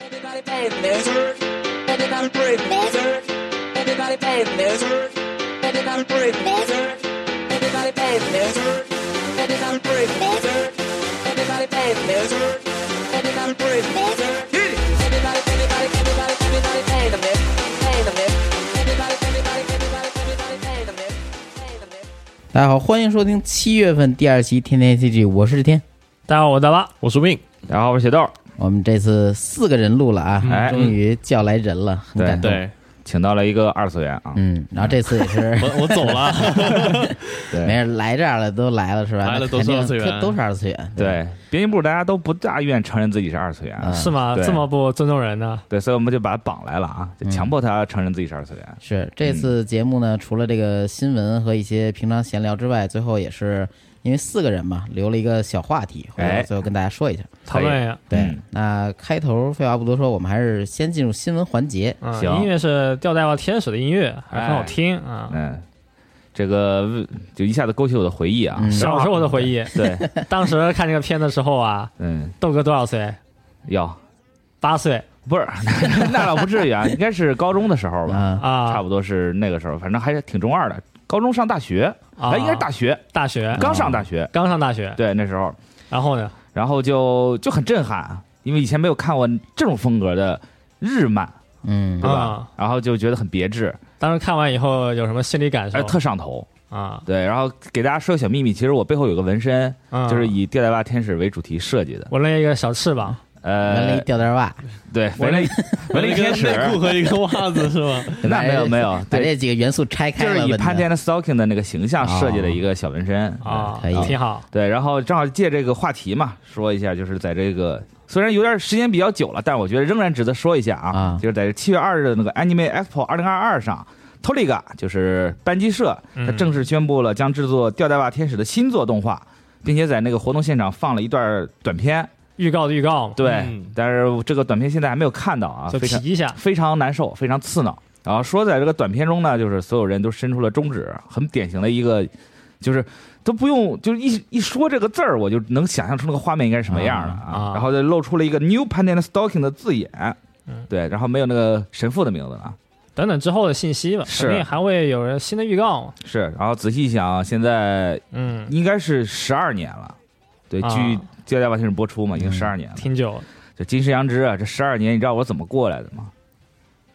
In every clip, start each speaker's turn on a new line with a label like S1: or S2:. S1: Everybody play lizard. Everybody play lizard. Everybody play lizard. Everybody play lizard. Everybody play lizard. Everybody play lizard. Everybody play lizard. Everybody play lizard. Everybody, everybody, everybody, everybody play the myth. Play the myth. Everybody, everybody, everybody, everybody play the myth. Play the myth.
S2: 大家好，欢迎收听七月份第二期《天天 CG》，我是天。
S3: 大家好，我是大拉，我是 Win。
S4: 大家好，我是雪豆，
S2: 我们这次四个人录了啊，
S4: 哎
S2: 终于叫来人了，很
S4: 对
S2: 感动。
S3: 对
S4: 请到了一个二次元啊，
S2: 嗯，然后这次也是
S3: 我我走 了，
S4: 对
S2: 没事，来这儿了，都来了是吧？
S3: 来了
S2: 那
S3: 都是
S2: 肯定
S3: 二次元
S2: 这都是二次元。
S4: 对，编辑部大家都不大愿承认自己是二次元，
S2: 啊
S3: 是吗？
S4: 对
S3: 这么不尊重人呢？
S4: 对，所以我们就把他绑来了啊，就强迫他承认自己是二次元。啊
S2: 是这次节目呢，除了这个新闻和一些平常闲聊之外，最后也是因为四个人嘛，留了一个小话题，回来
S4: 哎
S2: 最后跟大家说一下。
S3: 讨论一下。
S2: 对
S4: 嗯，
S2: 那开头废话不多说，我们还是先进入新闻环节。
S3: 嗯，
S4: 行
S3: 音乐是吊带袜天使的音乐，还很好
S4: 哎
S3: 听啊。
S4: 嗯，这个就一下子勾起我的回忆啊，
S2: 嗯
S3: 小时候的回忆，
S4: 对，
S3: 当时看这个片的时候啊，
S4: 嗯，
S3: 豆哥多少岁？
S4: 要
S3: 八岁
S4: 不是 那倒不至于啊，应该是高中的时候吧，
S2: 啊，
S3: 啊，
S4: 差不多是那个时候，反正还是挺中二的。高中上大学，
S3: 啊嗯
S4: 哎，应该是大学，
S3: 大学
S4: 刚上大学，
S3: 刚上大学，
S4: 对，那时候，
S3: 然后呢？
S4: 然后就就很震撼啊，因为以前没有看过这种风格的日漫。
S2: 嗯
S4: 对吧？
S3: 啊
S4: 然后就觉得很别致，
S3: 当时看完以后有什么心理感
S4: 哎，
S3: 受？
S4: 特上头。
S3: 啊，
S4: 对，然后给大家说个小秘密，其实我背后有个纹身，
S3: 嗯
S4: 就是以吊带袜天使为主题设计的。
S3: 纹了一个小翅 膀，
S2: 纹了
S4: 呃
S2: 一，吊带袜，
S4: 对，纹了一纹了一天使，
S3: 和一个袜子是吗？
S2: 把
S4: 那没有
S2: 这
S4: 没有，
S2: 把
S4: 对，
S2: 这几个元素拆开
S4: 就
S2: 了
S4: 是以
S2: 纹的
S4: Panty and Stocking 的那个形象设计的一个小纹身。
S3: 啊
S2: 可以，
S3: 挺好。
S4: 对，然后正好借这个话题嘛，说一下，就是在这个虽然有点时间比较久了，但我觉得仍然值得说一下啊，
S2: 啊
S4: 就是在这七月二日的那个 Anime Expo 二零二二上。Toliga 就是班级社，它
S3: 嗯
S4: 正式宣布了将制作《吊带袜天使》的新作动画，并且在那个活动现场放了一段短片。
S3: 预告的预告嘛，
S4: 对，
S3: 嗯
S4: 但是这个短片现在还没有看到啊，
S3: 就
S4: 非
S3: 提
S4: 常
S3: 一下，
S4: 非常难受，非常刺挠。然后说，在这个短片中呢，就是所有人都伸出了中指，很典型的一个，就是都不用，就是一一说这个字儿，我就能想象出那个画面应该是什么样的
S3: 啊啊
S4: 然后就露出了一个 “new p a n t e n stocking” 的字眼
S3: 嗯，
S4: 对，然后没有那个神父的名字了，啊
S3: 等等之后的信息吧，
S4: 是
S3: 肯定还会有人新的预告嘛。
S4: 是。然后仔细想，现在
S3: 嗯，
S4: 应该是十二年了，对，
S3: 啊
S4: 距《接待外星人》播出嘛，已经十二年了。
S3: 挺久了。
S4: 这金石良知啊，这十二年，你知道我怎么过来的吗？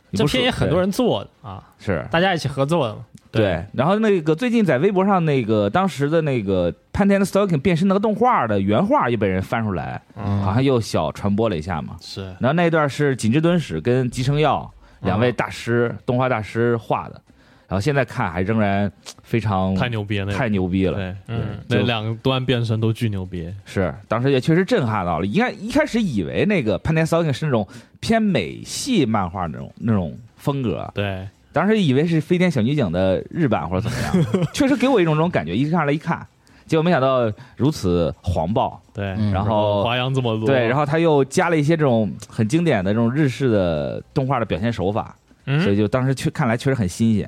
S4: 你
S3: 这
S4: 不说
S3: 片也很多人做的啊，
S4: 对是
S3: 大家一起合作的嘛。对，
S4: 对，然后那个最近在微博上那个当时的那个 Panty and Stocking 变身那个动画的原画又被人翻出来，好像又小传播了一下嘛。
S3: 是
S4: 然后那一段是锦织敦史跟吉成耀两位
S5: 啊
S4: 大师、动画大师画的，然后现在看还仍然非常
S5: 太牛逼了，那个
S4: 太牛逼了，
S5: 对，
S3: 嗯
S5: 那
S4: 就
S5: 两个端变身都巨牛逼，
S4: 是当时也确实震撼到了。一开一开始以为那个 Panty and Stocking 是那种偏美系漫画那种那种风格，
S5: 对，
S4: 当时以为是飞天小女警的日版或者怎么 样，确实给我一种这种感觉。一上来一看，结果没想到如此黄暴，
S5: 对，
S2: 嗯
S4: 然后
S5: 花样这么多，
S4: 对，然后他又加了一些这种很经典的这种日式的动画的表现手法，所以
S3: 嗯，
S4: 就当时确看来确实很新鲜。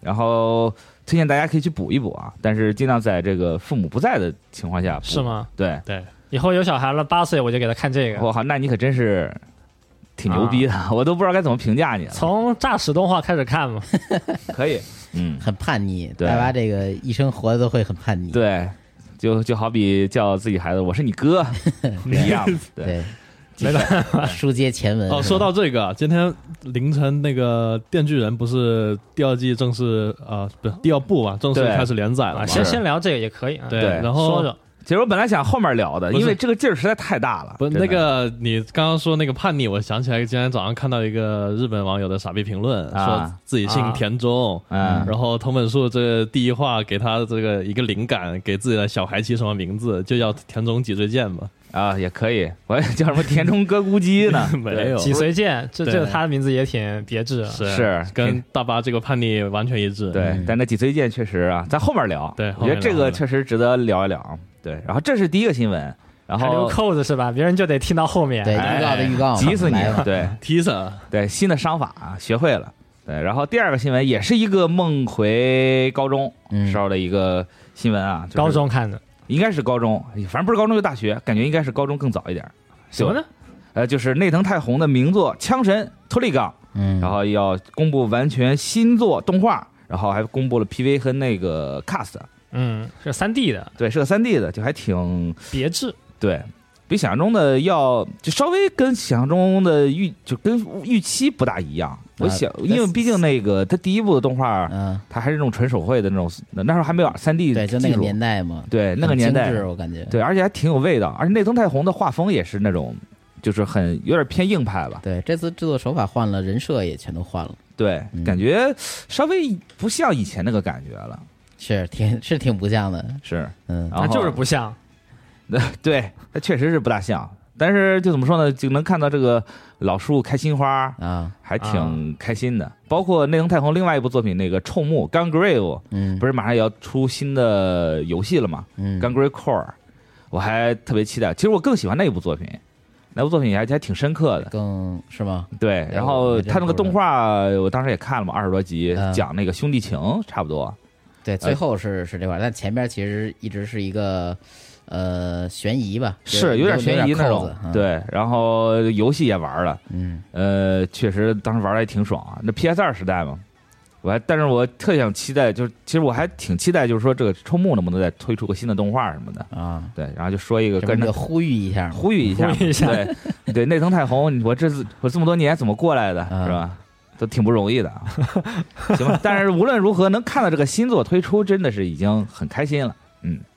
S4: 然后推荐大家可以去补一补啊，但是尽量在这个父母不在的情况下补。
S3: 是？吗？
S4: 对，
S5: 对，
S3: 以后有小孩了，八岁我就给他看这个。
S4: 我靠，那你可真是挺牛逼的，我都不知道该怎么评价你 了。
S3: 从诈死动画开始看嘛，
S4: 可以，嗯。
S2: 很叛逆，
S4: 对
S2: 大巴这个一生活的都会很叛逆。
S4: 对，就就好比叫自己孩子我是你 哥一样，对，
S2: 对，
S5: 没了。
S2: 书接前文。
S5: 哦，
S2: 是吧
S5: 说到这个，今天凌晨那个《电锯人》不是第二季正式啊，不是第二部嘛，正式
S4: 对
S5: 开始连载了
S3: 啊，
S5: 嘛？
S3: 先
S4: 是
S3: 先聊这个也可以啊。
S5: 对，
S4: 对
S5: 然
S3: 说
S5: 后
S3: 说
S4: 其实我本来想后面聊的，
S5: 不是
S4: 因为这个劲儿实在太大了。
S5: 不是
S4: 真的
S5: 那，个你刚刚说那个叛逆，我想起来今天早上看到一个日本网友的傻逼评论，
S4: 啊
S5: 说自己姓田中，
S4: 嗯
S5: 然后藤本树这第一话给他这个一个灵感，给自己的小孩起什么名字，就叫田中脊椎剑嘛。？
S4: 啊，也可以，我叫什么田中歌孤鸡呢
S5: 没有
S3: 脊髓剑，这
S5: 对
S3: 这他的名字也挺别致啊。
S5: 是
S4: 是
S5: 跟大巴这个叛逆完全一致。
S4: 对，
S2: 嗯
S4: 对，但那脊髓剑确实啊，咱后面聊。
S5: 对
S4: 我觉得这
S5: 后面聊
S4: 个确实值得聊一聊啊。对，然后这是第一个新闻，然
S3: 还留
S4: 后
S3: 扣子是吧？别人就得听到后面。
S2: 对
S4: 哎
S2: 预告的预告嘛，
S4: 急死你
S2: 来
S4: 了。
S2: 吧。
S4: 对
S5: ，Tisa
S4: 对，新的商法啊，学会了。对，然后第二个新闻也是一个梦回高中
S2: 嗯
S4: 时，候的一个新闻啊，就是
S3: 高中看的
S4: 应该是高中，反正不是高中就大学，感觉应该是高中更早一点儿。
S3: 什么呢？
S4: 呃，就是内藤太弘的名作《枪神托利冈》，
S2: 嗯，
S4: 然后要公布完全新作动画，然后还公布了 PV 和那个 cast，
S3: 嗯，是三 D 的，
S4: 对，是个三 D 的，就还挺
S3: 别致。
S4: 对，比想象中的要就稍微跟想象中的预就跟预期不大一样。我
S2: 啊
S4: 想，
S2: 但
S4: 因为毕竟那个他第一部的动画，
S2: 嗯，
S4: 它还是那种纯手绘的那种，那时候还没有三 D
S2: 对，就那个
S4: 技术
S2: 年代嘛，
S4: 对那个
S2: 很
S4: 年
S2: 精
S4: 代，
S2: 致我感觉。
S4: 对，而且还挺有味道，而且内藤太宏的画风也是那种，就是很有点偏硬派吧。
S2: 对，这次制作手法换了，人设也全都换了，
S4: 对，
S2: 嗯
S4: 感觉稍微不像以前那个感觉了。
S2: 是挺是挺不像的。
S4: 是，
S2: 嗯，
S4: 然
S3: 他
S4: 后
S3: 就是不像，
S4: 对，它确实是不大像。但是就怎么说呢，就能看到这个老树开心花，
S2: 啊，
S4: 还挺开心的。包括内藤太宏另外一部作品那个《臭木》（Gun Grave），
S2: 嗯，
S4: 不是马上也要出新的游戏了吗？
S2: 嗯，
S4: 《Gun Grave Core》，我还特别期待。其实我更喜欢那一部作品，那部作品还还挺深刻的。
S2: 更是吗？
S4: 对，然
S2: 哎
S4: 后
S2: 我这样
S4: 他那个
S2: 说
S4: 动
S2: 的
S4: 画，我当时也看了嘛，二十多集，
S2: 嗯
S4: 讲那个兄弟情，差不多。
S2: 对，最
S4: 呃
S2: 后是是这块儿，但前边其实一直是一个呃悬疑吧，
S4: 是有点悬疑那
S2: 扣
S4: 种
S2: 子，嗯，
S4: 对，然后游戏也玩了，
S2: 嗯
S4: 呃，确实当时玩的也挺爽啊。那 PS 二时代嘛，我还，但是我特想期待，就是其实我还挺期待，就是说这个抽木能不能再推出个新的动画什么的。
S2: 啊，
S4: 对，然后就说一个
S2: 这不
S4: 跟
S2: 就
S4: 着
S2: 呼吁一下嘛，
S4: 呼吁一下嘛，
S3: 呼吁一下
S4: 对对，内藤太宏，我这次我这么多年怎么过来的，
S2: 嗯
S4: 是吧？都挺不容易的啊， 行吧。但是无论如何，能看到这个新作推出，真的是已经很开心了。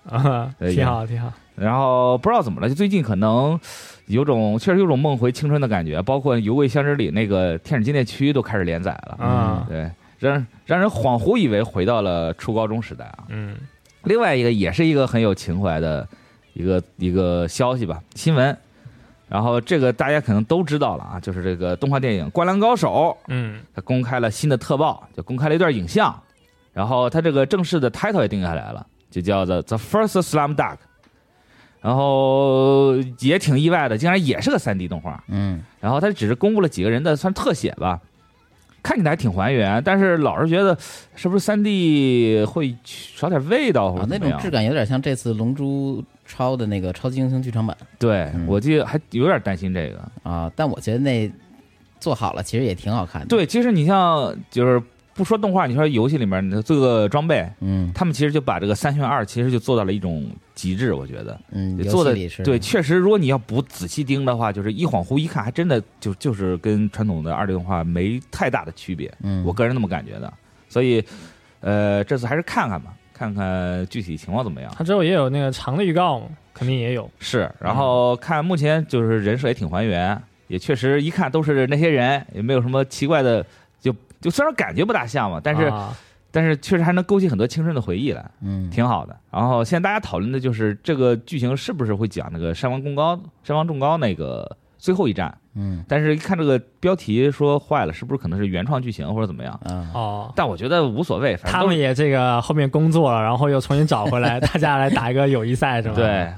S4: 哎
S3: 啊，
S4: 对
S3: 挺好，挺好。
S4: 然后不知道怎么了，就最近可能有种确实有种梦回青春的感觉，包括《游味乡之里》那个天使纪念区都开始连载了，
S3: 啊，
S4: 对，让让人恍惚以为回到了初高中时代啊。
S3: 嗯，
S4: 另外一个也是一个很有情怀的一个一个消息吧，新闻。然后这个大家可能都知道了啊，就是这个动画电影《灌篮高手》，
S3: 嗯，
S4: 它公开了新的特报，就公开了一段影像，然后它这个正式的 title 也定下来了，就叫做《The First Slam Dunk》，然后也挺意外的，竟然也是个 3D 动画，
S2: 嗯，
S4: 然后它只是公布了几个人的算特写吧，看起来还挺还原，但是老是觉得是不是 3D 会少点味道或
S2: 啊
S4: 者，
S2: 那
S4: 怎
S2: 种
S4: 么样？
S2: 质感有点像这次《龙珠超》的那个超级英雄剧场版
S4: 对
S2: 嗯
S4: 我记得还有点担心这个。
S2: 啊，但我觉得那做好了其实也挺好看的。
S4: 对，其实你像就是不说动画，你说游戏里面你这个装备，
S2: 嗯
S4: 他们其实就把这个三选二其实就做到了一种极致，我觉得
S2: 嗯，游戏
S4: 做的
S2: 里是
S4: 对，确实，如果你要不仔细盯的话，就是一恍惚一看，还真的就就是跟传统的二 D 动画没太大的区别，
S2: 嗯，
S4: 我个人那么感觉的。所以，呃，这次还是看看吧，看看具体情况怎么
S2: 嗯
S4: 样。
S3: 它之后也有那个长的预告嘛，肯定也有。
S4: 是，然后看目前就是人设也挺还原，也确实一看都是那些人，也没有什么奇怪的，就就虽然感觉不大像嘛，但是、
S3: 啊
S4: 但是确实还能勾起很多青春的回忆来。
S2: 嗯
S4: 挺好的。然后现在大家讨论的就是这个剧情是不是会讲那个山王贡高、山王重高那个最后一战？
S2: 嗯
S4: 但是一看这个标题说坏了，是不是可能是原创剧情或者怎么样？
S2: 啊
S3: 哦，
S4: 但我觉得无所谓，反正
S3: 他
S4: 都
S3: 们
S4: 是
S3: 也这个后面工作了，然后又重新找回来，大家来打一个友谊赛是吧？，
S4: 对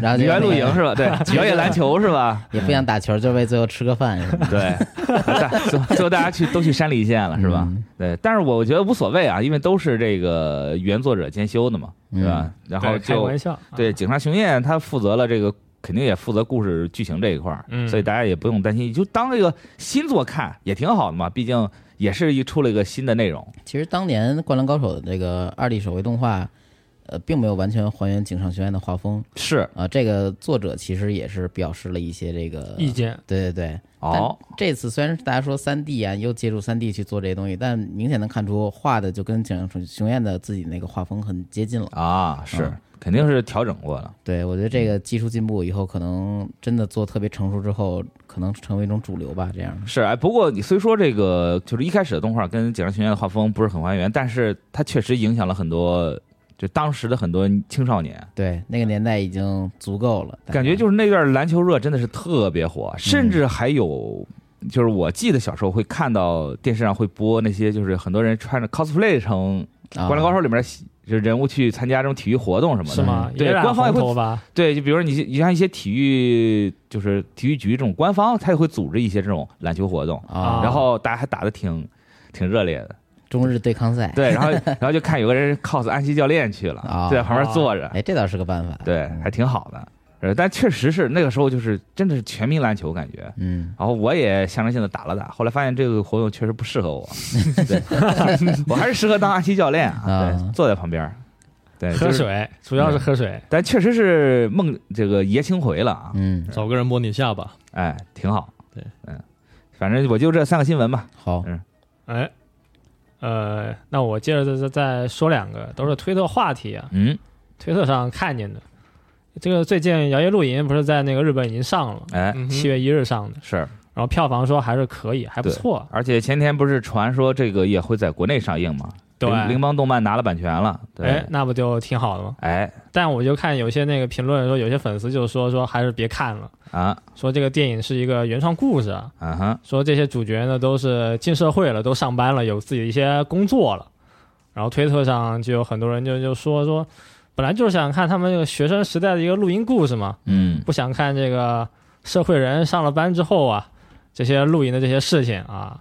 S2: 然后就
S4: 原露营是吧？对，越野篮球是吧？
S2: 也不想打球，就为最后吃个饭是 吧？
S4: 对，大最后最后大家去都去山梨县了是吧？
S2: 嗯
S4: 对，但是我觉得无所谓啊，因为都是这个原作者兼修的嘛，对吧
S2: 嗯？
S4: 然后
S3: 开
S4: 就
S3: 个玩笑，
S4: 对，井上雄彦他负责了这个，肯定也负责故事剧情这一块儿，
S3: 嗯
S4: 所以大家也不用担心，就当这个新作看也挺好的嘛，毕竟也是一出了一个新的内容。
S2: 其实当年《灌篮高手》的这个二 D 手绘动画，呃，并没有完全还原井上学院的画风
S4: 是
S2: 啊、这个作者其实也是表示了一些这个
S3: 意。见
S2: 对对对，
S4: 哦，
S2: 但这次虽然是大家说三 D 啊，又借助三 D 去做这些东西，但明显能看出画的就跟井上雄彦的自己那个画风很接近了。
S4: 啊，是、
S2: 嗯
S4: 肯定是调整过了。
S2: 对，我觉得这个技术进步以后，可能真的做特别成熟之后，可能成为一种主流吧。这样
S4: 是哎，不过你虽说这个就是一开始的动画跟《井上雄彦》的画风不是很还原，但是它确实影响了很多，就当时的很多青少年。
S2: 对那个年代已经足够了，
S4: 感觉就是那段篮球热真的是特别火，
S3: 嗯
S4: 甚至还有，就是我记得小时候会看到电视上会播那些，就是很多人穿着 cosplay 成《
S2: 《
S4: 灌篮高手》里面的就人物去参加这种体育活动什么
S3: 是
S4: 的。
S3: 吗？
S4: 对
S3: 也染
S4: 官方也
S3: 红
S4: 会
S3: 头发，
S4: 对，就比如说你你像一些体育，就是体育局这种官方，他也会组织一些这种篮球活动，
S2: 啊，
S3: 啊
S4: 然后大家还打的挺挺热烈的。
S2: 中日对抗赛，
S4: 对，然后 然后就看有个人 cos 安西教练去了
S2: 啊，
S4: 就在旁边坐着。
S2: 哎，这倒是个办法。
S4: 对，还挺好的。呃，但确实是那个时候就是真的是全民篮球感觉。
S2: 嗯，
S4: 然后我也象征性的打了打，后来发现这个活动确实不适合我，对， 我还是适合当阿西教练啊，
S2: 啊
S4: 对，坐在旁边儿，对，
S3: 喝
S4: 哎就是，
S3: 水，主要是喝水。
S4: 但确实是梦这个爷青回了啊，
S2: 嗯，
S5: 找个人摸你下巴。
S4: 哎，挺好，
S5: 对，
S4: 嗯，反正我就这三个新闻吧，
S2: 好，
S3: 哎，呃，那我接着再再再说两个，都是推特话题啊，
S4: 嗯，
S3: 推特上看见的。这个最近《摇曳露营》不是在那个日本已经上了，
S4: 哎，
S5: 嗯
S3: 七月一日上的，
S4: 是，
S3: 然后票房说还是可以，还不错。
S4: 而且前天不是传说这个也会在国内上映嘛，
S3: 对，
S4: 羚羚邦动漫拿了版权了，
S3: 哎
S4: 对，，
S3: 那不就挺好的吗？
S4: 哎，
S3: 但我就看有些那个评论说，有些粉丝就说说还是别看了，
S4: 啊，
S3: 说这个电影是一个原创故事啊，
S4: 啊哈，
S3: 说这些主角呢都是进社会了，都上班了，有自己的一些工作了。然后推特上就有很多人就就说说，本来就是想看他们这个学生时代的一个录音故事嘛，
S4: 嗯，
S3: 不想看这个社会人上了班之后啊，这些露营的这些事情啊，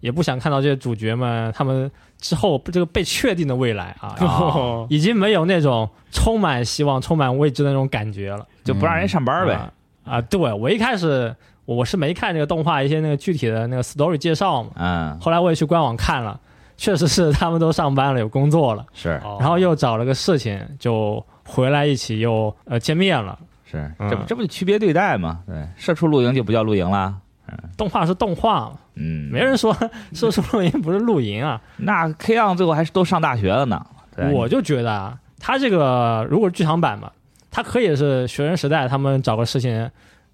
S3: 也不想看到这些主角们他们之后这个被确定的未来啊，
S5: 哦，
S3: 已经没有那种充满希望、充满未知的那种感觉了。
S4: 就不让人上班呗，
S3: 啊、啊对我一开始我是没看这个动画一些那个具体的那个 story 介绍嘛，
S4: 嗯，
S3: 后来我也去官网看了，确实是他们都上班了，有工作了，
S4: 是
S3: 然后又找了个事情，就回来一起又呃见面了。
S4: 是，
S3: 嗯
S4: 这不这不就区别对待嘛，对，社畜露营就不叫露营啦，
S3: 动画是动画，
S4: 嗯，
S3: 没 人说说是露营不是露营啊，
S4: 那 K 样最后还是都上大学了呢。对
S3: 我就觉得啊，他这个如果是剧场版嘛，他可以是学生时代他们找个事情。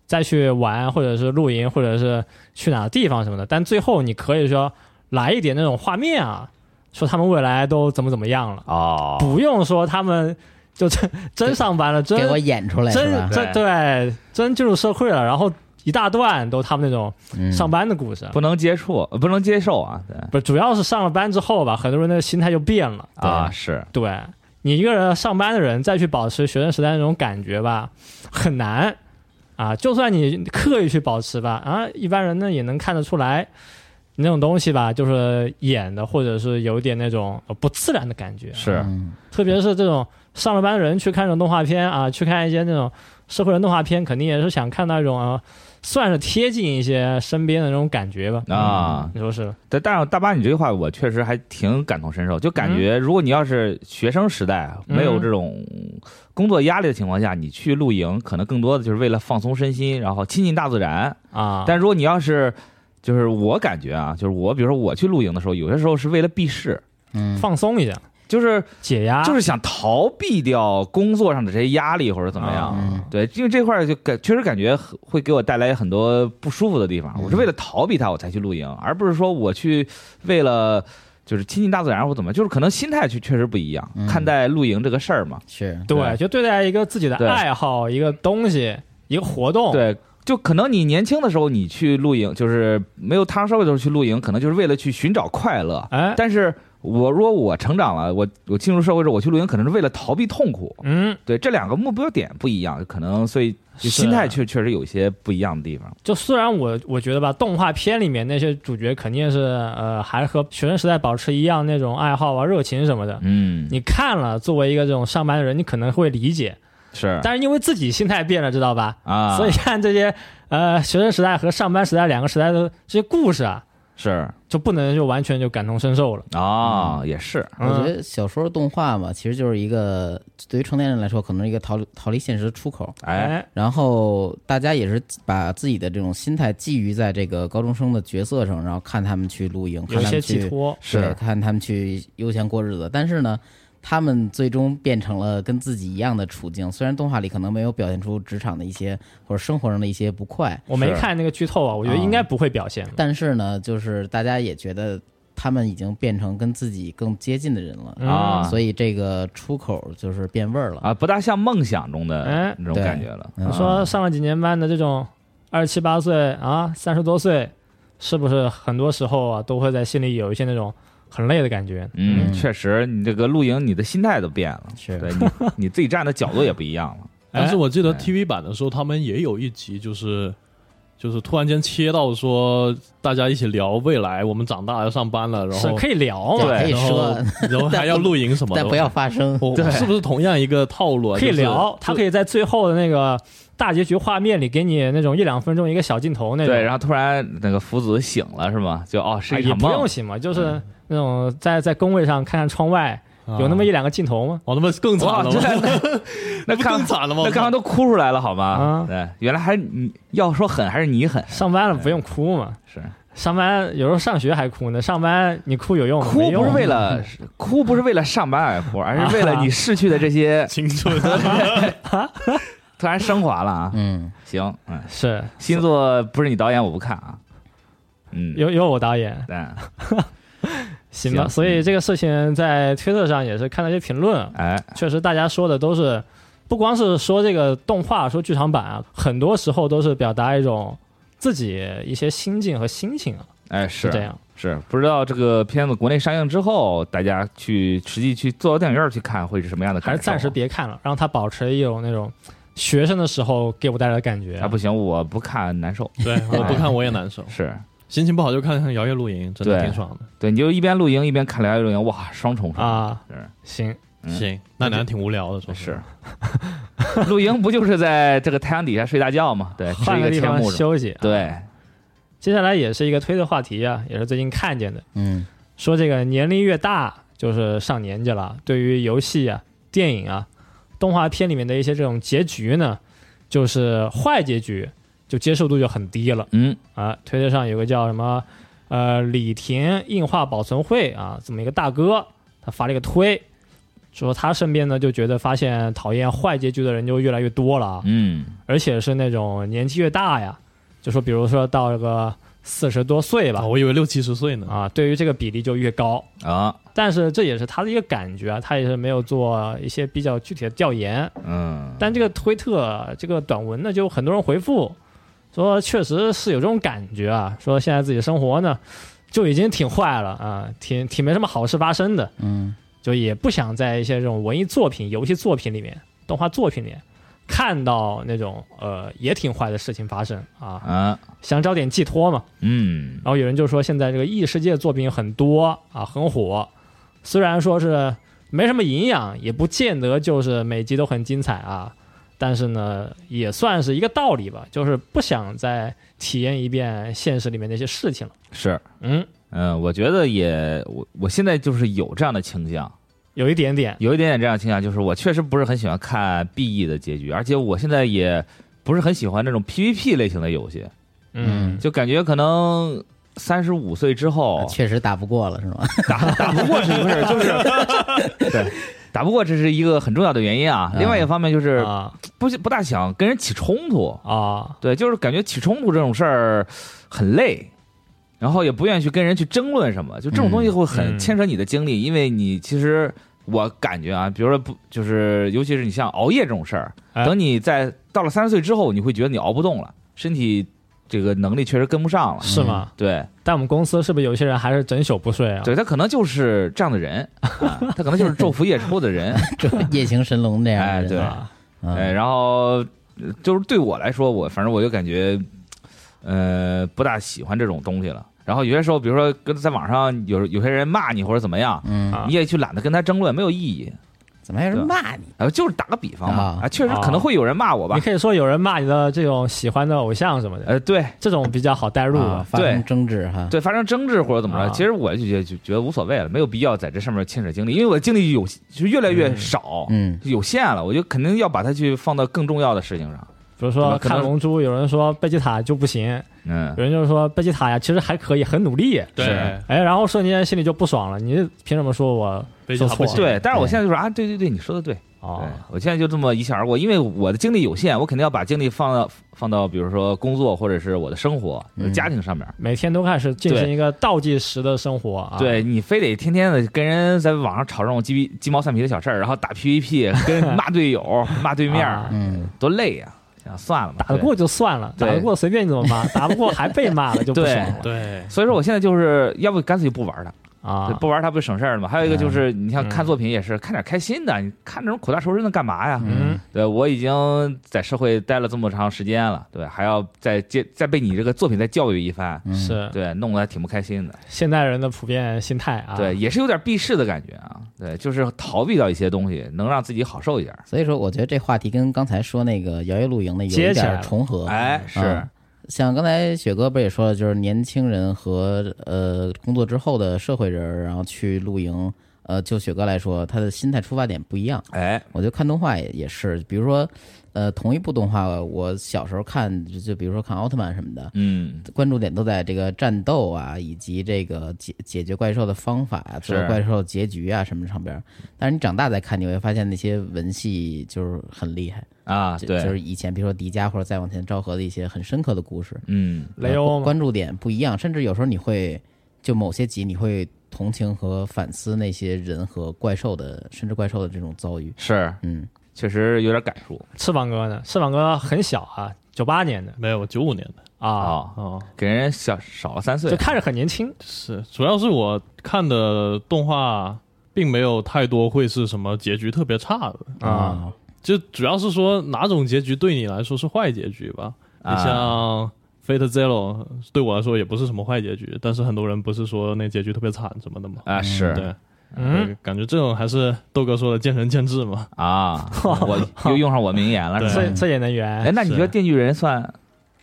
S3: 再去玩，或者是露营，或者是去哪个地方什么的，但最后你可以说来一点那种画面啊，说他们未来都怎么怎么样了，
S4: 哦，
S3: 不用说他们就真真上班了，真
S2: 给我演出来是
S3: 真
S2: 吧？
S3: 真对，真进入社会了，然后一大段都他们那种
S2: 嗯
S3: 上班的故事，
S4: 不能接触，呃不能接受啊，对
S3: 不主要是上了班之后吧，很多人的心态就变了。
S4: 啊是，
S3: 对你一个人上班的人再去保持学生时代那种感觉吧，很难啊。就算你刻意去保持吧，啊，一般人呢也能看得出来。你那种东西吧，就是演的，或者是有点那种呃不自然的感觉。
S4: 是
S2: 嗯
S3: 特别是这种上了班人去看这种动画片啊，去看一些那种社会人动画片，肯定也是想看到一种、呃、算是贴近一些身边的那种感觉吧。
S4: 啊
S3: 你说是吧？
S4: 但但大巴，你这句话我确实还挺感同身受，就感觉如果你要是学生时代
S3: 嗯
S4: 没有这种工作压力的情况下，你去露营可能更多的就是为了放松身心，然后亲近大自然。
S3: 啊，
S4: 但如果你要是就是我感觉啊，就是我比如说我去露营的时候，有些时候是为了避世，
S2: 嗯，
S3: 放松一下，
S4: 就是
S3: 解压，
S4: 就是想逃避掉工作上的这些压力或者怎么样。
S2: 嗯
S4: 对，因为这块儿就感确实感觉很会给我带来很多不舒服的地方。我是为了逃避它我才去露营，而不是说我去为了就是亲近大自然或怎么样，就是可能心态去确实不一样，
S2: 嗯
S4: 看待露营这个事儿嘛。
S2: 是
S3: 对，
S4: 对
S3: 就对待一个自己的
S4: 对
S3: 爱好、一个东西、一个活动，
S4: 对，就可能你年轻的时候你去露营，就是没有踏上社会的时候去露营，可能就是为了去寻找快乐。
S3: 哎，
S4: 但是我如果我成长了，我我进入社会之后，我去露营可能是为了逃避痛苦。
S3: 嗯，
S4: 对，这两个目标点不一样，可能所以就是心态确确实有一些不一样的地方。
S3: 就虽然我我觉得吧，动画片里面那些主角肯定是呃，还是和学生时代保持一样那种爱好啊、热情什么的。
S4: 嗯，
S3: 你看了，作为一个这种上班的人，你可能会理解，
S4: 是
S3: 但是因为自己心态变了，知道吧？
S4: 嗯啊，
S3: 所以看这些呃学生时代和上班时代两个时代的这些故事啊，
S4: 是
S3: 就不能就完全就感同身受了。
S4: 啊，也是
S3: 嗯
S2: 我觉得小说动画嘛，其实就是一个对于成年人来说，可能是一个逃离逃离现实的出口。
S4: 哎，
S2: 然后大家也是把自己的这种心态寄予在这个高中生的角色上，然后看他们去露营，
S3: 有
S2: 看
S3: 一
S2: 他
S3: 些
S2: 们
S3: 寄
S2: 去
S3: 托，
S2: 对看他们去悠闲过日子。但是呢，他们最终变成了跟自己一样的处境。虽然动画里可能没有表现出职场的一些或者生活上的一些不快，
S3: 我没看那个剧透啊，我觉得应该不会表现。
S2: 但是呢，就是大家也觉得他们已经变成跟自己更接近的人了。
S3: 嗯
S4: 啊
S2: 所以这个出口就是变味儿了。
S4: 啊，不大像梦想中的
S3: 哎
S4: 那种感觉了。啊
S2: 对
S3: 你说上了几年班的这种二十七八岁啊，三十多岁，是不是很多时候啊都会在心里有一些那种很累的感觉？
S4: 嗯，
S2: 嗯
S4: 确实，你这个露营，你的心态都变了，
S2: 是
S4: 对你 你自己站的角度也不一样了。
S5: 但是我记得
S4: 哎
S5: TV 版的时候，他们也有一集，就是就是突然间切到说大家一起聊未来，我们长大要上班了，然
S3: 是
S5: 后
S3: 可以聊啊嘛？
S2: 对可以
S5: 然后
S2: 说
S5: 然后还要露营什么的，
S2: 但不要发生。
S5: 我我是不是同样一个套路啊？
S3: 可以
S5: 就是
S3: 聊，他可以在最后的那个大结局画面里给你那种一两分钟一个小镜头那种，
S4: 对，然后突然那个福子醒了是吗？就哦，是
S3: 啊
S4: 一
S3: 也
S4: 场
S3: 不
S4: 梦嗯
S3: 用醒嘛，就是那种在在工位上看看窗外，
S4: 啊
S3: 有那么一两个镜头吗？
S5: 啊哦，那么更惨
S4: 哇，
S5: 了
S4: 真
S5: 吗？
S4: 的，那
S5: 不
S4: 看
S5: 更惨了吗？
S4: 那刚刚都哭出来了好吗
S3: 啊？
S4: 对，原来还是你要说狠还是你狠，
S3: 上班了不用哭嘛，
S4: 哎是
S3: 上班有时候上学还哭呢，上班你哭有用啊吗？
S4: 哭
S3: 没
S4: 不是
S3: 用
S4: 为了 哭不是为了上班而哭，而是为了你逝去的这些
S5: 青春
S4: 突然升华了啊！
S2: 嗯，
S4: 行，嗯，
S3: 是
S4: 新作不是你导演我不看啊，嗯，
S3: 有有我导演，
S4: 但
S3: 行吧，
S4: 行嗯
S3: 所以这个事情在推特上也是看到一些评论，啊
S4: 哎，
S3: 确实大家说的都是，不光是说这个动画，说剧场版啊，很多时候都是表达一种自己一些心境和心情啊，
S4: 哎，是
S3: 这样。
S4: 是，不知道这个片子国内上映之后，大家去实际去坐到电影院去看会是什么样的
S3: 还
S4: 感
S3: 是
S4: 受？
S3: 暂时别看了，让它保持一种那种学生的时候给我带来的感觉
S4: 啊，不行，我不看难受。
S5: 对，我不看我也难受，
S4: 是
S5: 心情不好就看看摇曳露营，真的
S4: 对
S5: 挺爽的。
S4: 对，你就一边露营一边看《聊聊露营》，哇，双重爽
S3: 啊
S4: 是。
S3: 行，
S4: 嗯
S5: 行，那男挺无聊的，说实
S4: 是
S5: 话，
S4: 露营不就是在这个太阳底下睡大觉吗？对，吃
S3: 换
S4: 一
S3: 个地
S4: 天
S3: 方
S4: 幕哎是吗
S3: 休息。，
S4: 对，
S3: 接下来也是一个推特话题啊，也是最近看见的，
S2: 嗯，
S3: 说这个年龄越大，就是上年纪了，对于游戏啊、电影啊、动画片里面的一些这种结局呢，就是坏结局，就接受度就很低了
S4: 嗯，
S3: 啊。推特上有个叫什么呃李田硬化保存会啊这么一个大哥，他发了一个推，说他身边呢就觉得发现讨厌坏结局的人就越来越多了啊，
S4: 嗯，
S3: 而且是那种年纪越大呀，就说比如说到这个四十多岁吧
S5: 啊，我以为六七十岁呢。
S3: 啊，对于这个比例就越高。
S4: 啊，
S3: 但是这也是他的一个感觉啊，他也是没有做一些比较具体的调研。
S4: 嗯，
S3: 但这个推特这个短文呢，就有很多人回复说，确实是有这种感觉啊，说现在自己生活呢就已经挺坏了啊，挺挺没什么好事发生的，
S2: 嗯，
S3: 就也不想在一些这种文艺作品、游戏作品里面、动画作品里面看到那种呃也挺坏的事情发生啊，
S4: 啊，
S3: 想找点寄托嘛。
S4: 嗯，
S3: 然后有人就说，现在这个异世界作品很多啊，很火，虽然说是没什么营养，也不见得就是每集都很精彩啊，但是呢，也算是一个道理吧，就是不想再体验一遍现实里面那些事情了。
S4: 是，
S3: 嗯，
S4: 嗯，我觉得也，我我现在就是有这样的倾向，
S3: 有一点点，
S4: 有一点点这样的倾向，就是我确实不是很喜欢看 BE 的结局，而且我现在也不是很喜欢那种 PVP 类型的游戏，
S3: 嗯，
S4: 就感觉可能三十五岁之
S3: 啊
S4: 后
S2: 确实打不过了，是吗？
S4: 打打不过是一回事儿， 就是对。打不过这是一个很重要的原因啊，
S2: 嗯
S4: 另外一方面就是
S3: 啊
S4: 不不大想跟人起冲突，
S3: 啊，
S4: 对，就是感觉起冲突这种事儿很累，然后也不愿意去跟人去争论什么，就这种东西会很
S3: 嗯
S4: 牵扯你的精力，因为你其实我感觉啊，比如说不就是，尤其是你像熬夜这种事儿，
S3: 哎
S4: 等你在到了三十岁之后，你会觉得你熬不动了，身体这个能力确实跟不上了，
S3: 是吗？
S4: 对，
S3: 但我们公司是不是有些人还是整宿不睡啊？
S4: 对他可能就是这样的人，啊、他可能就是昼伏夜出的人，
S2: 这夜行神龙这样的
S4: 哎
S2: 人，
S4: 对
S3: 啊，
S2: 嗯
S4: 哎，然后呃就是对我来说，我反正我就感觉，呃，不大喜欢这种东西了。然后有些时候，比如说跟在网上有有些人骂你或者怎么样，
S2: 嗯，
S3: 啊
S4: 你也去懒得跟他争论，没有意义。
S2: 怎么还有人骂你？
S4: 啊，就是打个比方嘛
S2: 啊，
S4: 啊，确实可能会有人骂我吧
S3: 你，可以说有人骂你的这种喜欢的偶像什么的，
S4: 呃，对
S3: 哎这种比较好代入
S2: 啊，
S3: 吧。
S2: 发
S4: 对
S2: 生争执哈，
S4: 对，发生争执或者怎么着，
S3: 啊
S4: 其实我就觉得就觉得无所谓了，没有必要在这上面牵扯精力，因为我的精力有就越来越
S3: 嗯
S4: 少，
S2: 嗯，
S4: 有限了，我就肯定要把它去放到更重要的事情上。
S3: 比如说
S4: 可能
S3: 看《龙珠》，有人说贝吉塔就不行，
S4: 嗯
S3: 有，人就是说贝吉塔呀，其实还可以，很努力。
S5: 对，
S3: 哎，然后瞬间心里就不爽了，你凭什么说我
S5: 贝
S3: 说
S5: 塔
S3: 错
S5: 不行
S3: 了？
S4: 对，但是我
S2: 对
S4: 现在就说啊，对对对，你说的对。对
S3: 哦，，
S4: 我现在就这么一笑而过，因为我的精力有限，我肯定要把精力放到放到比如说工作或者是我的生活、
S2: 嗯
S4: 家庭上面。
S3: 每天都开始进行
S4: 对
S3: 一个倒计时的生活啊。
S4: 对你非得天天的跟人在网上吵这种鸡鸡毛蒜皮的小事儿，然后打 PVP，跟 骂队友、骂对面儿，
S3: 啊
S2: 嗯，
S4: 多累呀、想算了嘛，
S3: 打得
S4: 对
S3: 过就算了，
S4: 对
S3: 打得过随便你怎么 骂，打不过还被骂了就不
S4: 对
S3: 爽了
S5: 对，
S4: 所以说我现在就是要不干脆就不玩它，
S3: 啊！
S4: 不玩它不省事儿了吗？还有一个就是，你像
S3: 嗯
S4: 看作品也是看点开心的，你看这种苦大仇深的干嘛呀？
S3: 嗯，
S4: 对我已经在社会待了这么长时间了，对，还要再接再被你这个作品再教育一番，
S2: 嗯，
S3: 是
S4: 对，弄得还挺不开心的。
S3: 现代人的普遍心态啊。
S4: 对，，也是有点避世的感觉啊。对，就是逃避到一些东西，能让自己好受一点。
S2: 所以说，我觉得这话题跟刚才说那个摇曳露营的有
S3: 接
S2: 一
S3: 起来
S2: 点
S3: 了
S2: 重合。
S4: 哎，是，
S2: 嗯像刚才雪哥不也说了，就是年轻人和呃工作之后的社会人儿，然后去露营，呃，就雪哥来说，他的心态出发点不一样。
S4: 哎，
S2: 我觉得看动画也也是，比如说，呃，同一部动画，我小时候看，就就比如说看奥特曼什么的，
S4: 嗯，
S2: 关注点都在这个战斗啊，以及这个解解决怪兽的方法啊，最后
S4: 是
S2: 怪兽结局啊什么上边儿。但是你长大再看，你会发现那些文戏就是很厉害，
S4: 啊，
S2: 就就
S4: 对，
S2: 是以前比如说迪迦或者再往前昭和的一些很深刻的故事，
S4: 嗯，
S3: 雷
S2: 呃
S3: 欧嘛
S2: 关注点不一样，甚至有时候你会就某些集你会同情和反思那些人和怪兽的，甚至怪兽的这种遭遇。
S4: 是，
S2: 嗯，
S4: 确实有点感触
S3: 翅膀哥呢？翅膀哥很小啊，九八年的
S5: 没有九五年的
S3: 啊，
S4: 啊，
S5: 哦，
S4: 给人小少了三岁
S3: 就，看着很年轻。
S5: 是，主要是我看的动画并没有太多会是什么结局特别差的，
S2: 哦
S3: 啊，
S5: 就主要是说哪种结局对你来说是坏结局吧。你
S4: 啊
S5: 像 Fate Zero 对我来说也不是什么坏结局，但是很多人不是说那结局特别惨什么的嘛。
S4: 啊，是
S5: 对，
S3: 嗯
S5: 对，感觉这种还是豆哥说的见仁见智嘛。
S4: 啊，我又用上我名言了，是吧
S3: 这这也能
S4: 哎
S3: 圆？，
S4: 那你觉得《电锯人》算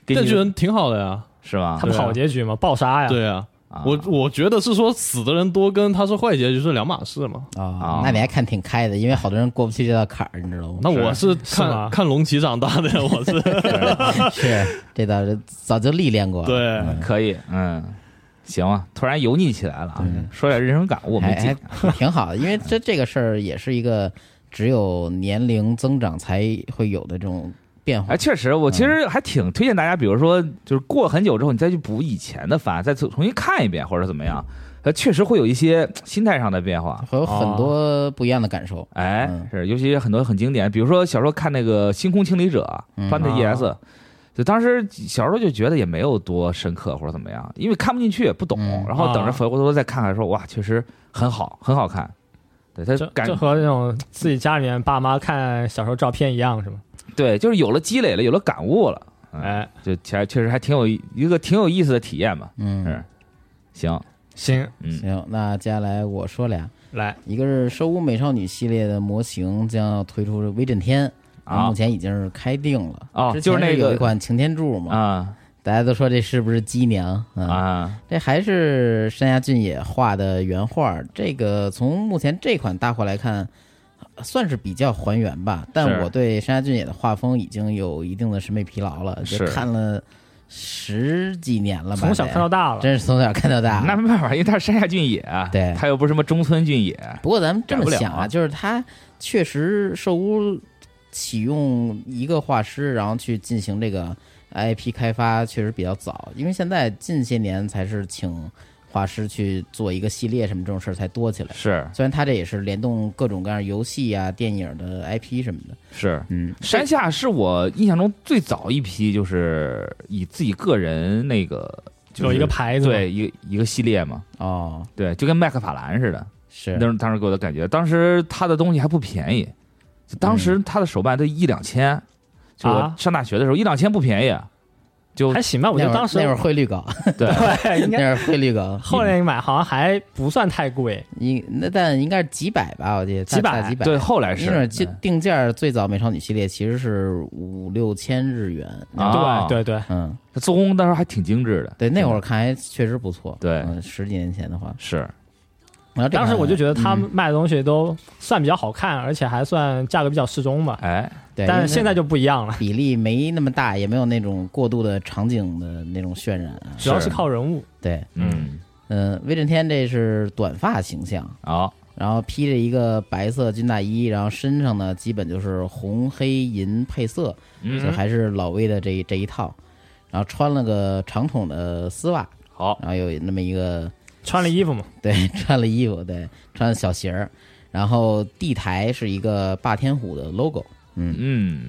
S4: 给你
S5: 电锯人挺好的呀，
S4: 是吧
S3: 他？不
S5: 对啊
S3: 好结局吗？爆杀呀！
S5: 对呀，
S4: 啊
S5: 我我觉得是说死的人多跟他是坏结局是两码事嘛。
S2: 啊，那你还看挺开的，因为好多人过不去这道坎儿，你知道吗？
S5: 那我是
S3: 是吗
S5: 看看龙骑长大的，我是
S2: 是这倒是早就历练过了，
S5: 对
S2: 嗯
S4: 可以，嗯，行啊，突然油腻起来了啊，说点人生感悟，没
S2: 还
S4: 劲啊
S2: 还 挺好的，因为这这个事儿也是一个只有年龄增长才会有的这种变化
S4: 哎，。确实，我其实还挺推荐大家，比如说，就是过很久之后，你再去补以前的番，再重重新看一遍，或者怎么样，呃，确实会有一些心态上的变化。
S2: 会有很多不一样的感受，
S4: 哎
S2: 嗯，
S4: 是，尤其很多很经典，比如说小时候看那个《星空清理者》
S2: 嗯
S4: f a n t ES，就当时小时候就觉得也没有多深刻或者怎么样，因为看不进去，不懂
S2: 嗯，
S4: 然后等着
S3: 啊
S4: 回过头再看看，说哇，确实很好，很好看。对他
S3: 这
S4: 感
S3: 这和那种自己家里面爸妈看小时候照片一样，是吗？
S4: 对，就是有了积累了，有了感悟了，嗯
S3: 哎，
S4: 就确确实还挺有一一个挺有意思的体验吧。
S2: 嗯
S4: 是，行，
S3: 行，
S4: 嗯，
S2: 行，那接下来我说俩，
S3: 来
S2: 一个是《收屋美少女》系列的模型将要推出《威震天》，
S4: 啊
S2: 目前已经是开定了
S4: 哦
S2: 之前
S4: 就是那个
S2: 有一款擎天柱嘛，
S4: 啊
S2: 大家都说这是不是机娘嗯
S4: 啊
S2: 这还是山下俊也画的原画。这个从目前这款大货来看，呃算是比较还原吧。但
S4: 是
S2: 我对山下俊也的画风已经有一定的审美疲劳了，就是看了十几年了吧，
S3: 从小看到大
S2: 得
S3: 了。
S2: 真是从小看到大。
S4: 那没办法，因为他是山下俊野，
S2: 啊
S4: 啊
S2: 对
S4: 他又不是什么中村俊野，
S2: 不过咱们这么
S4: 改
S2: 想
S4: 不了啊
S2: 就是他确实受屋启用一个画师，然后去进行这个 IP 开发，确实比较早。因为现在近些年才是请画师去做一个系列什么这种事儿才多起来。
S4: 是
S2: 虽然它这也是联动各种各样游戏啊、电影的 IP 什么的，
S4: 是。
S2: 嗯，
S4: 山下是我印象中最早一批，就是以自己个人那个、就是、
S3: 有一个牌子嘛
S4: 对一个一个系列嘛，
S2: 哦，
S4: 对，就跟麦克法兰似的。
S2: 是
S4: 那，是当时给我的感觉，当时他的东西还不便宜，就当时
S2: 嗯
S4: 他的手办都一两千，就我
S3: 啊
S4: 上大学的时候一两千不便宜，啊就
S3: 还行吧，我觉
S2: 那
S3: 得
S2: 会
S3: 当
S2: 儿
S3: 时
S2: 那会儿汇率高，
S4: 对
S3: 对，应
S2: 那会
S3: 该
S2: 儿汇率高，
S3: 后来买好像还不算太贵，
S2: 应那但应该是几百吧，我记得
S3: 几百
S2: 大几百，
S4: 对，后来
S2: 那种
S4: 是
S3: 嗯
S4: 嗯
S2: 定定价最早美少女系列其实是五六千日元，
S4: 啊，
S3: 对对对，
S2: 嗯，
S4: 他做工当时还挺精致的，
S2: 对，那会儿看还确实不错，
S4: 对
S2: 嗯十几年前的话，
S4: 是
S2: 然后这
S3: 当时
S2: 款
S3: 我就觉得他
S2: 嗯
S3: 卖的东西都算比较好看，而且还算价格比较适中吧。
S4: 哎，
S2: 对，因
S3: 但
S2: 为
S3: 是现在就不一样了，
S2: 比例没那么大，也没有那种过度的场景的那种渲染啊，
S3: 主要是
S4: 是
S3: 靠人物。
S2: 对，
S4: 嗯，
S2: 嗯，威震天这是短发形象。
S4: 好，
S2: 然后披着一个白色军大衣，然后身上呢基本就是红黑银配色，就
S4: 嗯，
S2: 还是老魏的这一这一套。然后穿了个长筒的丝袜，
S4: 好，
S2: 然后有那么一个
S3: 穿了衣服嘛，
S2: 对穿了衣服，对穿了小鞋儿，然后地台是一个霸天虎的 logo，嗯
S4: 嗯，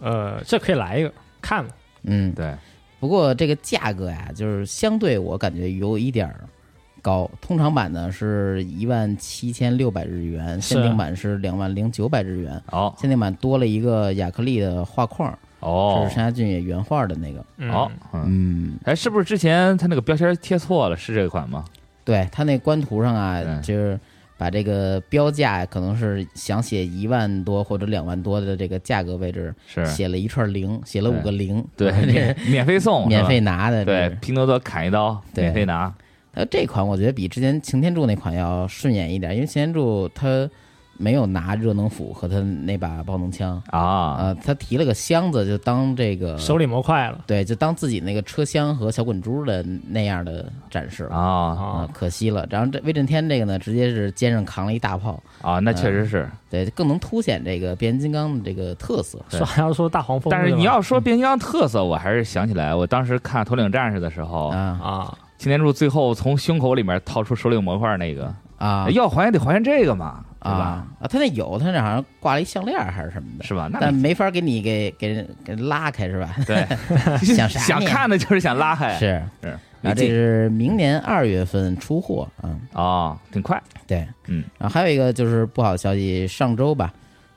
S3: 呃，这可以来一个看嘛，
S2: 嗯。
S4: 对，
S2: 不过这个价格呀，就是相对我感觉有一点儿高，通常版呢是一万七千六百日元，
S3: 是
S2: 限定版是两万零九百日元。
S4: 好，
S2: 限定版多了一个亚克力的画框，
S4: 哦
S2: 是山，下俊也原画的那个。
S3: 嗯
S4: 好，嗯，
S2: 嗯，
S4: 哎，是不是之前他那个标签贴错了？是这款吗？
S2: 对他那官图上啊，
S4: 嗯
S2: 就是把这个标价可能是想写一万多或者两万多的这个价格位置，
S4: 是，
S2: 写了一串零，写了五个零， 啊
S4: 对，免免费送，
S2: 免费
S4: 是吧，
S2: 拿的。
S4: 对
S2: 这，是，
S4: 拼多多砍一刀，
S2: 对
S4: 免费拿，
S2: 呃，这款我觉得比之前擎天柱那款要顺眼一点，因为擎天柱他没有拿热能斧和他那把爆能枪，
S4: 啊，
S2: 啊，他提了个箱子就当这个
S3: 手里模块了。
S2: 对，就当自己那个车厢和小滚珠的那样的展示了
S4: 啊
S3: 啊，
S2: 可惜了。然后这威震天这个呢，直接是肩上扛了一大炮，
S4: 啊，那确实是，
S2: 对，更能凸显这个变形金刚的这个特色。
S4: 对
S3: 说还要说大黄蜂，
S4: 但是
S3: 吧
S4: 你要说变形金刚特色，我还是想起来，我当时看《头领战士》的时候，
S2: 啊
S3: 啊，
S4: 擎天柱最后从胸口里面掏出首领模块那个，哎
S2: 啊
S4: 要还原得还原这个嘛，
S2: 啊
S4: 对吧？
S2: 啊！他那有，他那好像挂了一项链儿还是什么的，
S4: 是吧？那
S2: 但
S4: 你
S2: 没法给你给给人给拉开是吧？
S4: 对，
S2: 想啥呢
S4: 想看的就是想拉开，
S2: 是。
S4: 是
S2: 然后这是明年二月份出货啊、嗯，
S4: 啊，挺快
S2: 对，
S4: 嗯。
S2: 然后还有一个就是不好的消息，上周吧，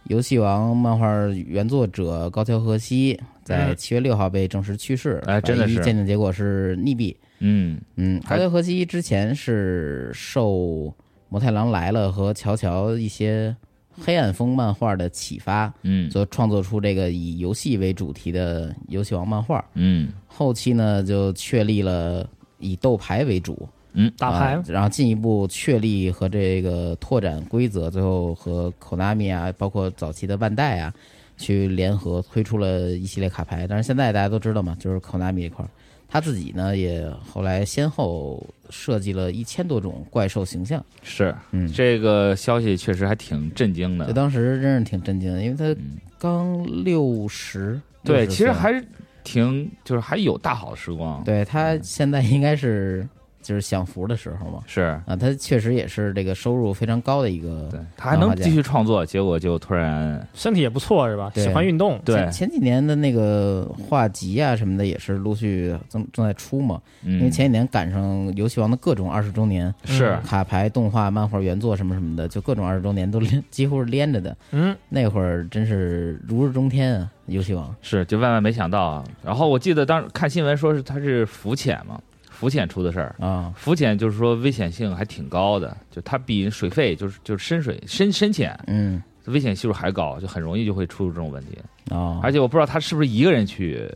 S2: 游戏王漫画原作者高桥和希在
S4: 嗯
S2: 七月六号被正式去世，
S4: 哎真的
S2: 法医
S4: 是
S2: 鉴定结果是溺毙。
S4: 嗯
S2: 嗯，
S4: 还
S2: 高桥和希之前是受《魔太郎来了》和《乔乔》一些黑暗风漫画的启发，
S4: 嗯
S2: 所创作出这个以游戏为主题的游戏王漫画。
S4: 嗯
S2: 后期呢，就确立了以斗牌为主，
S3: 打牌
S2: 啊，然后进一步确立和这个拓展规则，最后和 Konami 啊，包括早期的万代啊，去联合推出了一系列卡牌。但是现在大家都知道嘛，就是 Konami 这块儿，他自己呢也后来先后设计了一千多种怪兽形象，
S4: 是
S2: 嗯
S4: 这个消息确实还挺震惊
S2: 这
S4: 的，
S2: 当时真是挺震惊的，因为他
S4: 嗯
S2: 刚六十、
S4: 对，
S2: 60
S4: 其实
S2: 岁
S4: 还是挺就是还有大好时光，
S2: 对他现在应该是就是享福的时候嘛。
S4: 是。
S2: 啊，他确实也是这个收入非常高的一个
S4: 对他还能继续创作，结果就突然
S3: 身体也不错是吧？
S2: 对
S3: 喜欢运动，
S4: 对
S2: 前，前几年的那个画集啊什么的也是陆续正正在出嘛，
S4: 因
S2: 因为前几年赶上游戏王的各种二十周年，
S4: 嗯是
S2: 卡牌、动画、漫画原作什么什么的，就各种二十周年都连 几乎是连着的。
S3: 嗯，
S2: 那会儿真是如日中天啊，游戏王
S4: 是，就万万没想到。啊然后我记得当时看新闻说是他是浮潜嘛，浮潜出的事儿。
S2: 啊，
S4: 浮潜就是说危险性还挺高的，就它比水肺就是就是深水深深潜
S2: 嗯，
S4: 危险系数还高，就很容易就会出这种问题。
S2: 哦，
S4: 而且我不知道他是不是一个人去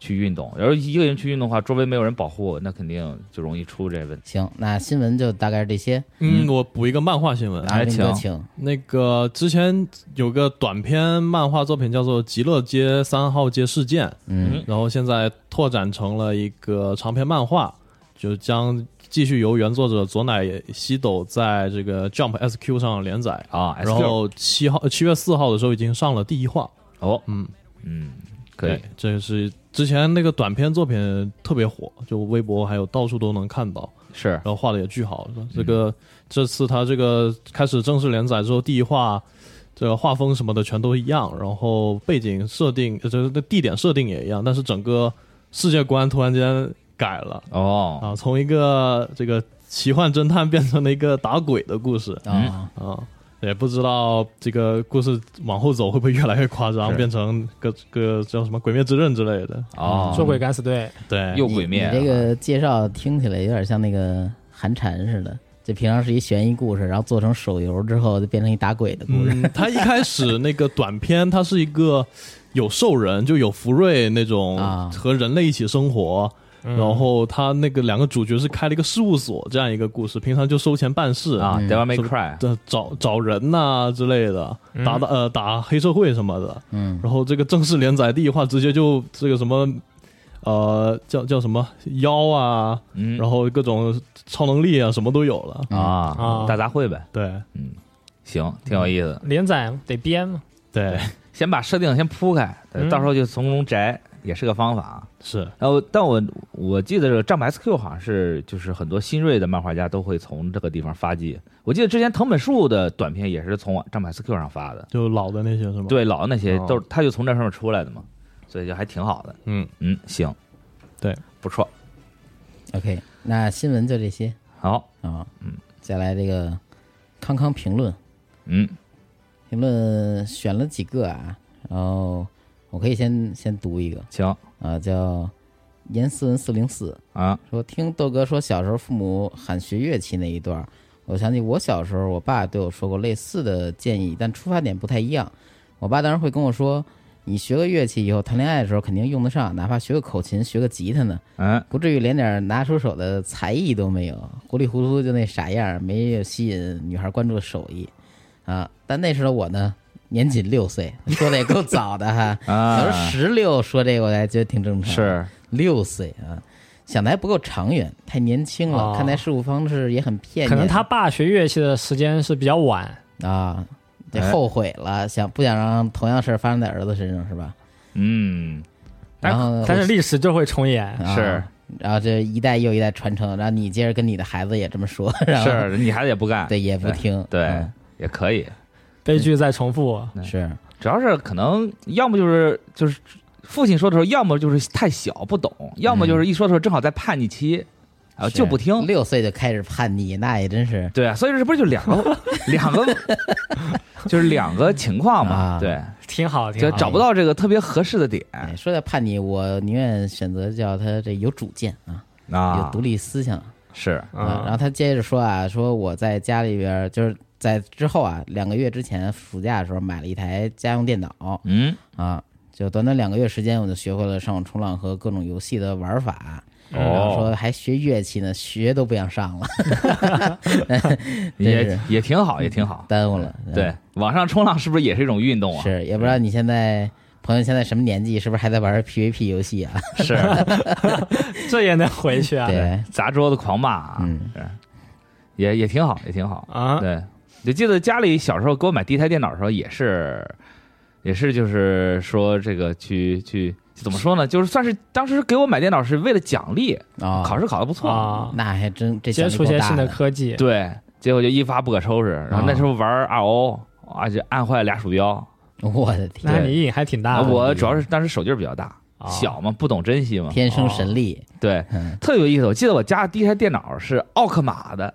S4: 去运动，要是一个人去运动的话，周围没有人保护，那肯定就容易出这些问题。
S2: 行，那新闻就大概是这些。
S5: 嗯，我补一个漫画新闻，
S2: 来，林哥，
S4: 请
S2: 请。
S5: 那个之前有个短篇漫画作品叫做《极乐街三号街事件》，
S2: 嗯，
S5: 然后现在拓展成了一个长篇漫画，就将继续由原作者佐乃西斗在这个 Jump SQ 上连载。
S4: 啊，
S5: 然后七号七月四号的时候已经上了第一话，
S4: 哦，
S5: 嗯，
S4: 嗯，可以
S5: 对，这个是之前那个短篇作品特别火，就微博还有到处都能看到，
S4: 是
S5: 然后画的也巨好。这个、这次他这个开始正式连载之后，第一话这个画风什么的全都一样，然后背景设定呃就是地点设定也一样，但是整个世界观突然间改了
S4: 哦，
S5: 啊，从一个这个奇幻侦探变成了一个打鬼的故事
S4: 嗯
S2: 啊，
S5: 啊。也不知道这个故事往后走会不会越来越夸张，
S4: 是
S5: 变成个个叫什么《鬼灭之刃》之类的。
S4: 哦，
S3: 做鬼敢死队，
S5: 对，
S4: 又
S2: 你
S4: 鬼灭啊，
S2: 你这个介绍听起来有点像那个寒蝉似的，就平常是一悬疑故事，然后做成手游之后就变成一打鬼的故事。
S5: 嗯，他一开始那个短片，它是一个有兽人，就有福瑞那种
S2: 啊
S5: 和人类一起生活。
S3: 嗯
S5: 然后他那个两个主角是开了一个事务所这样一个故事，平常就收钱办事
S4: 啊
S2: 嗯
S4: ，Devil May
S5: 是不
S4: Cry，
S5: 这找找人呐、之类的，打打呃打黑社会什么的。
S2: 嗯，
S5: 然后这个正式连载第一话直接就这个什么，呃，叫叫什么妖啊，
S4: 嗯，
S5: 然后各种超能力啊，什么都有了。
S2: 嗯
S4: 啊
S3: 啊，
S4: 大杂烩呗，
S5: 对
S4: 行，挺有意思的。
S3: 连载得编嘛，
S5: 对
S4: 先把设定先铺开，对
S3: 嗯
S4: 到时候就从中摘也是个方法啊。
S5: 是，
S4: 然后，但我我记得这个 Jump SQ 好像是就是很多新锐的漫画家都会从这个地方发迹。我记得之前藤本树的短片也是从 Jump SQ 上发的，
S5: 就老的那些是吗？，
S4: 对，老的那些
S5: 哦
S4: 都是他就从这上面出来的嘛，所以就还挺好的。
S5: 嗯，
S4: 嗯，行，
S5: 对，
S4: 不错，
S2: OK，那新闻就这些
S4: 好，
S2: 啊。
S4: 嗯，
S2: 再来这个康康评论，
S4: 嗯，
S2: 评论选了几个啊，然后我可以先先读一个
S4: 行
S2: 啊，叫严思文四零四，
S4: 啊，
S2: 说听豆哥说小时候父母喊学乐器那一段儿，我想起我小时候，我爸对我说过类似的建议，但出发点不太一样。我爸当时会跟我说，你学个乐器以后谈恋爱的时候肯定用得上，哪怕学个口琴、学个吉他呢，
S4: 嗯，
S2: 不至于连点拿出手的才艺都没有，糊里糊涂就那傻样儿，没有吸引女孩关注的手艺啊。但那时候我呢，年仅六岁， 说的也够早的哈。
S4: 啊
S2: 小时候十六说这个，我还觉得挺正常。
S4: 是
S2: 六岁啊，想的还不够长远，太年轻了，
S3: 哦
S2: 看待事物方式也很片面。
S3: 可能他爸学乐器的时间是比较晚，
S2: 啊，得
S4: 哎
S2: 后悔了，想不想让同样事儿发生在儿子身上是吧？
S4: 嗯，
S2: 然后
S3: 但是历史就会重演，
S2: 啊
S4: 是
S2: 然后这一代又一代传承，然后你接着跟你的孩子也这么说，然后
S4: 是你孩子也不干，
S2: 啊对也不听，
S4: 对
S2: 嗯，
S4: 也可以，
S3: 悲剧在重复。
S2: 是
S4: 主要是可能要么就是就是父亲说的时候，要么就是太小不懂，要么就是一说的时候正好在叛逆期，啊
S2: 嗯是
S4: 就不听。
S2: 六岁就开始叛逆，那也真是
S4: 对啊，所以这不是就 两个两个，就是两个情况嘛？
S2: 啊
S4: 对，
S3: 挺好，挺
S4: 就
S3: 好。
S4: 找不到这个特别合适的点
S2: 哎，说到叛逆，我宁愿选择叫他这有主见啊，有
S4: 啊
S2: 独，立思想。
S4: 是
S2: 啊，然
S3: 啊
S2: 后他接着说啊，说我在家里边儿就是在之后啊，两个月之前暑假的时候买了一台家用电脑
S4: 嗯
S2: 啊，就短短两个月时间，我就学会了上网冲浪和各种游戏的玩法。然后
S4: 哦，
S2: 说还学乐器呢，学都不想上了，真
S4: 也
S2: 是嗯
S4: 也挺好，也挺好。
S2: 耽误了。嗯
S4: 对，网上冲浪是不是也是一种运动啊？
S2: 是也不知道你现在朋友现在什么年纪，是不是还在玩 PVP 游戏啊？
S4: 是，
S3: 这也能回去啊？
S2: 对，
S4: 砸桌子狂骂啊
S2: 嗯，
S4: 是也也挺好，也挺好。
S3: 啊，
S4: 对，就记得家里小时候给我买第一台电脑的时候，也是，也是就是说这个去去怎么说呢？就是算是当时给我买电脑是为了奖励，
S2: 哦，
S4: 考试考得不错，
S3: 啊，
S2: 那还真这
S3: 接
S2: 想
S3: 触
S2: 力够
S3: 些
S2: 大
S3: 新的
S2: 的
S3: 科技，
S4: 对，结果就一发不可收拾。然后那时候玩 RO，而且啊按坏了俩鼠标。啊
S2: 我的天，
S3: 那你阴影还挺大的。
S4: 我主要是当时手劲儿比较大，
S3: 啊
S4: 小嘛，不懂珍惜嘛。
S2: 天生神力，
S4: 对，
S2: 嗯
S4: 特有意思。我记得我家第一台电脑是奥克玛的，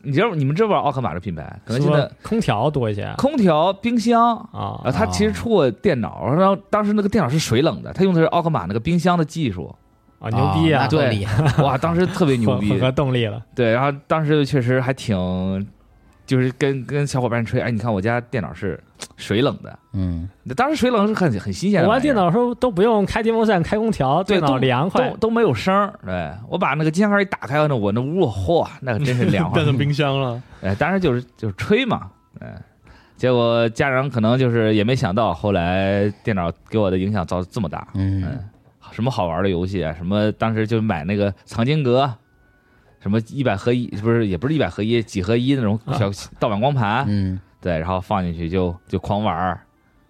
S4: 你知道你们知不知道奥克玛这品牌？可能
S3: 是
S4: 现
S3: 不是
S4: 在
S3: 空调多一些啊
S4: 空调、冰箱啊，
S3: 啊
S4: 他其实出过电脑，然后当时那个电脑是水冷的，他用的是奥克玛那个冰箱的技 术，
S3: 啊，牛逼
S2: 哦
S3: 啊
S2: 那，够
S4: 对
S2: 厉害，
S4: 哇，当时特别牛
S3: 混
S4: 逼
S3: 混，合动力了，
S4: 对，然后当时确实还挺就是跟跟小伙伴吹，哎，你看我家电脑是水冷的，
S2: 嗯，
S4: 当时水冷是很很新鲜的
S3: 我玩
S4: 玩意儿，
S3: 电脑的时候都不用开电风扇、开空调，
S4: 对
S3: 电脑
S4: 都
S3: 凉快
S4: 都。都没有声儿。对我把那个机箱盖一打开，那我那屋嚯，那可真是 凉快
S5: 变。成冰箱了。
S4: 哎，当时就是就是吹嘛，嗯，结果家长可能就是也没想到，后来电脑给我的影响造这么大，
S2: 嗯，
S4: 什么好玩的游戏啊，什么当时就买那个藏经阁，什么一百合一，不是也不是一百合一，几合一那种小盗版光盘，
S2: 啊嗯，
S4: 对，然后放进去就就狂玩儿。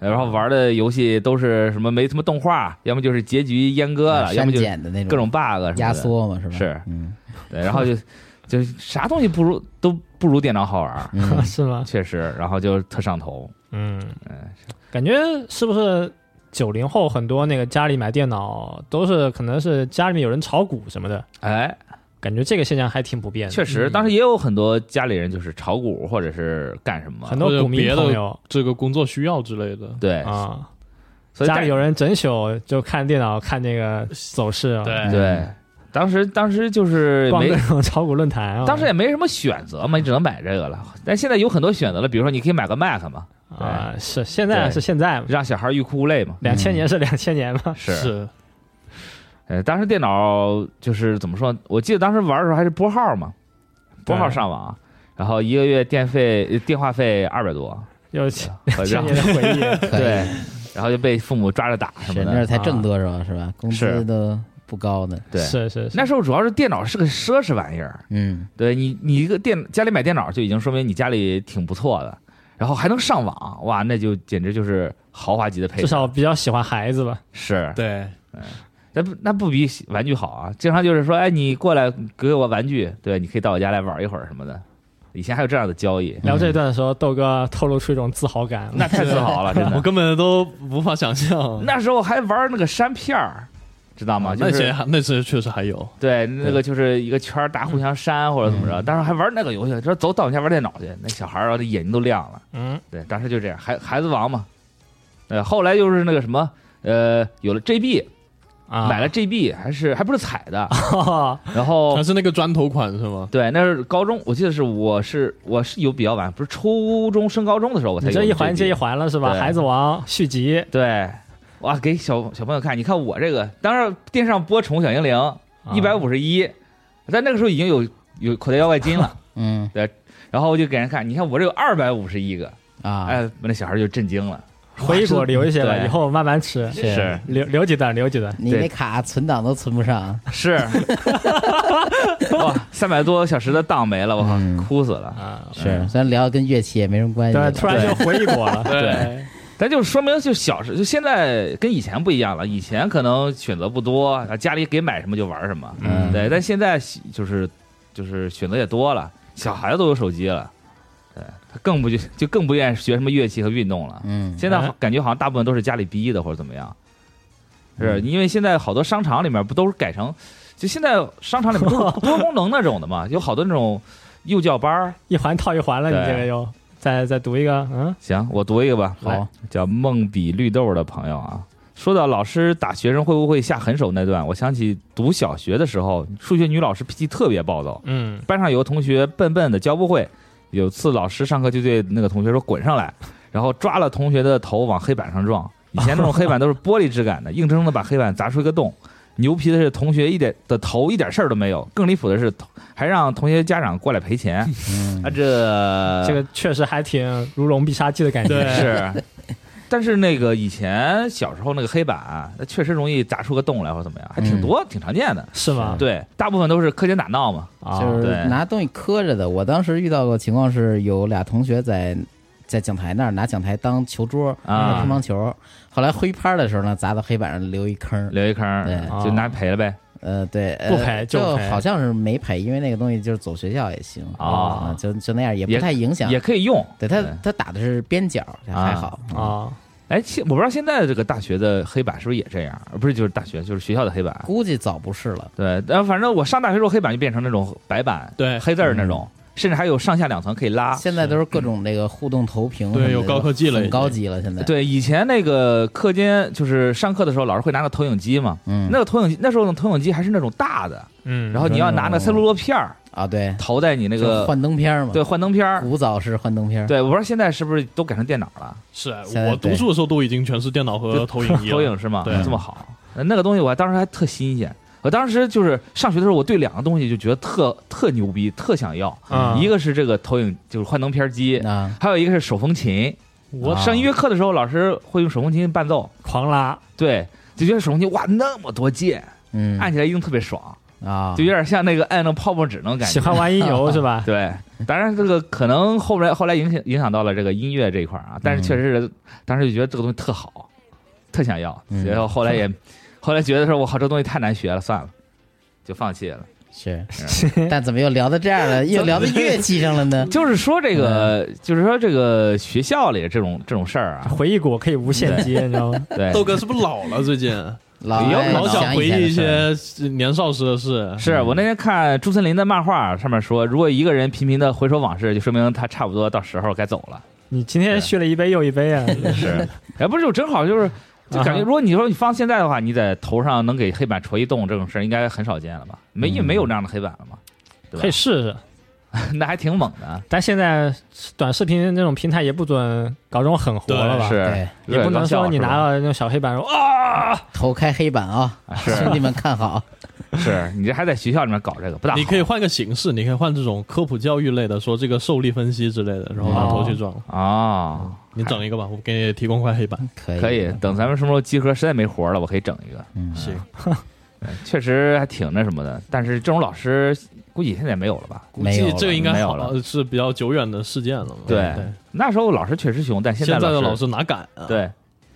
S4: 然后玩的游戏都是什么没什么动画，要么就是结局阉割了，要
S2: 啊删
S4: 么就是
S2: 减的那
S4: 各种 bug 什么的
S2: 压缩嘛，是吧？
S4: 是
S2: 嗯
S4: 对，然后就就啥东西不如都不如电脑好玩儿，
S2: 嗯
S3: 是吗？
S4: 确实，然后就特上头。
S3: 嗯，感觉是不是九零后很多那个家里买电脑都是可能是家里面有人炒股什么的，
S4: 哎，
S3: 感觉这个现象还挺普遍的。
S4: 确实，
S3: 嗯
S4: 当时也有很多家里人就是炒股或者是干什么
S3: 很，多股民朋
S5: 或者别
S3: 友
S5: 这个工作需要之类的，
S4: 对，
S3: 啊，
S4: 哎所以
S3: 家里有
S4: 人
S3: 人整宿就看电脑看那个走势啊，
S5: 对
S4: 对，当时当时就是
S3: 逛
S4: 没
S3: 各，种炒股论坛啊。
S4: 当时也没什么选择嘛，你只能买这个了。但现在有很多选择了，比如说你可以买个 Mac 嘛，
S3: 啊，是现在
S4: 对
S3: 是现在嘛，
S4: 让小孩欲哭无泪嘛。
S3: 两千年是两千年嘛，
S4: 是，呃，当时电脑就是怎么说？我记得当时玩的时候还是拨号嘛，拨号
S3: 对
S4: 上网，然后一个月电费呃电话费二百 多，
S3: 有
S4: 和
S3: 千
S4: 然后
S3: 年的回 忆。
S2: 可以
S4: 对，然后就被父母抓着打什
S2: 是
S4: 么
S2: 那儿
S4: 的。
S2: 才挣多少是吧？工资
S4: 是
S2: 都不高呢，
S4: 对，
S3: 是是是，
S4: 那时候主要是电脑是个奢侈玩意儿，
S2: 嗯
S4: 对你你一个电家里买电脑就已经说明你家里挺不错的，然后还能上网，哇，那就简直就是豪华级的配置。
S3: 至少比较喜欢孩子吧。
S4: 是，
S5: 对，
S4: 那不那不比玩具好啊？经常就是说，哎，你过来给我玩具，对，你可以到我家来玩一会儿什么的。以前还有这样的交易，
S3: 聊这段的时候，豆哥透露出一种自豪感。
S4: 嗯那太自豪了，真
S5: 我
S4: 的。
S5: 根本都无法想象。
S4: 那时候还玩那个山片儿，知道吗？就
S5: 啊那
S4: 是
S5: 些还那些确实还有，
S4: 对，那个就是一个圈儿，大家互相扇或者怎么着，当时还玩那个游戏，说走到我们家玩电脑去，那小孩儿然后这眼睛都亮了。
S3: 嗯，
S4: 对，当时就这样，孩孩子王嘛。呃，后来就是那个什么，呃，有了 GB，
S3: 啊，
S4: 买了 GB，还是还不是彩 的，
S3: 了，
S4: 然后
S5: 它是那个砖头款是吗？
S4: 对，那是高中，我记得是我是我是有比较晚，不是初中升高中的时候我才
S3: 你
S4: 有
S3: 这一环
S4: GB
S3: 接一环了是吧？
S4: 对
S3: 孩子王续集
S4: 对，哇，给小小朋友看，你看我这个，当时电视上播《宠物小精灵》
S3: 啊
S4: 一百五十一，但那个时候已经有有口袋妖怪金 了，
S2: 嗯
S4: 然后我就给人看，你看我这有二百五十一个，
S2: 啊，
S4: 哎，那小孩就震惊了，
S3: 回忆果留一些吧，
S4: 对
S3: 以后慢慢吃，
S2: 是
S3: 留留几段留几段。
S2: 你
S4: 对
S2: 那卡存档都存不 上，
S4: 是，哇，三百多小时的档没了，我靠
S2: 嗯，
S4: 哭死了。
S3: 啊，
S4: 嗯
S2: 是虽然聊得跟乐器也没什么关系
S3: 对
S2: 了，，
S3: 突然就回忆果了。
S4: 对，但就说明就小时，就现在跟以前不一样了。以前可能选择不多，啊家里给买什么就玩什么，
S2: 嗯
S4: 对。但现在就是就是选择也多了，小孩子都有手机了，对他更不就就更不愿意学什么乐器和运动了。
S2: 嗯
S4: 现在好
S3: 哎
S4: 感觉好像大部分都是家里逼的或者怎么样，是因为现在好多商场里面不都是改成，就现在商场里面都是多功能那种的嘛，有好多那种幼教班儿。
S3: 一环套一环 了，你
S4: 对
S3: 这个又再再读一个，嗯，
S4: 行，我读一个吧，
S2: 好
S4: 来，叫梦比绿豆的朋友啊。说到老师打学生会不会下狠手那段，我想起读小学的时候，数学女老师脾气特别暴躁，
S3: 嗯，
S4: 班上有个同学笨笨的教不会，有次老师上课就对那个同学说滚上来，然后抓了同学的头往黑板上撞。以前那种黑板都是玻璃质感的，硬生生的把黑板砸出一个洞。牛皮的是同学一点的头一点事儿都没有，更离谱的是还让同学家长过来 赔钱。啊
S2: 嗯
S4: 这
S3: 这个确实还挺如龙必杀技的感觉。
S4: 是。但是那个以前小时候那个黑板啊，那确实容易砸出个洞来或者怎么样，还挺
S2: 嗯
S4: 多，挺常见的。
S3: 是吗？
S4: 对，大部分都是课间打闹嘛。
S3: 啊，
S2: 就是
S4: 哦对
S2: 拿东西磕着的。我当时遇到过情况是有俩同学在在讲台那儿拿讲台当球桌
S4: 啊
S2: 打乒乓球，后来挥拍的时候呢砸到黑板上留一坑，
S4: 留一坑儿
S2: 对
S4: 就拿赔了呗。
S2: 呃，对，呃
S3: 不赔就
S2: 就
S3: 赔
S2: 好像是没赔，因为那个东西就是走学校也行
S5: 啊
S4: 哦
S2: 嗯就就那样，也
S4: 也
S2: 不太影响
S4: 也。可以用。嗯
S2: 对他，
S5: 嗯
S2: 他打的是边角，还好。
S3: 啊，
S4: 哎，现我不知道现在这个大学的黑板是不是也这样？不是，就是大学，就是学校的黑板。
S2: 估计早不是了。
S4: 对，但反正我上大学时候，黑板就变成那种白板，
S5: 对
S4: 黑字
S2: 嗯
S4: 儿那种，甚至还有上下两层可以拉。
S2: 现在都是各种那个互动投屏什
S5: 啊对
S2: 么的，
S5: 有高科技了
S2: 很
S5: 已经
S2: 高级了。现在，
S4: 对，以前那个课间就是上课的时候，老师会拿个投影机嘛，
S2: 嗯，
S4: 那个投影机那时候的投影机还是那种大的，
S3: 嗯，
S4: 然后你要拿那个赛璐珞片儿
S2: 啊，对，
S4: 投在你那
S2: 就
S4: 个
S2: 幻灯片儿嘛，
S4: 对，幻灯片儿，
S2: 古早式幻灯片儿，
S4: 对，我不知道现在是不是都改成电脑了，
S5: 是
S2: 现在
S5: 我读书的时候都已经全是电脑和
S4: 就
S5: 投影仪 了。
S4: 投影是吗？
S5: 对
S4: 这么好，呃那个东西我还当时还特新鲜。我当时就是上学的时候，我对两个东西就觉得特特牛逼，特想要。
S5: 啊
S3: 嗯
S4: 一个是这个投影，就是幻灯片机，
S2: 啊，
S4: 还有一个是手风琴。我上音乐课的时候，老师会用手风琴伴奏，
S3: 狂拉，
S4: 对，就觉得手风琴哇那么多键，
S2: 嗯
S5: 哎
S4: 按起来一定特别爽，
S2: 啊，
S4: 就有点像那个按那泡沫纸那种感
S3: 喜
S4: 觉。
S3: 欢玩音游是 吧？
S4: 对，当然这个可能后来后来影响影响到了这个音乐这一块儿啊，但是确实是当时就觉得这个东西特好，特想要，
S2: 嗯
S4: 然后后来也后来觉得说我靠这东西太难学了，算了，就放弃了。
S2: 是，但怎么又聊到这样了，又聊到乐器上了 呢？
S4: 就是说这个，就是说这个学校里这种这种 事儿啊，
S3: 回忆谷可以无限接，你知道吗？
S4: 对，
S5: 豆哥是不是老了？最近
S2: 老
S4: 你要
S2: 爱
S5: 哎老想
S2: 想
S5: 回
S2: 以前
S5: 忆
S2: 的
S5: 一
S2: 事儿
S5: 些年少时的事。
S4: 是我那天看朱森林的漫画上面说，如果一个人频频的回首往事，就说明他差不多到时候该走了。
S3: 你今天续了一杯又一杯啊！
S4: 是， 哎，不是，就正好就是，就感觉，
S3: 啊
S4: 如果你说你放现在的话，你在头上能给黑板戳一洞这种事儿，应该很少见了吧？没，因为
S5: 嗯
S4: 没有这样的黑板了嘛， 对吧
S3: 可以试试，
S4: 那还挺猛 的，
S3: 但现在短视频那种平台也不准搞这种狠活了吧？
S4: 是
S2: 对，
S4: 有
S3: 也
S4: 点
S3: 不能
S4: 搞笑
S3: 说你
S4: 是吧
S3: 拿到那种小黑板说啊，
S2: 头开黑板啊，兄弟们看好，
S4: 是你这还在学校里面搞这个，不大
S5: 你可以
S4: 好
S5: 换个形式，你可以换这种科普教育类的，说这个受力分析之类的，然后拿头去撞。
S4: 哦，
S5: 你整一个吧，我给你提供块黑板。
S2: 可以
S4: 可以，等咱们什么时候集合，实在没活了，我可以整一个，
S2: 嗯
S5: 行，
S4: 确实还挺那什么的，但是这种老师估计现在没有了吧？
S5: 估
S2: 没有
S5: 计
S2: 了
S5: 这个应
S4: 没
S5: 该
S4: 有
S5: 好
S4: 了
S5: 呃是比较久远的事件了嘛。
S4: 对
S5: 对，
S4: 那时候老师确实凶，但现
S5: 现在的
S4: 老
S5: 老师哪敢啊？，
S4: 对，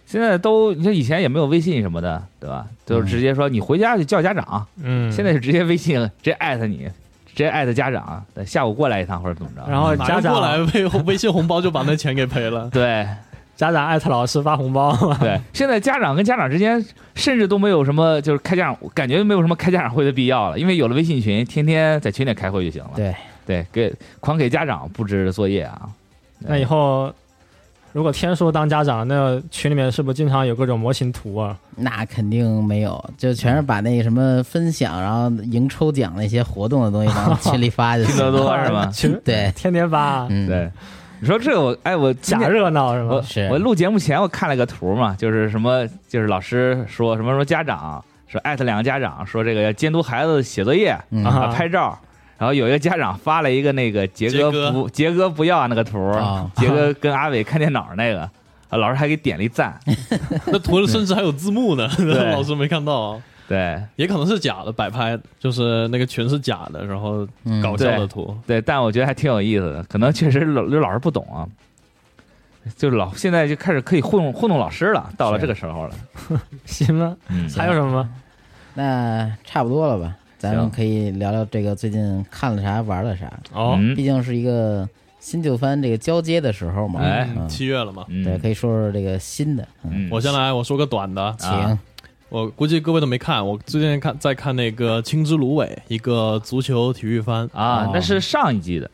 S4: 现在都你说以前也没有微信什么的，对吧？就是直接说你回家去叫家长，
S3: 嗯，
S4: 现在是直接微信直接艾特你，直接艾特家长，对下午过来一趟或者怎么着。。
S3: 然后
S5: 拿
S3: 家
S5: 过来
S3: 长
S5: 微 微信红包就把那钱给赔 了
S4: 对
S3: 家长艾特老师发红包，
S4: 对，现在家长跟家长之间甚至都没有什么就是开家长，感觉没有什么开家长会的必要了，因为有了微信群，天天在群里开会就行了。
S2: 对
S4: 对，给狂给家长布置作业啊。
S3: 那以后如果天叔当家长，那群里面是不是经常有各种模型图啊？
S2: 那肯定没有，就全是把那个什么分享，然后赢抽奖那些活动的东西往群里发就
S4: 拼
S2: 行
S4: 多
S2: 了。
S4: 多 是吧？
S3: 群
S2: 对，
S3: 天天发，
S2: 嗯，，
S4: 对，你说这我哎我今
S3: 假
S4: 天
S3: 热闹是
S4: 我
S3: 吧？
S2: 是
S4: 我录节目前我看了个图嘛，就是什么就是老师说什么说家长说艾特两个家长说这个要监督孩子写作业，
S2: 嗯
S3: 啊，
S4: 啊拍照。然后有一个家长发了一个那个杰
S5: 杰
S4: 哥
S5: 哥
S4: 不杰哥不要那个图
S2: 啊，
S4: 杰哥跟阿伟看电脑那个，啊老师还给点了一 赞，
S5: 那图甚至还有字幕呢，
S4: 对
S5: 老师没看到啊。
S4: 对
S5: 也可能是假的，摆拍就是那个群是假的，然后
S2: 嗯
S5: 搞笑的图。
S4: 对，但我觉得还挺有意思的，可能确实老刘老师不懂啊，就老现在就开始可以糊弄糊弄老师了，到了
S2: 是
S4: 这个时候了，
S3: 行了，
S4: 嗯
S3: 还有什么吗？
S2: 那差不多了吧？咱们
S4: 行
S2: 可以聊聊这个最近看了啥，玩了啥。
S3: 哦，
S2: 毕
S4: 嗯
S2: 竟是一个新旧番这个交接的时候嘛。
S4: 哎
S2: 嗯
S5: 嗯，七月了嘛，
S4: 嗯
S2: 对，可以说说这个新的。嗯，
S4: 嗯
S5: 我先来，我说个短的，
S2: 请、
S4: 啊
S5: 我估计各位都没看，我最近看在看那个《青之芦苇》，一个足球体育番。
S4: 啊
S2: 哦，
S4: 那是上一季的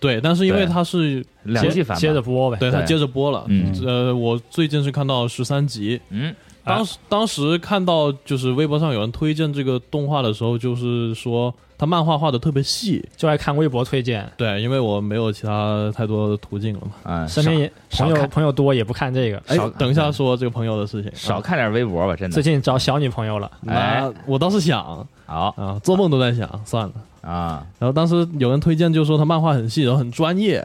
S5: 对，但是因
S4: 对
S5: 为它是
S4: 两季反吧
S3: 接着播呗。
S5: 对它
S4: 嗯对
S5: 接着播了，
S4: 嗯
S5: 呃，我最近是看到十三集。
S4: 嗯
S5: 当时当时看到就是微博上有人推荐这个动画的时候，就是说它漫画画的特别细。
S3: 就爱看微博推荐，
S5: 对，因为我没有其他太多的途径了嘛。
S4: 啊，
S3: 身边也
S4: 少
S3: 朋友
S4: 看
S3: 朋友多也不看这个。
S5: 哎
S4: 少，
S5: 等一下说这个朋友的事情。
S4: 少
S5: 啊，
S4: 看点微博吧，真
S3: 最啊
S4: 的哎
S3: 近找小女朋友了，
S5: 那我倒是想
S4: 好
S5: 啊，做梦都在想，算了。
S4: 啊，
S5: 然后当时有人推荐，就说他漫画很细，然后很专业，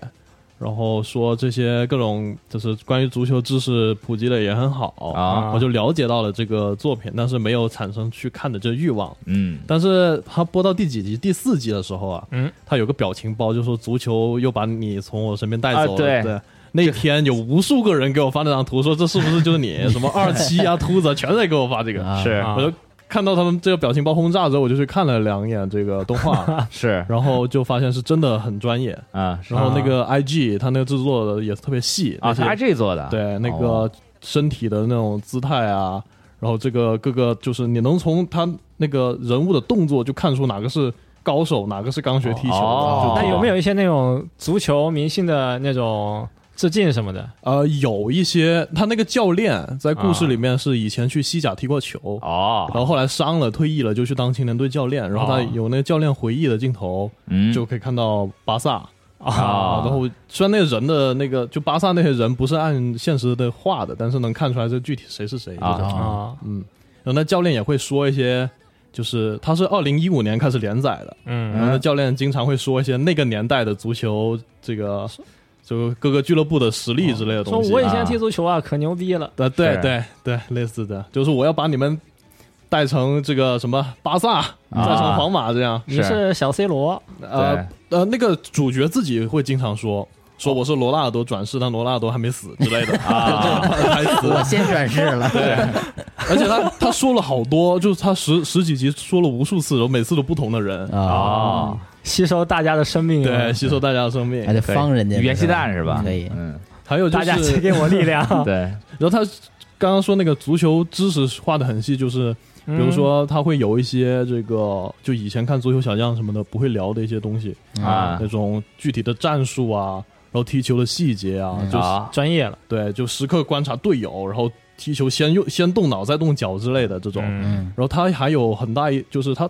S5: 然后说这些各种就是关于足球知识普及的也很好
S4: 啊
S5: 我就了解到了这个作品，但是没有产生去看的这欲望。
S4: 嗯
S5: 但是他播到第几集，第四集的时候啊，
S3: 嗯，
S5: 他有个表情包，就说足球又把你从我身边带走了，
S4: 啊对
S5: 那天有无数个人给我发那张图，说这是不是就是 你？什么二七啊、秃子啊，全在给我发这个。
S2: 啊
S4: 是
S3: 啊
S5: 我就看到他们这个表情包轰炸之后，我就去看了两眼这个动画，
S4: 是
S5: 然后就发现是真的很专业。
S4: 啊是
S5: 然后那个 IG 他那个制作的也特别细
S4: 啊，
S5: 那些
S4: 是 IG 做的，
S5: 对那
S4: 哦
S5: 个身体的那种姿态啊，然后这个各个就是你能从他那个人物的动作就看出哪个是高手，哪个是刚学踢球的。
S4: 哦
S5: 就
S3: 那有没有一些那种足球明星的那种致敬什么的。
S5: 呃，有一些他那个教练在故事里面是以前去西甲踢过球，然
S4: 哦，
S5: 后后来伤了退役了，就去当青年队教练。然后他
S4: 哦
S5: 有那个教练回忆的镜头，
S4: 嗯，
S5: 就可以看到巴萨
S4: 啊
S5: 然后虽然那个人的那个就巴萨那些人不是按现实的画的，但是能看出来这具体谁是谁。
S4: 啊
S5: 这种
S3: 啊，
S5: 嗯，然后那教练也会说一些，就是他是二零一五年开始连载的，然
S3: 嗯
S5: 后那教练经常会说一些那个年代的足球这个。就各个俱乐部的实力之类的
S3: 说
S5: 东西，
S3: 我以前踢足球啊，可牛逼了。
S5: 啊，对
S4: 是
S5: 对对，类似的，就是我要把你们带成这个什么巴萨，
S3: 啊
S5: 带成皇马这样。
S3: 你是小 C 罗，
S5: 呃呃，那个主角自己会经常说。说我是罗纳尔多转世，但罗纳尔多还没死之类的啊， 还死。
S2: 我先转世了，
S5: 而且他他说了好多，就是他十十几集说了无数次，然后每次都不同的人，
S2: 啊，
S4: 哦，
S3: 吸收大家的生命，啊
S5: 对，，吸收大家的生命
S2: 还。得
S4: 可以
S2: 方人家
S4: 原鸡蛋是吧？
S2: 可以
S4: 嗯，
S5: 还有就
S3: 大家
S5: 是
S3: 请给我力量。
S5: 啊
S4: 对，
S5: 然后他刚刚说那个足球知识画的很细，就是比
S3: 比
S5: 如，说他会有一些这个，就以前看足球小将什么的不会聊的一些东西，
S2: 嗯
S4: 啊
S5: 那种具体的战术啊，然后踢球的细节啊，
S2: 嗯
S5: 就
S4: 啊，
S3: 专业了，
S5: 对，就时刻观察队友，然后踢球先用先动脑再动脚之类的这种。
S3: 嗯
S2: 嗯
S5: 然后他还有很大一，就是他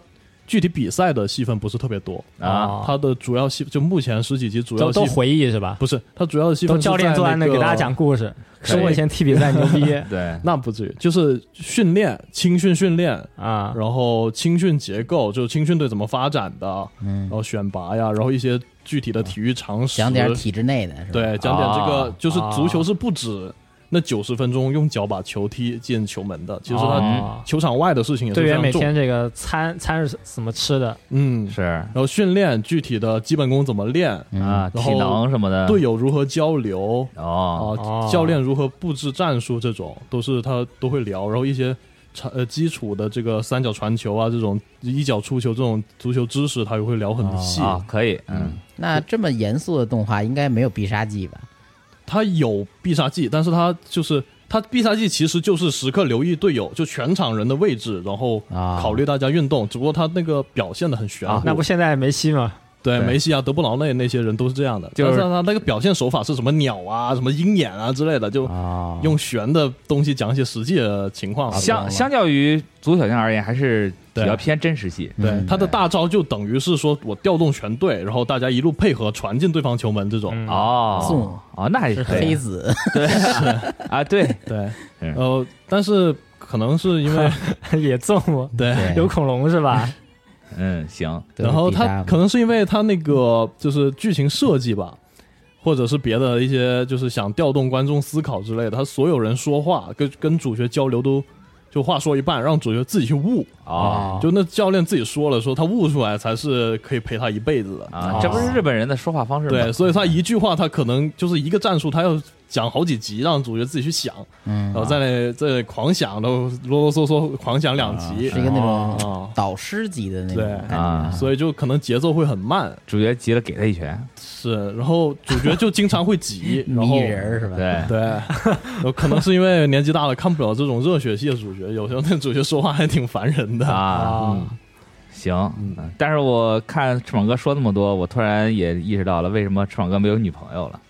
S5: 具体比赛的戏份不是特别多，
S4: 啊，
S5: 他的主要戏就目前十几集主要
S3: 都
S5: 戏
S3: 都回忆是吧？
S5: 不是他主要的戏份
S3: 都
S5: 是
S3: 教练坐在
S5: 在
S3: 那给大家
S5: 个
S3: 讲故事，
S4: 可以
S3: 说我以前踢比赛牛逼
S4: 对，
S5: 那不至于，就是训练、青训训练，
S3: 啊，
S5: 然后青训结构，就是青训队怎么发展的，然
S2: 嗯，
S5: 后选拔呀，然后一些具体的体育常识，
S2: 讲点体制内的是吧？
S5: 对，讲点这个
S4: 啊，
S5: 就是
S3: 啊
S5: 足球是不止那九十分钟用脚把球踢进球门的，其实它
S3: 哦
S5: 球场外的事情也是
S3: 队
S5: 非
S3: 员每
S5: 常重
S3: 天。这个餐餐是怎么吃的？
S5: 嗯，
S4: 是
S5: 然后训练具体的基本功怎么练，
S2: 嗯
S4: 啊，
S5: 然
S4: 体
S5: 后
S4: 能什么的，
S5: 队友如何交流
S4: 哦，
S5: 啊
S3: 哦，
S5: 教练如何布置战术，这种都是他都会聊。然后一些传呃基础的这个三角传球啊，这种一脚出球这种足球知识，他也会聊很细。
S4: 啊，可以，嗯，
S2: 那这么严肃的动画应该没有必杀技吧？
S5: 他有必杀技，但是他就是他必杀技其实就是时刻留意队友，就全场人的位置，然后
S2: 啊
S5: 考虑大家运动。只不过他那个表现的很玄乎，
S3: 啊那不现在梅西吗？
S5: 对
S4: 对
S5: 梅西啊、德布劳内那些人都是这样的，
S4: 就是
S5: 但是他那个表现手法是什么鸟啊、什么鹰眼啊之类的，就
S2: 哦，
S5: 用玄的东西讲一些实际的情况。啊
S4: 相相较于足球小将而言，还是比较
S5: 对
S4: 偏真实系，
S5: 对
S2: 嗯
S5: 他的大招就等于是说我调动全队，然后大家一路配合传进对方球门这种。
S3: 嗯
S2: 纵
S4: 哦，哦，那还
S2: 是
S4: 可
S2: 黑
S4: 以
S2: 子，
S4: 啊，对，
S5: 对
S4: 嗯，
S5: 呃，但是可能是因为
S3: 也纵我，
S5: 对。
S2: 对
S3: 有恐龙是吧？
S4: 嗯，行，
S2: 都有
S5: 然后
S2: 必
S5: 他
S2: 杀
S5: 可能是因为他那
S2: 嗯
S5: 个就是剧情设计吧，或者是别的一些就是想调动观众思考之类的，他所有人说话跟跟主角交流都就话说一半，让主角自己去悟。
S4: 哦，
S5: 就那教练自己说了，说他悟出来才是可以陪他一辈子的。
S4: 啊，这不是日本人的说话方式吗？
S5: 对，所以
S2: 嗯
S5: 他一句话，他可能就是一个战术，他要讲好几集，让主角自己去想，
S2: 嗯
S5: 然后在那在那狂想，都啰啰嗦嗦狂想两集
S2: 是一个那种
S5: 啊，
S2: 导师级的那种
S5: 对
S2: 感觉
S4: 啊，
S5: 所以就可能节奏会很慢。
S4: 主角急了给他一拳，
S5: 是，然后主角就经常会急，然后
S2: 迷人儿是吧？
S4: 对，
S5: 对，有可能是因为年纪大了看不了这种热血系的主角，有时候那主角说话还挺烦人的。
S4: 啊，
S3: 啊
S4: 嗯行，嗯但是我看翅膀哥说那么多，我突然也意识到了为什么翅膀哥没有女朋友了，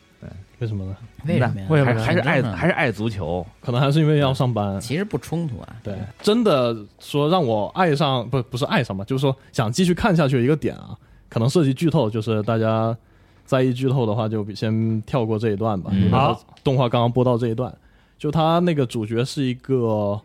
S5: 为什么呢？
S2: 为什么呀？
S3: 为什
S4: 还
S3: 么
S4: 是
S3: 呢
S2: 很
S4: 还是爱
S2: 正常
S4: 还是爱足球，
S5: 可能还是因为要上班。
S2: 其实不冲突啊，
S5: 对，真的说让我爱上，不不是爱上吧，就是说想继续看下去的一个点啊，可能涉及剧透，就是大家在意剧透的话，就先跳过这一段吧。
S4: 嗯
S5: 因为它
S3: 好
S5: 动画刚刚播到这一段，就他那个主角是一个，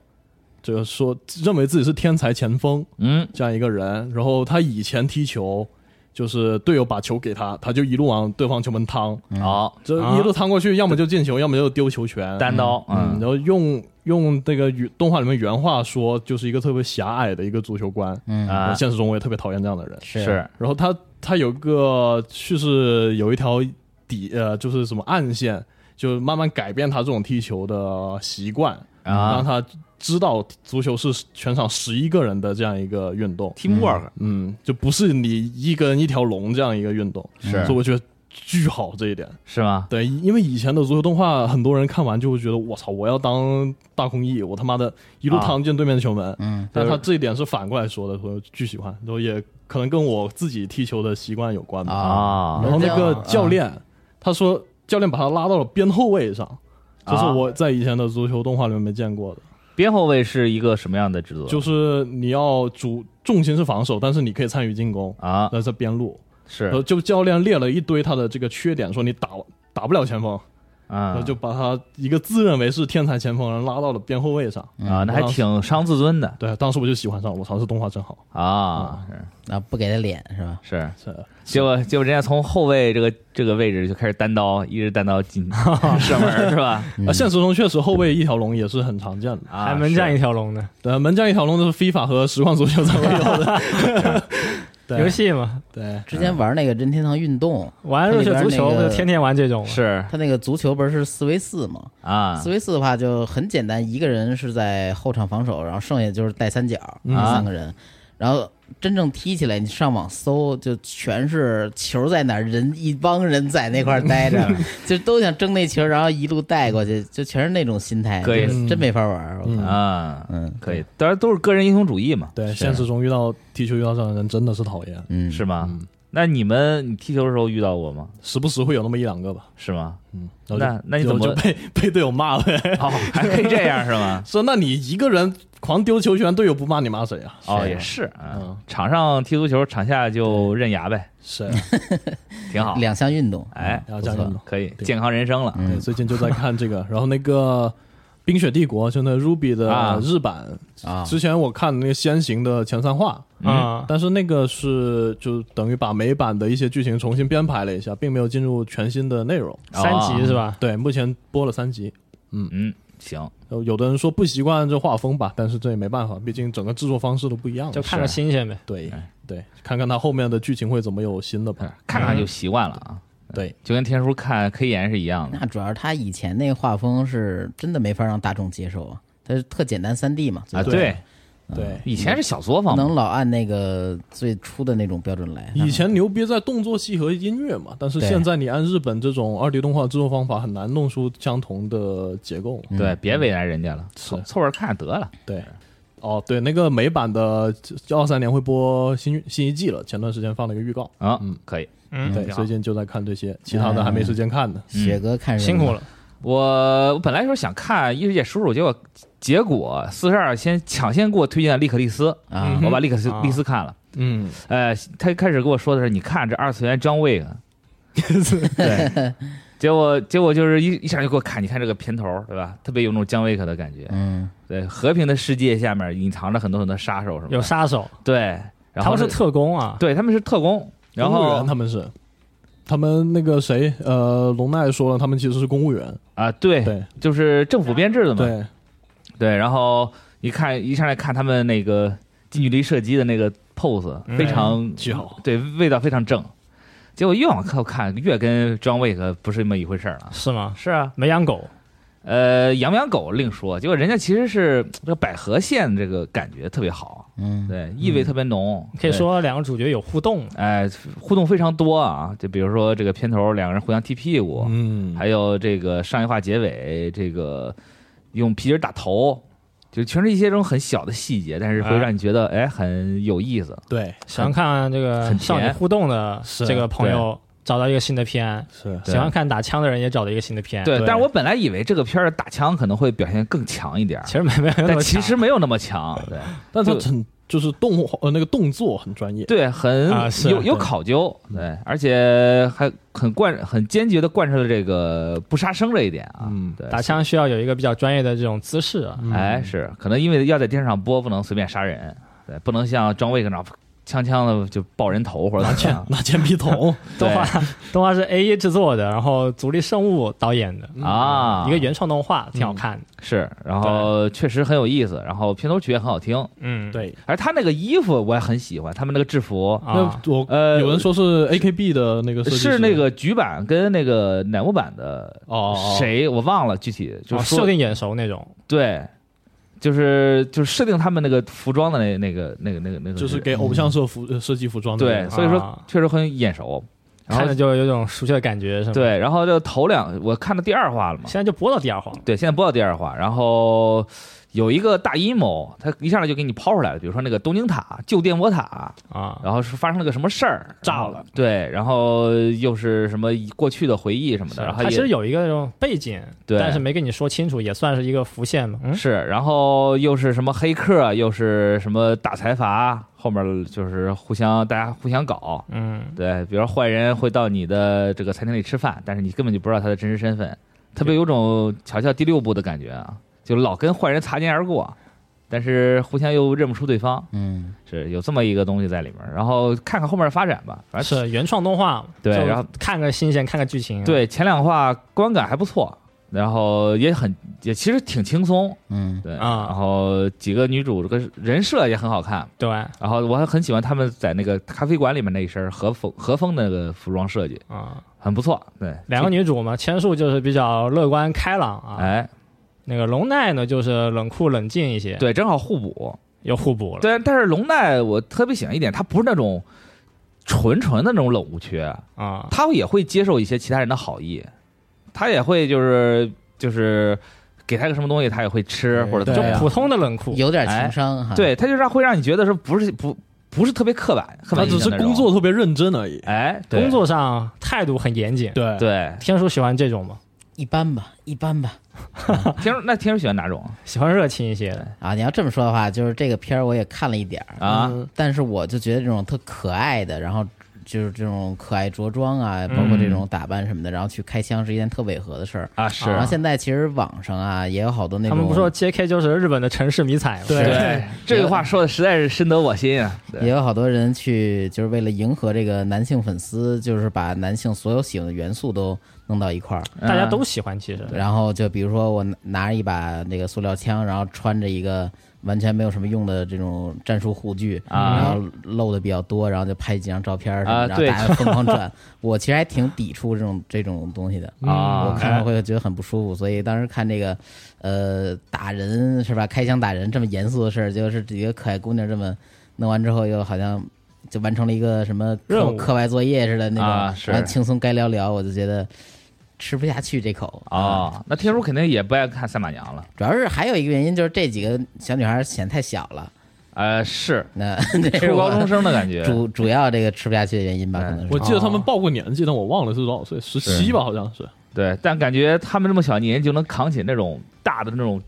S5: 这个说认为自己是天才前锋，
S4: 嗯，
S5: 这样一个人。然后他以前踢球，就是队友把球给他，他就一路往对方球门趟，
S4: 好，
S5: 这
S3: 啊
S5: 一路趟过去，要么就进球，要么就丢球权。
S4: 单刀，
S5: 嗯，
S4: 嗯
S5: 然后用用那个语动画里面原话说，就是一个特别狭隘的一个足球观。
S2: 嗯
S4: 啊
S5: 我，现实中我也特别讨厌这样的人。
S4: 是啊
S5: 然后他他有个叙事有一条底呃，就是什么暗线，就慢慢改变他这种踢球的习惯，让
S4: 啊
S5: 他知道足球是全场十一个人的这样一个运动。
S4: ，teamwork
S5: 嗯，就不是你一个人一条龙这样一个运动，
S4: 是
S5: 所以我觉得巨好这一点。
S4: 是吗？
S5: 对，因为以前的足球动画，很多人看完就会觉得我操，我要当大空翼，我他妈的一路
S4: 啊
S5: 趟进对面的球门。
S2: 嗯，
S5: 但他这一点是反过来说的，所以我巨喜欢，然后也可能跟我自己踢球的习惯有关吧。
S2: 啊，
S4: 啊
S5: 然后那个教练、他说。教练把他拉到了边后卫上，这是
S4: 啊
S5: 我在以前的足球动画里面没见过的。
S4: 边后卫是一个什么样的制作？
S5: 就是你要主重心是防守，但是你可以参与进攻，
S4: 啊，
S5: 那是边路。
S4: 是
S5: 然后就教练列了一堆他的这个缺点，说你打打不了前锋，然
S4: 啊
S5: 后就把他一个自认为是天才前锋，然后拉到了边后卫上。
S4: 啊，那还挺伤自尊的
S5: 对，当时我就喜欢上了，我操，这动画真好。
S4: 啊，
S2: 啊，不给他脸是吧？
S4: 是是。
S5: 是
S4: 结果结果人家从后卫这个这个位置就开始单刀，一直单刀进射门是吧？
S5: 啊，现实中确实后卫一条龙也是很常见的。
S4: 啊，
S3: 还门将
S4: 是
S3: 一条龙呢，
S5: 对，啊门将一条龙都是非法和实况足球才会有的。 对
S3: 游戏嘛，
S5: 对，
S2: 之前玩那个任天堂运动，
S3: 玩热血
S2: 它里
S3: 足球
S2: 边那
S3: 不
S2: 个
S3: 就天天玩这种吗？
S4: 是
S2: 它那个足球不是四 v 四吗？
S4: 啊
S2: 四 v 四的话就很简单，一个人是在后场防守，然后剩下就是带三角，
S4: 啊
S2: 三个人，然后真正踢起来，你上网搜就全是球在哪儿，人一帮人在那块儿待着，
S4: 嗯
S2: 就都想争那球，然后一路带过去，就全是那种心态，
S4: 可以
S2: 就是真没法玩儿。我靠
S4: 啊，
S2: 嗯
S4: 可以，当然都是个人英雄主义嘛，
S5: 对，现实中遇到踢球遇到这样的人真的是讨
S4: 啊
S5: 厌，
S2: 嗯，
S4: 是吗？那你们你踢球的时候遇到过吗？
S5: 时不时会有那么一两个吧。
S4: 是吗？
S5: 嗯，然后就
S4: 那那你怎
S5: 然后
S4: 么
S5: 就被 被队友骂了？？
S4: 哦，还可以这样是吗
S5: 说那你一个人狂丢球权，队友不骂你骂谁啊？
S4: 哦，也是啊
S5: 嗯，
S4: 场上踢足球，场下就认牙呗，
S5: 是，
S4: 挺好。
S2: 两项运动，
S4: 哎，
S5: 然后这样
S2: 不嗯
S5: 的。
S4: 可以
S5: 对
S4: 健康人生了
S5: 对，最近就在看这个，然后那个 《冰雪帝国》就那 Ruby
S4: 啊
S5: 的日版，
S2: 啊，
S5: 之前我看那个先行的前三话，
S3: 啊，
S5: 但是那个是就等于把美版的一些剧情重新编排了一下，并没有进入全新的内容。
S3: 三级是
S4: 吧？
S3: 吧？
S5: 对，目前播了三集。
S4: 嗯，行，
S5: 呃有的人说不习惯这画风吧，但是这也没办法，毕竟整个制作方式都不一样了。
S3: 就看着
S4: 是
S3: 新鲜呗。
S5: 对
S2: 哎
S5: 对，看看他后面的剧情会怎么有新的吧。
S4: 看看就习惯了啊。
S5: 嗯对，
S4: 就跟天叔看 K 岩是一样的
S2: 那主要是他以前那个画风是真的没法让大众接受啊，他是特简单三 D 嘛，
S4: 啊。
S2: 最
S4: 对，
S2: 嗯
S5: 对，
S4: 以前是小作坊
S2: 不
S4: 嘛
S2: 能老按那个最初的那种标准来。
S5: 以前牛逼在动作戏和音乐嘛，但是
S2: 对
S5: 现在你按日本这种二 D 动画制作方法，很难弄出相同的结构。
S4: 对，别为难人家了，凑凑合看得了。
S5: 对，哦，对，那个美版的二三年会播新新一季了，前段时间放了一个预告。
S4: 啊，可以。
S3: 嗯，
S5: 对，
S4: 挺好嗯
S5: 最近就在看这些，其他的还没时间看呢。
S2: 雪哥看人
S3: 辛苦了，
S4: 我我本来说想看《异世界叔叔》，结果结果四十二先抢先给我推荐了利可利斯，
S2: 啊
S3: 嗯，
S4: 我把利可斯
S3: 啊
S4: 利斯看了。
S5: 嗯，
S4: 呃，他一开始跟我说的是，你看这二次元张 卫啊，对，结果结果就是一一下就给我看，你看这个片头对吧？特别有那种姜维克的感觉。
S2: 嗯，
S4: 对，和平的世界下面隐藏着很多很多杀手什么的。
S3: 有杀手，
S4: 对，然
S3: 他
S4: 后
S3: 们是
S4: 这
S3: 特工啊，
S4: 对他们是特工，然
S5: 公务员
S4: 后
S5: 他们是，他们那个谁，呃，龙奈说了，他们其实是公务员。
S4: 啊，对，
S5: 对
S4: 就是政府编制的嘛。
S5: 对，
S4: 对，然后一看一上来看他们那个近距离射击的那个 pose，
S3: 嗯
S4: 非常
S5: 巨好，
S4: 对，味道非常正。结果越往靠看，越跟庄卫可不是那么一回事儿了。
S3: 是吗？
S4: 是啊，
S3: 没养狗，
S4: 呃，养不养狗另说，结果人家其实是这个百合线这个感觉特别好，
S2: 嗯，
S4: 对，意味特别浓，
S3: 嗯可以说两个主角有互动
S4: 对，哎、互动非常多啊。就比如说这个片头两个人互相踢屁股，
S5: 嗯，
S4: 还有这个上一话结尾这个用皮筋儿打头，就全是一些这种很小的细节，但是会
S3: 哎
S4: 让你觉得哎很有意思。
S5: 对，
S3: 喜欢看这个
S4: 很
S3: 少女
S4: 甜
S3: 互动的
S5: 是
S3: 这个朋友找到一个新的偏，
S5: 是
S4: 对
S3: 喜欢看打枪的人也找到一个新的偏。
S4: 对，
S5: 对
S4: 但是我本来以为这个片儿打枪可能会表现更强一点儿，
S3: 其实没没有那
S4: 但
S3: 么
S4: 其
S3: 强
S4: 实没有那么强， 对
S5: 但他
S4: 就
S5: 很就是动画呃那个动作很专 业。
S4: 对，很、
S3: 啊是
S4: 有有
S5: 对
S4: 考究，对，而且还很贯很坚决的贯彻了这个不杀生这一点啊，
S5: 嗯
S4: 对，
S3: 打枪需要有一个比较专业的这种姿势啊，
S4: 哎，是可能因为要在电视上播，不能随便杀人，对，不能像张卫那样枪枪的就爆人头或者怎么样。
S5: 拿铅笔筒，
S3: 动画
S4: 对
S3: 动画是 A 一制作的，然后足力圣物导演的
S4: 啊，
S3: 嗯一个原创动画，挺好看的。
S4: 是，然后确实很有意思，然后片头曲也很好听，
S3: 嗯，
S5: 对，
S4: 而他那个衣服我也很喜欢，他们那个制服
S3: 啊，
S5: 那我
S4: 呃
S5: 有人说是 A K B 的那个设计师
S4: 是那个局版跟那个乃木版的
S5: 哦，哦
S4: 谁我忘了具体，就
S3: 哦
S4: 是说
S3: 设定眼熟那种，
S4: 对，就是就是设定他们那个服装的那那个那个那个那个，
S5: 就是给偶像设服呃设计服装的
S4: 对，
S5: 人
S4: 所以说
S3: 啊
S4: 确实很眼熟。然
S3: 看着
S4: 后
S3: 就有种熟悉的感觉，是吗？，
S4: 对，然后这头两我看到第二话了嘛，
S3: 现在就播到第二话了。
S4: 对，现在播到第二话，然后有一个大阴谋，他一上来就给你抛出来了。比如说那个东京塔旧电波塔，
S3: 啊，
S4: 然后是发生了个什么事儿，
S5: 炸了。
S4: 对，然后又是什么过去的回忆什么的，然后
S3: 它
S4: 也
S3: 啊其实有一个那种背景，
S4: 对
S3: 但是没跟你说清楚，也算是一个浮现嘛。嗯，
S4: 是，然后又是什么黑客，又是什么打财阀，后面就是互相大家互相搞。
S3: 嗯，
S4: 对，比如说坏人会到你的这个餐厅里吃饭，但是你根本就不知道他的真实身份，特别有种乔乔第六部的感觉啊，就老跟坏人擦肩而过，但是互相又认不出对方，
S2: 嗯，
S4: 是有这么一个东西在里面。然后看看后面的发展吧，反正
S3: 是原创动画，
S4: 对
S3: 就
S4: 然后
S3: 看个新鲜，看个剧情，，啊
S4: 对前两话观感还不错，然后也很也其实挺轻松，
S2: 嗯，
S4: 对
S3: 啊
S4: 然后几个女主这个人设也很好看，
S3: 对，
S4: 然后我还很喜欢他们在那个咖啡馆里面那一身和风和风的那个服装设计，
S3: 啊，
S4: 很不错。对，
S3: 两个女主嘛，千树就是比较乐观开朗啊，
S4: 哎，
S3: 那个龙奈呢就是冷酷冷静一些，，
S4: 对，正好互补。
S3: 又互补了，
S4: 对，但是龙奈我特别喜欢一点，他不是那种纯纯的那种冷无缺，
S3: 啊，
S4: 他也会接受一些其他人的好意，他也会就是就是给他个什么东西，他也会吃
S2: 对
S4: 或者
S5: 对
S4: 怎么
S5: 啊
S4: 样
S3: 普通的冷酷，
S2: 有点
S4: 哎
S2: 情商哈。，
S4: 对，他就让会让你觉得是不是不不是特别刻板，刻
S5: 他
S4: 板印
S5: 只
S4: 象
S5: 是
S4: 那种
S5: 工作特别认真而已。
S4: 哎，对
S3: 工作上态度很严谨，
S5: 对，
S4: 对，
S3: 天树喜欢这种嘛，
S2: 一般吧，一般吧。
S4: 天儿那天儿喜欢哪种
S3: 喜欢热情一些的，
S2: 啊，你要这么说的话，就是这个片儿我也看了一点儿，
S4: 啊？
S2: 但是我就觉得这种特可爱的，然后就是这种可爱着装啊，包括这种打扮什么的，然后去开枪是一件特违和的事儿。
S4: 啊，是
S2: 然后现在其实网上啊也有好多那
S3: 他
S2: 种，
S3: 们不说 J.K. 就是日本的城市迷彩嘛，
S5: 对
S4: 对 这句话说的实在是深得我心啊。
S2: 也
S4: 对
S2: 有好多人去，就是为了迎合这个男性粉丝，就是把男性所有喜欢的元素都弄到一块儿。
S4: 嗯
S3: 大家
S4: 啊
S3: 都喜欢其实，
S2: 然后就比如说我拿拿着一把那个塑料枪，然后穿着一个完全没有什么用的这种战术护具，
S4: 啊
S2: 然后露的比较多，然后就拍几张照片儿什么
S4: 啊
S2: 的，
S4: 对
S2: 然后大家疯狂转。我其实还挺抵触这种这种东西的。嗯我
S4: 啊，
S2: 看了会觉得很不舒服，所以当时看这个，呃，打人是吧？开枪打人这么严肃的事儿，就是几个可爱姑娘这么弄完之后，又好像就完成了一个什么课
S3: 任务
S2: 课外作业似的那种，
S4: 啊是
S2: 然后轻松该聊聊，我就觉得吃不下去这口
S4: 哦，那天叔肯定也不爱看《赛马娘》了。
S2: 主要是还有一个原因，就是这几个小女孩显得太小了，
S4: 呃，是
S2: 那这是
S4: 初
S2: 我
S4: 高中哎生的感觉。
S2: 主主要这个吃不下去的原因吧，可能
S5: 我
S2: 是。哦
S5: 记得他们报过年纪，但我忘了是多少岁，十七吧，好像是。
S4: 对，但感觉他们这么小年纪就能扛起那种大的那种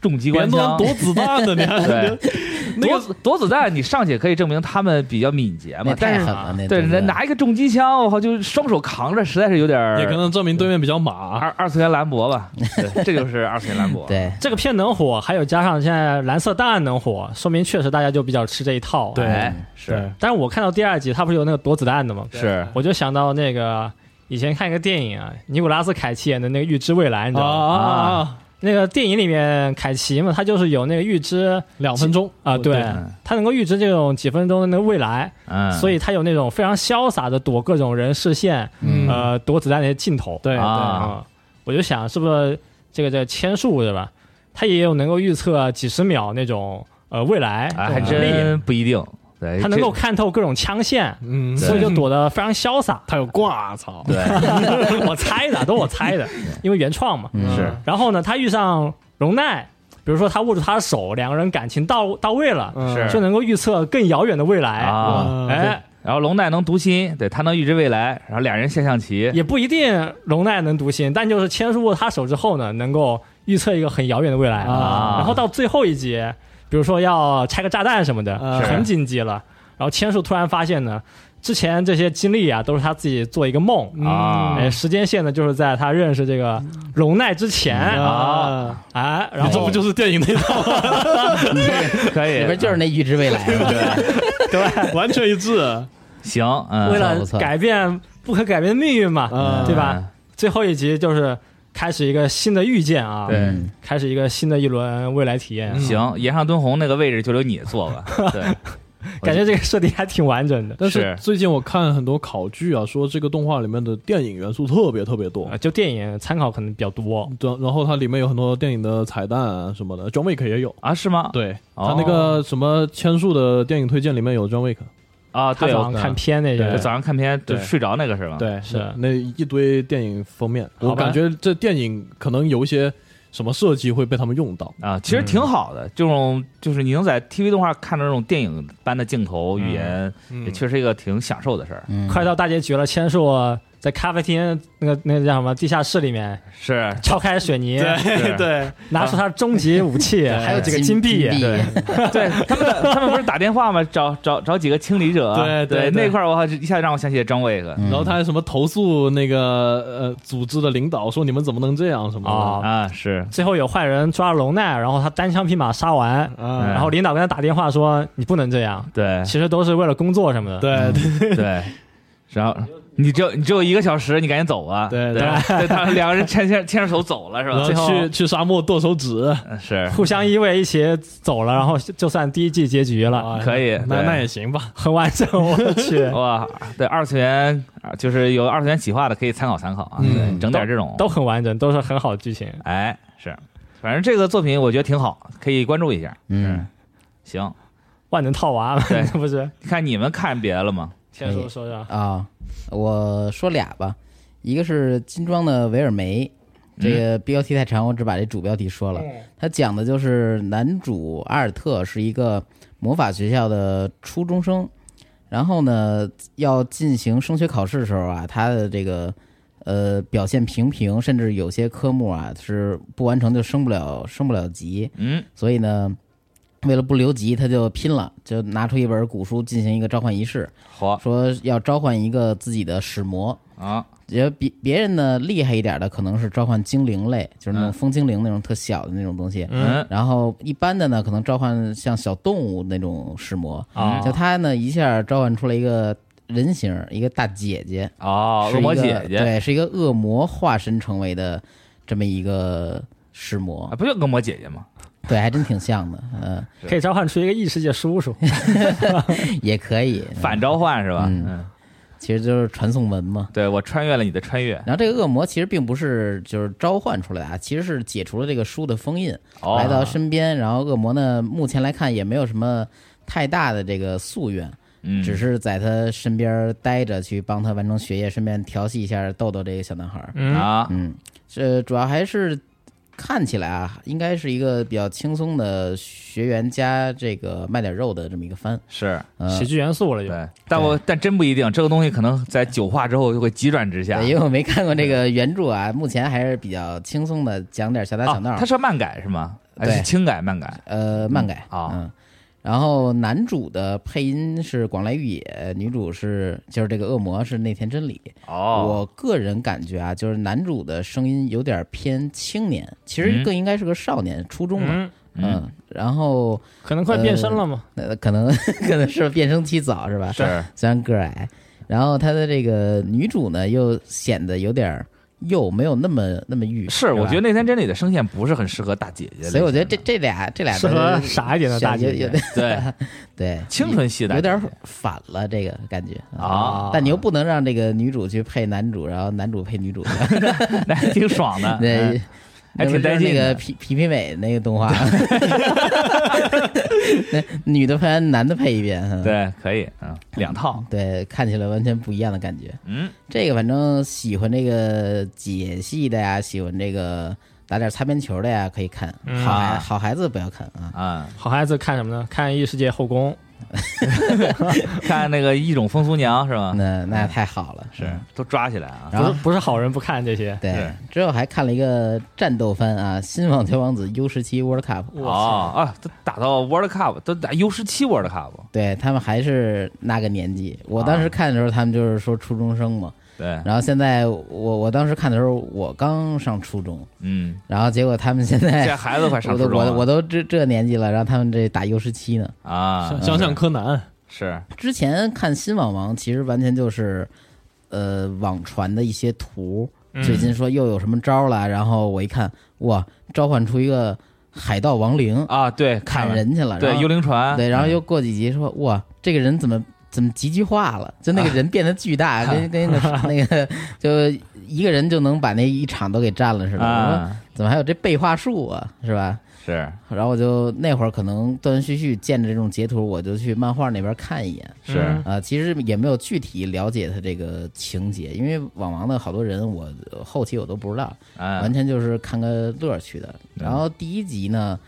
S4: 重机
S5: 别
S4: 关
S5: 多
S4: 枪。
S5: 躲子弹的，你还
S4: 对， 躲子躲子弹，你尚且可以证明他们比较敏捷
S2: 那
S4: 嘛，
S2: 太
S4: 但
S2: 狠
S4: 是。
S2: 了，那
S4: 对，
S2: 真
S4: 人
S2: 的
S4: 拿一个重机枪，我靠，就双手扛着，实在是有点儿
S5: 也可能证明对面比较马。
S4: 二二次元兰博吧，对，这就是二次元兰博。
S2: 对
S3: 这个片能火，还有加上现在蓝色档案能火，说明确实大家就比较吃这一套。啊
S5: 对
S4: 哎，
S5: 对
S4: 是，
S3: 但是我看到第二集，他不是有那个躲子弹的吗？
S4: 是
S3: 我就想到那个以前看一个电影啊，尼古拉斯凯奇演的那个《预知未来》，你知
S5: 啊
S3: 道吗？
S5: 啊啊！
S3: 那个电影里面凯奇嘛，他就是有那个预知
S5: 两分钟
S3: 啊、对
S4: 嗯
S3: 他能够预知这种几分钟的那个未来，
S4: 嗯，
S3: 所以他有那种非常潇洒的躲各种人视线，
S5: 嗯
S3: 呃，躲子弹那些镜头。
S5: 对
S4: 啊
S5: 对，
S3: 啊、我就想是不是这个这个千树是吧？他也有能够预测几十秒那种呃未来，
S5: 哎
S4: 啊，还
S3: 这种能力
S4: 真不一定。对，
S3: 他能
S4: 这
S3: 够看透各种枪线，
S5: 嗯，。
S3: 所以就躲得非常潇洒
S5: 他有挂操，
S4: 对，
S3: 我猜的，都是我猜的，因为原创嘛。
S4: 嗯是
S3: 然后呢，他遇上容奈，比如说他握住他的手，两个人感情到到位了，
S4: 是
S3: 就能够预测更遥远的未来。
S4: 啊。
S5: 嗯
S3: 哎，
S4: 然后龙奈能读心，对他能预知未来，然后俩人下象 棋，
S3: 也不一定容奈能读心，但就是千树握他手之后呢，能够预测一个很遥远的未来
S4: 啊
S3: 然后到最后一集，比如说要拆个炸弹什么的，
S5: 啊
S3: 很紧急了。然后千树突然发现呢，之前这些经历啊，都是他自己做一个梦
S4: 啊
S3: 哎时间线呢，就是在他认识这个龙奈之前啊，
S5: 啊，
S3: 哎，然后
S5: 这不就是电影那套吗？
S4: 可以
S2: 里边就是那预知未来嘛，
S5: 对， 完全一致。
S4: 行，嗯，
S3: 为了
S2: 不错
S3: 改变不可改变的命运嘛，
S5: 嗯
S3: 对吧？最后一集就是开始一个新的遇见啊，
S4: 对
S2: 嗯
S3: 开始一个新的一轮未来体验，
S4: 嗯？行，岩上敦宏那个位置就留你坐 吧。对，
S3: 感觉这个设定还挺完整的。
S5: 但
S4: 是
S5: 是最近我看很多考据啊，说这个动画里面的电影元素特别特别多
S3: 啊，。就电影参考可能比较多，
S5: 对，然后它里面有很多电影的彩蛋啊什么的，John Wick 也有。
S4: 啊，是吗？
S5: 对，
S4: 哦
S5: 他那个什么千树的电影推荐里面有 John Wick，
S4: 啊，
S3: 他
S4: 对，
S3: 早
S4: 我
S3: 上看片那
S4: 就
S3: 些，
S4: 早上看片就
S5: 对
S4: 睡着那个是吧？，
S3: 嗯
S5: 对，
S3: 是
S5: 那一堆电影封面，
S3: 好吧
S5: 我感觉这电影可能有一些什么设计会被他们用到。
S4: 啊，其实挺好
S5: 嗯
S4: 的。这种就是你能在 TV 动画看到这种电影般的镜头
S5: 嗯
S4: 语言，也确实一个挺享受的事儿。
S2: 嗯，
S3: 快到大结局了，千树在咖啡厅那个那个叫什么地下室里面
S4: 是，
S3: 敲开水泥，
S4: 是
S6: 对对，
S3: 拿出他的终极武器，还有几个金币，
S2: 对，
S4: 对他们的，他们不是打电话吗？找找找几个清理者，
S5: 对
S4: 对
S5: 对对
S4: 那块儿我靠一下让我想起了张伟哥
S2: 嗯
S5: 然后他还什么投诉那个呃组织的领导说你们怎么能这样什么的。
S3: 啊
S4: 啊，是
S3: 最后有坏人抓龙奈，然后他单枪匹马杀完，
S5: 啊
S3: 然后领导跟他打电话说你不能这样，
S4: 对
S3: 其实都是为了工作什么的。
S5: 对对
S4: 对，然后你只有你只有一个小时，你赶紧走吧。
S5: 对
S4: 对吧，对他两个人牵牵牵着手走了是吧？
S5: 然
S4: 最
S5: 后
S4: 后
S5: 去去沙漠剁手指，
S4: 嗯是
S3: 互相依偎，一起走了，然后就算第一季结局了，
S5: 啊
S4: 可以
S5: 那
S4: 对哦
S5: 那也行吧。
S3: 很完整。我 去，
S4: 哇，对二次元啊就是有二次元企划的可以参考参考啊，
S2: 嗯
S4: 对，整点这种
S3: 都很完整，都是很好的剧情。
S4: 哎是，反正这个作品我觉得挺好，可以关注一下。
S2: 嗯，
S4: 行，
S3: 万能套娃嘛，
S4: 对
S3: 不是？
S4: 看你们看别的了吗？
S3: 天叔说说，
S2: 啊，我说俩吧，一个是金装的维尔梅，这个标题太长，我只把这主标题说了。它讲的就是男主阿尔特是一个魔法学校的初中生，然后呢要进行升学考试的时候啊，他的这个呃表现平平，甚至有些科目啊是不完成就升不了升不了级，
S4: 嗯
S2: 所以呢。为了不留级，他就拼了，就拿出一本古书进行一个召唤仪式。
S4: 好
S2: 说要召唤一个自己的使魔。
S4: 啊
S2: 觉得别别人呢厉害一点的，可能是召唤精灵类，就是那种
S4: 嗯
S2: 风精灵那种特小的那种东西。
S4: 嗯
S2: 然后一般的呢，可能召唤像小动物那种使魔。
S4: 啊
S2: 就他呢，一下召唤出来一个人形儿，一个大姐姐，
S4: 哦，
S2: 是
S4: 恶
S2: 一
S4: 魔
S2: 个
S4: 姐姐
S2: 对，是一个恶魔化身成为的这么一个使
S4: 啊，
S2: 魔，
S4: 不就恶魔姐姐吗？
S2: 对，还真挺像的。嗯、
S3: 可以召唤出一个异世界叔叔，
S2: 也可以，
S4: 反召唤是吧？
S2: 嗯
S4: 嗯，
S2: 其实就是传送门嘛。
S4: 对我穿越了你的穿越。
S2: 然后这个恶魔其实并不是就是召唤出来的啊，其实是解除了这个书的封印，
S4: 哦
S2: 来到身边。然后恶魔呢，目前来看也没有什么太大的这个夙愿，
S4: 嗯，
S2: 只是在他身边待着，去帮他完成学业，顺便调戏一下豆豆这个小男孩儿。
S4: 啊，
S2: 嗯，这主要还是看起来啊，应该是一个比较轻松的学员加这个卖点肉的这么一个番。呃
S4: 是
S3: 喜剧元素了就。
S4: 啊对，但我但真不一定，这个东西可能在九话之后就会急转直下。
S2: 对，因为我没看过这个原著啊，目前还是比较轻松的讲点小打
S4: 啊
S2: 小闹。
S4: 它是漫改是吗？还
S2: 对
S4: 是轻改漫改？
S2: 呃，漫改
S4: 嗯啊
S2: 嗯，然后男主的配音是广濑裕也，女主是就是这个恶魔是内田真理。
S4: 哦，
S2: 我个人感觉啊，就是男主的声音有点偏青年，其
S4: 嗯
S2: 实更应该是个少年，初中嘛。
S3: 嗯，
S4: 嗯
S2: 然后
S3: 可能快变身了嘛？
S2: 呃，可能可能是变声期早是吧？
S4: 是
S2: 虽然个儿矮，然后他的这个女主呢又显得有点幼，没有那么那么御。
S4: 是，
S2: 吧
S4: 我觉得内田真理的声线不是很适合大姐姐类型的，
S2: 所以我觉得这这俩这
S4: 呃
S2: 俩
S3: 适合傻一点的大
S2: 有
S3: 姐
S2: 有
S3: 姐。
S4: 对
S2: 对
S4: 青春系的
S2: 有点反了，这个感觉嗯
S4: 啊，
S2: 但你又不能让这个女主去配男主，然后男主配女 主，
S4: 那还挺爽 的，
S2: 那
S4: 嗯还挺带
S2: 那
S4: 劲
S2: 不是那
S4: 的
S2: 个皮皮皮美那个动 画， 那女的配完男的配一遍，嗯
S4: 对，可以，嗯，两套，
S2: 对，看起来完全不一样的感觉。
S4: 嗯，
S2: 这个反正喜欢这个解析的呀，喜欢这个打点擦边球的呀，可以看。
S4: 嗯
S2: 好孩好孩子不要看啊，
S4: 啊，
S3: 好孩子看什么呢？看异世界后宫。
S4: 看那个一种风俗娘是吧？
S2: 那那太好了，
S4: 啊
S2: 嗯
S4: 是，都抓起来啊，
S2: 然
S3: 不
S2: 后
S3: 是不是好人不看这些，
S2: 对
S4: 对，
S2: 之后还看了一个战斗番啊，《新网球王子 U 十七 World Cup》，
S4: 哦啊，都打到 World Cup，都打 U 十七 World Cup，
S2: 对他们还是那个年纪。我
S4: 啊
S2: 当时看的时候，他们就是说初中生嘛。
S4: 对，
S2: 然后现在我我当时看的时候，我刚上初中，
S4: 嗯，
S2: 然后结果他们现
S4: 现在
S2: 在
S4: 孩子快上
S2: 我
S4: 初
S2: 都
S4: 中
S2: 我
S4: 了
S2: 我都这这年纪了，然后他们这打 U 十七呢。
S4: 啊，
S5: 想想柯南，
S4: 是
S2: 之前看新网王，其实完全就是呃网传的一些图，
S4: 嗯
S2: 最近说又有什么招了，然后我一看，哇，召唤出一个海盗亡灵。
S4: 啊，对，看
S2: 砍
S4: 了，
S2: 嗯人去了，然
S4: 对，
S2: 后
S4: 幽灵船，嗯
S2: 对，然后又过几集说哇，这个人怎么怎么极巨化了？就那个人变得巨大，跟跟那个那个就一个人就能把那一场都给占了似的。我说
S4: 啊，
S2: 怎么还有这背话术啊，是吧？
S4: 是
S2: 然后我就那会儿可能断断续续见着这种截图，我就去漫画那边看一眼。
S4: 是，
S3: 嗯
S2: 啊，其实也没有具体了解他这个情节，因为网王的好多人我呃后期我都不知道，
S4: 啊
S2: 完全就是看个乐儿去的。
S4: 嗯
S2: 然后第一集呢，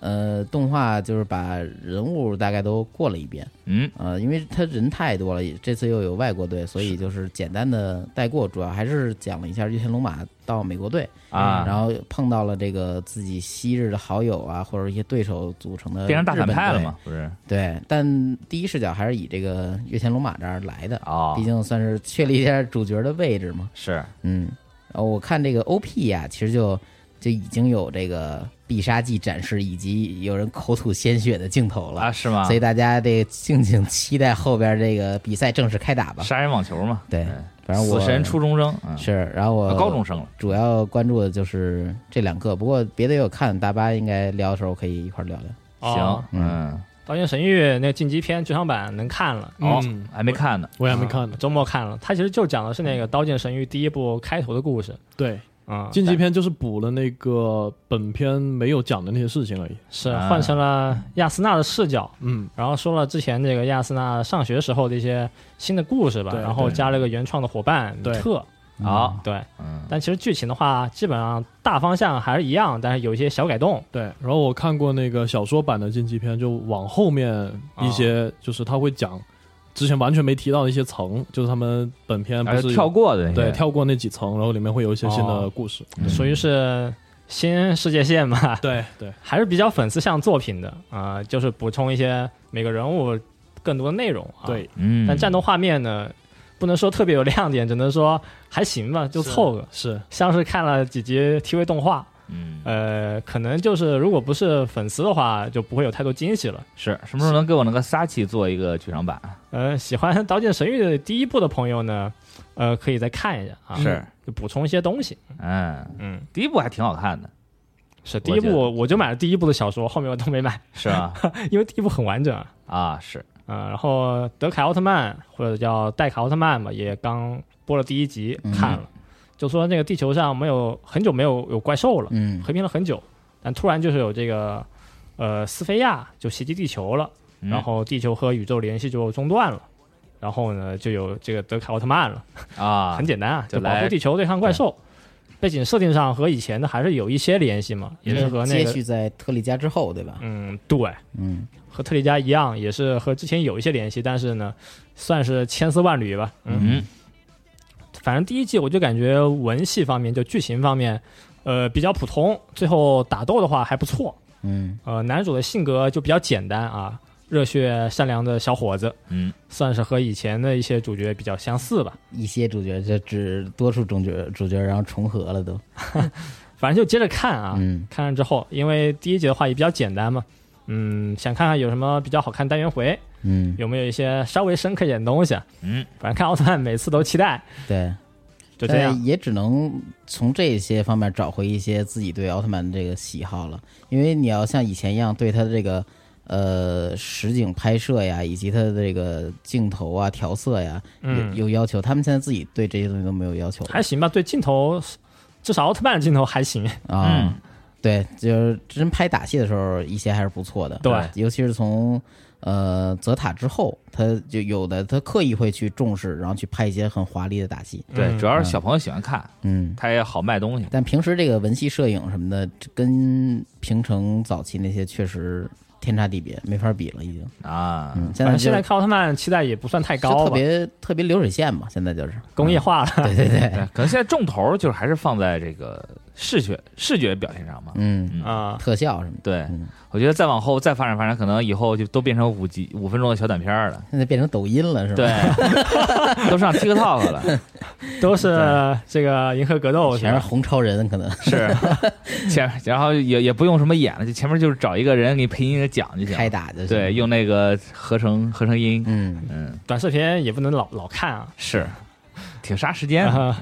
S2: 呃，动画就是把人物大概都过了一遍，
S4: 嗯
S2: 呃，因为他人太多了，也这次又有外国队，所以就是简单的带过，主要还是讲了一下御天龙马到美国队，
S4: 啊，
S2: 然后碰到了这个自己昔日的好友啊，或者一些对手组成的
S4: 变成大
S2: 日
S4: 反
S2: 本
S4: 派了
S2: 队
S4: 嘛，不是？
S2: 对，但第一视角还是以这个月前龙马这儿来的，
S4: 哦
S2: 毕，竟算是确立一下主角的位置嘛。
S4: 是
S2: 嗯，然后我看这个 OP 呀、其实就就已经有这个必杀技展示以及有人口吐鲜血的镜头了，
S4: 啊，是吗？
S2: 所以大家这敬请期待后边这个比赛正式开打吧。
S4: 杀人网球嘛，
S2: 对
S4: 嗯
S2: 反正我
S4: 死神初中生，嗯，
S2: 是，然后我
S4: 啊高中生了，
S2: 主要关注的就是这两个，不过别的也有看，大巴应该聊的时候可以一块儿聊聊。
S3: 哦
S4: 行，嗯，
S3: 《刀剑神域》那个晋级篇剧场版能看了，
S4: 哦
S5: 嗯，
S4: 还没看呢，
S5: 我也没看呢。
S3: 周末看了。它其实就讲的是那个《刀剑神域》第一部开头的故事
S5: 对，
S3: 啊，
S5: 晋级篇就是补了那个本片没有讲的那些事情而已。
S3: 是
S4: 啊
S3: 换成了亚斯娜的视角，
S5: 嗯，
S3: 然后说了之前这个亚斯娜上学时候的一些新的故事吧，
S5: 对
S3: 然后加了个原创的伙伴米
S5: 对
S3: 特，啊
S4: 好，
S3: 对。
S4: 嗯，
S3: 但其实剧情的话，基本上大方向还是一样，但是有一些小改动。
S5: 对。然后我看过那个小说版的晋级篇，就往后面一
S4: 啊
S5: 些，就是他会讲之前完全没提到的一些层，就是他们本片不
S4: 还
S5: 是
S4: 是跳过的那些，
S5: 对跳过那几层，然后里面会有一些新的
S3: 哦
S5: 故事。
S4: 嗯
S3: 属于是新世界线嘛，
S5: 对对，
S3: 还是比较粉丝向作品的啊、呃就是补充一些每个人物更多的内容啊。，
S5: 对，
S4: 嗯，
S3: 但战斗画面呢，不能说特别有亮点，只能说还行吧，就凑合。
S5: 是
S3: 像是看了几集 TV 动画，
S4: 嗯，
S3: 呃，可能就是如果不是粉丝的话，就不会有太多惊喜了。
S4: 是什么时候能给我那个撒气做一个剧场版？
S3: 呃，喜欢《刀剑神域》的第一部的朋友呢，呃，可以再看一下啊，
S4: 是，
S3: 就补充一些东西。
S4: 嗯，
S3: 嗯，
S4: 第一部还挺好看的，
S3: 是第
S4: 觉
S3: 一
S4: 得
S3: 部我我就买了第一部的小说，后面我都没买，
S4: 是吧？
S3: 因为第一部很完整。
S4: 啊，是，
S3: 呃，然后德凯奥特曼或者叫戴卡奥特曼吧，也刚播了第一集
S2: 嗯
S3: 看了，就说那个地球上没有很久没有有怪兽了，
S2: 嗯
S3: 和平了很久，但突然就是有这个呃斯菲亚就袭击地球了，
S4: 嗯
S3: 然后地球和宇宙联系就中断了，然后呢就有这个德凯奥特曼了，
S4: 啊
S3: 很，简单啊，
S4: 就
S3: 就保
S4: 来
S3: 护地球对抗怪兽。背景设定上和以前的还是有一些联系嘛，也是和那
S2: 嗯接
S3: 个
S2: 续在特利加之后，对吧？
S3: 嗯对，
S2: 嗯
S3: 和特利迦一样，也是和之前有一些联系，但是呢，算是千丝万缕吧。嗯，
S4: 嗯，
S3: 反正第一季我就感觉文戏方面，就剧情方面，呃，比较普通。最后打斗的话还不错，
S2: 嗯
S3: 呃，男主的性格就比较简单啊，热血善良的小伙子，
S4: 嗯，
S3: 算是和以前的一些主角比较相似吧。
S2: 一些主角就只多数主角主角，然后重合了都。
S3: 反正就接着看啊，
S2: 嗯
S3: 看了之后，因为第一集的话也比较简单嘛，嗯，想看看有什么比较好看单元回，
S2: 嗯，
S3: 有没有一些稍微深刻一点的东西。
S4: 嗯，
S3: 反正看奥特曼每次都期待。
S2: 对，
S3: 就这样
S2: 但呃也只能从这些方面找回一些自己对奥特曼的这个喜好了，因为你要像以前一样对他的这个呃实景拍摄呀，以及他的这个镜头啊、调色呀，
S3: 嗯
S2: 有有要求。他们现在自己对这些东西都没有要求了
S3: 还行吧，对镜头，至少奥特曼的镜头还行。
S2: 啊。
S4: 嗯，
S2: 对，就是真拍打戏的时候，一些还是不错的。啊
S3: 对
S2: 尤其是从呃泽塔之后，他就有的他刻意会去重视，然后去拍一些很华丽的打戏。
S3: 嗯
S4: 对，主要是小朋友喜欢看，
S2: 嗯，
S4: 他也好卖东西，
S2: 但平时这个文戏摄影什么的，这跟平成早期那些确实天差地别，没法比了已经。
S4: 啊，
S2: 嗯，现在
S3: 反正
S2: 就
S3: 现在看奥特曼期待也不算太
S2: 就
S3: 高
S2: 特
S3: 吧，
S2: 别特别流水线嘛，现在就是嗯
S3: 工业化了。
S2: 对对 对，
S4: 对，可能现在重头就是还是放在这个视觉视觉表现上嘛，
S2: 嗯，
S4: 嗯
S3: 啊，
S2: 特效什么的，
S4: 对
S2: 嗯，
S4: 我觉得再往后再发展发展，可能以后就都变成五集五分钟的小短片儿了。
S2: 现在变成抖音了是吧？
S4: 对， 都上 TikTok 了，
S3: 都是这个银河格斗，
S2: 全是红超人可能。
S4: 是 前，然后也也不用什么演了，就前面就是找一个人给你配音给讲就行
S2: 开。打就是
S4: 啊对，，用那个合成合成音，
S2: 嗯，
S4: 嗯，
S3: 短视频也不能老老看啊，
S4: 是，挺杀
S2: 哎
S4: 时间
S3: 然
S2: 啊
S4: 的，
S3: 后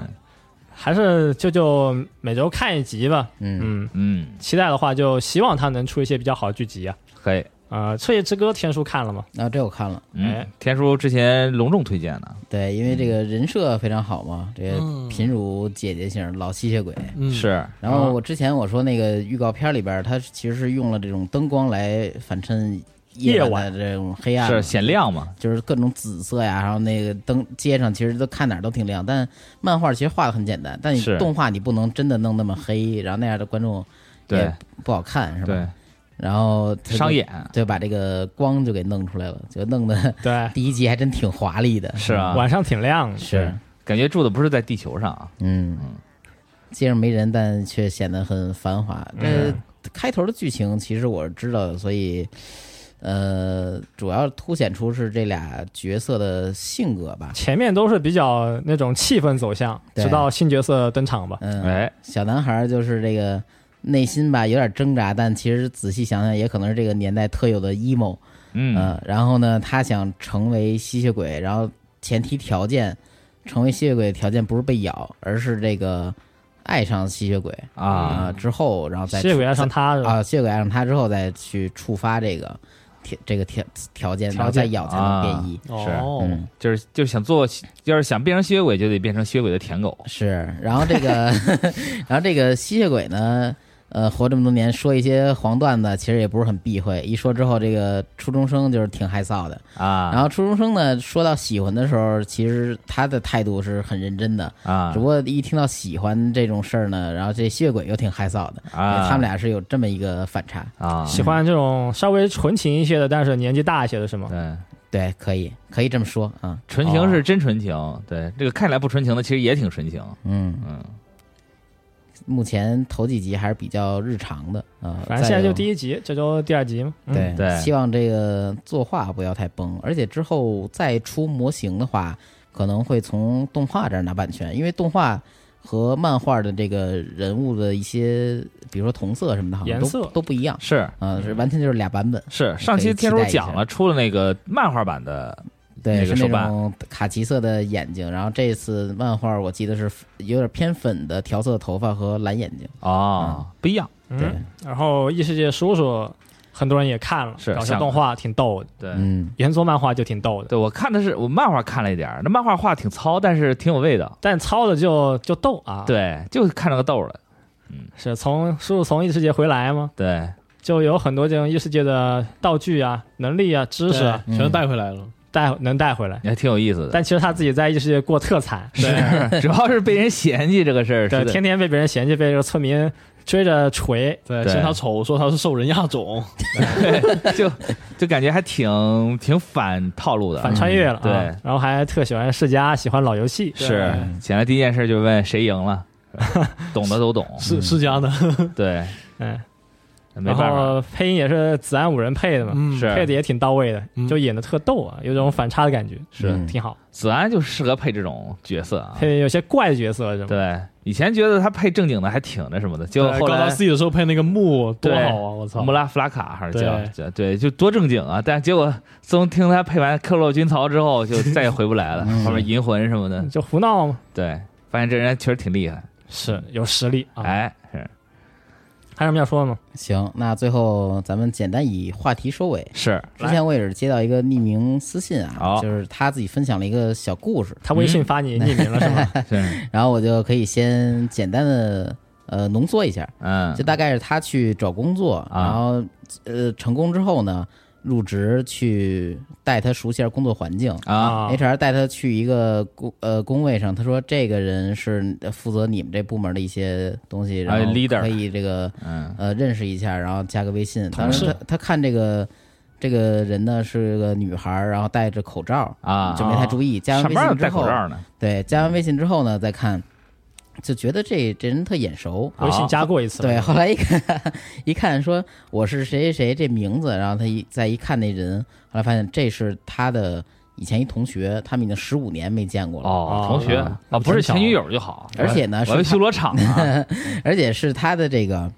S3: 还是就就每周看一集吧。
S2: 嗯
S3: 嗯，
S4: 嗯，
S3: 期待的话就希望它能出一些比较好的剧集啊。
S4: 可以，
S3: 啊、呃，《彻夜之歌》天书看了吗？
S2: 啊，这我看了，
S4: 嗯
S3: 哎，
S4: 天叔之前隆重推荐的，
S2: 对，因为这个人设非常好嘛，这个品如姐姐型老吸血鬼。
S5: 嗯，
S4: 是
S2: 然后我之前我说那个预告片里边，它其实是用了这种灯光来反衬夜晚的这种黑暗嘛，
S4: 是显亮嘛，
S2: 就是各种紫色呀，然后那个灯街上其实都看哪儿都挺亮，但漫画其实画的很简单，但你
S4: 是
S2: 动画你不能真的弄那么黑，然后那样的观众
S4: 对
S2: 也不好看是吧？嗯
S4: 对，
S2: 然后他就
S4: 商演
S2: 就把这个光就给弄出来了，就弄的
S3: 对，
S2: 第一集还真挺华丽的，
S4: 是啊，
S3: 晚上挺亮的。
S2: 是，
S4: 感觉住的不是在地球上啊，
S2: 嗯，街上没人，但却显得很繁华。这
S4: 嗯
S2: 开头的剧情其实我是知道的，所以。呃，主要凸显出是这俩角色的性格吧。
S3: 前面都是比较那种气氛走向，
S2: 对
S3: 直到新角色登场吧。
S2: 嗯，
S4: 哎，
S2: 小男孩儿就是这个内心吧有点挣扎，但其实仔细想想，也可能是这个年代特有的 emo、
S4: 嗯，
S2: 呃然后呢，他想成为吸血鬼，然后前提条件，成为吸血鬼的条件不是被咬，而是这个爱上吸血鬼
S4: 啊
S2: 呃之后，然后再
S3: 吸血鬼爱上他是吧？
S2: 啊，吸血鬼爱上他之后再去触发这个条这个条条件，然后
S3: 条件啊
S2: 再咬才能变异。
S5: 哦，
S2: 嗯，
S4: 就是就是想做，要是想变成吸血鬼，就得变成吸血鬼的舔狗，
S2: 是，然后这个， 然后这个吸血鬼呢，呃，活这么多年说一些黄段子，其实也不是很避讳。一说之后，这个初中生就是挺害臊的。然
S4: 啊
S2: 后初中生呢，说到喜欢的时候，其实他的态度是很认真的，
S4: 啊
S2: 只不过一听到喜欢这种事儿呢，然后这吸血鬼又挺害臊的。
S4: 啊
S2: 哎他们俩是有这么一个反差。
S4: 啊，
S3: 喜欢这种稍微纯情一些的，但是年纪大一些的是吗？
S4: 对，
S2: 对，可以，可以这么说啊。
S4: 纯情是真纯情，对，这个看起来不纯情的，其实也挺纯情，
S2: 嗯
S4: 嗯，
S2: 目前头几集还是比较日常的啊。
S3: 反正现在就第
S2: 一。
S3: 一集，这周第二集嘛。嗯
S2: 对、
S4: 对
S2: 希望这个作画不要太崩，而且之后再出模型的话，可能会从动画这儿拿版权，因为动画和漫画的这个人物的一些，比如说同色什么的，好像
S3: 颜色
S2: 都都不一样，
S4: 是
S2: 啊、是完全就是俩版本，
S4: 是，上期天
S2: 可
S4: 叔
S2: 以期待一下
S4: 讲了，出了那个漫画版的，
S2: 对，
S4: 那个手
S2: 是那
S4: 办
S2: 种卡其色的眼睛，然后这次漫画我记得是有点偏粉的调色的头发和蓝眼睛，
S4: 哦，不一样，
S2: 对
S3: 嗯，然后异世界叔叔，很多人也看了，
S4: 是
S3: 搞
S4: 像
S3: 笑动画挺逗的，
S4: 对，
S2: 嗯，
S3: 原作漫画就挺逗的，
S4: 对我看的是我漫画看了一点儿，那漫画画挺糙，但是挺有味
S2: 啊
S4: 道，
S3: 但糙的就就逗啊。，
S4: 对，就看着个逗儿了，
S3: 是从叔叔从异世界回来嘛，
S4: 对，
S3: 就有很多这种异世界的道具啊、能力啊、知识啊
S4: 嗯
S5: 对全带回来了。
S3: 带能带回来。
S4: 也挺有意思的。
S3: 但其实他自己在异世界过特惨，
S4: 是， 主要是被人嫌弃这个事儿，
S3: 对，
S4: 是
S3: 天
S4: 的，
S3: 天被别人嫌弃，被这个村民追着锤。
S5: 对，
S4: 对
S5: 嫌他丑，说他是受人亚种，
S4: 就就感觉还挺挺反套路的，
S3: 反穿越了、啊
S4: 嗯对
S3: 然后还特喜欢世家，喜欢老游戏，
S4: 是起嗯来第一件事就问谁 赢了，懂的都懂，
S5: 是世家的，
S4: 对，
S3: 嗯，
S4: 没
S3: 然
S4: 办法，
S3: 后配音也是子安五人配的嘛，
S5: 嗯
S4: 是
S3: 配的也挺到位的，
S5: 嗯
S3: 就演的特逗啊，有种反差的感觉，
S4: 是
S2: 嗯
S3: 挺好。
S4: 子安就适合配这种角色啊，
S3: 配有些怪角色是吗？
S4: 对，以前觉得他配正经的还挺那什么的，结果
S5: 对
S4: 后
S5: 高达
S4: 来
S5: C 的时候配那个木多
S4: 对
S5: 好啊！我操
S4: 穆，拉弗拉卡还是叫
S5: 对
S4: 叫对，就多正经啊！但结果自从听他配完《克洛军曹》之后，就再也回不 来了。
S5: 嗯
S4: 后面银魂什么的，
S3: 就胡闹嘛，
S4: 对，发现这人确实挺厉害。
S3: 是有实力啊。
S4: 哎，是
S3: 还有什么要说的吗？
S2: 行，那最后咱们简单以话题收尾。
S4: 是，
S2: 之前我也是接到一个匿名私信啊
S4: 好，
S2: 就是他自己分享了一个小故事，
S3: 他微信发你匿名了是
S4: 嗯
S3: 吗？
S4: 是，
S2: 然后我就可以先简单的呃浓缩一下，
S4: 嗯
S2: 就，大概是他去找工作，
S4: 啊
S2: 然后呃成功之后呢，入职去带他熟悉一下工作环境。
S4: 啊，
S2: HR 带他去一个工呃工位上，他说这个人是负责你们这部门的一些东西，然
S4: 哎
S2: 后
S4: ，leader
S2: 可以这个
S4: 嗯，
S2: 呃认识一下，然后加个微信。
S3: 同
S2: 当时
S3: 事
S2: 他他看这个这个人呢是个女孩儿，然后戴着口罩
S4: 啊
S2: 就没太注意。加完
S4: 上
S2: 微
S4: 班儿
S2: 信之
S4: 戴
S2: 后
S4: 口，罩呢，
S2: 对，加完微信之后呢再看，就觉得这这人特眼熟。
S4: 啊
S3: 微信加过一次，
S2: 对，，后来一看 一看说我是谁谁谁这名字，然后他一再一看那人，后来发现这是他的以前一同学，他们已经十五年没见过了。
S4: 哦，同学
S3: 哦
S4: 啊，不是前女友就好。
S2: 而且呢
S4: 我
S2: 是
S4: 要修罗场 啊
S2: 而且是他的这个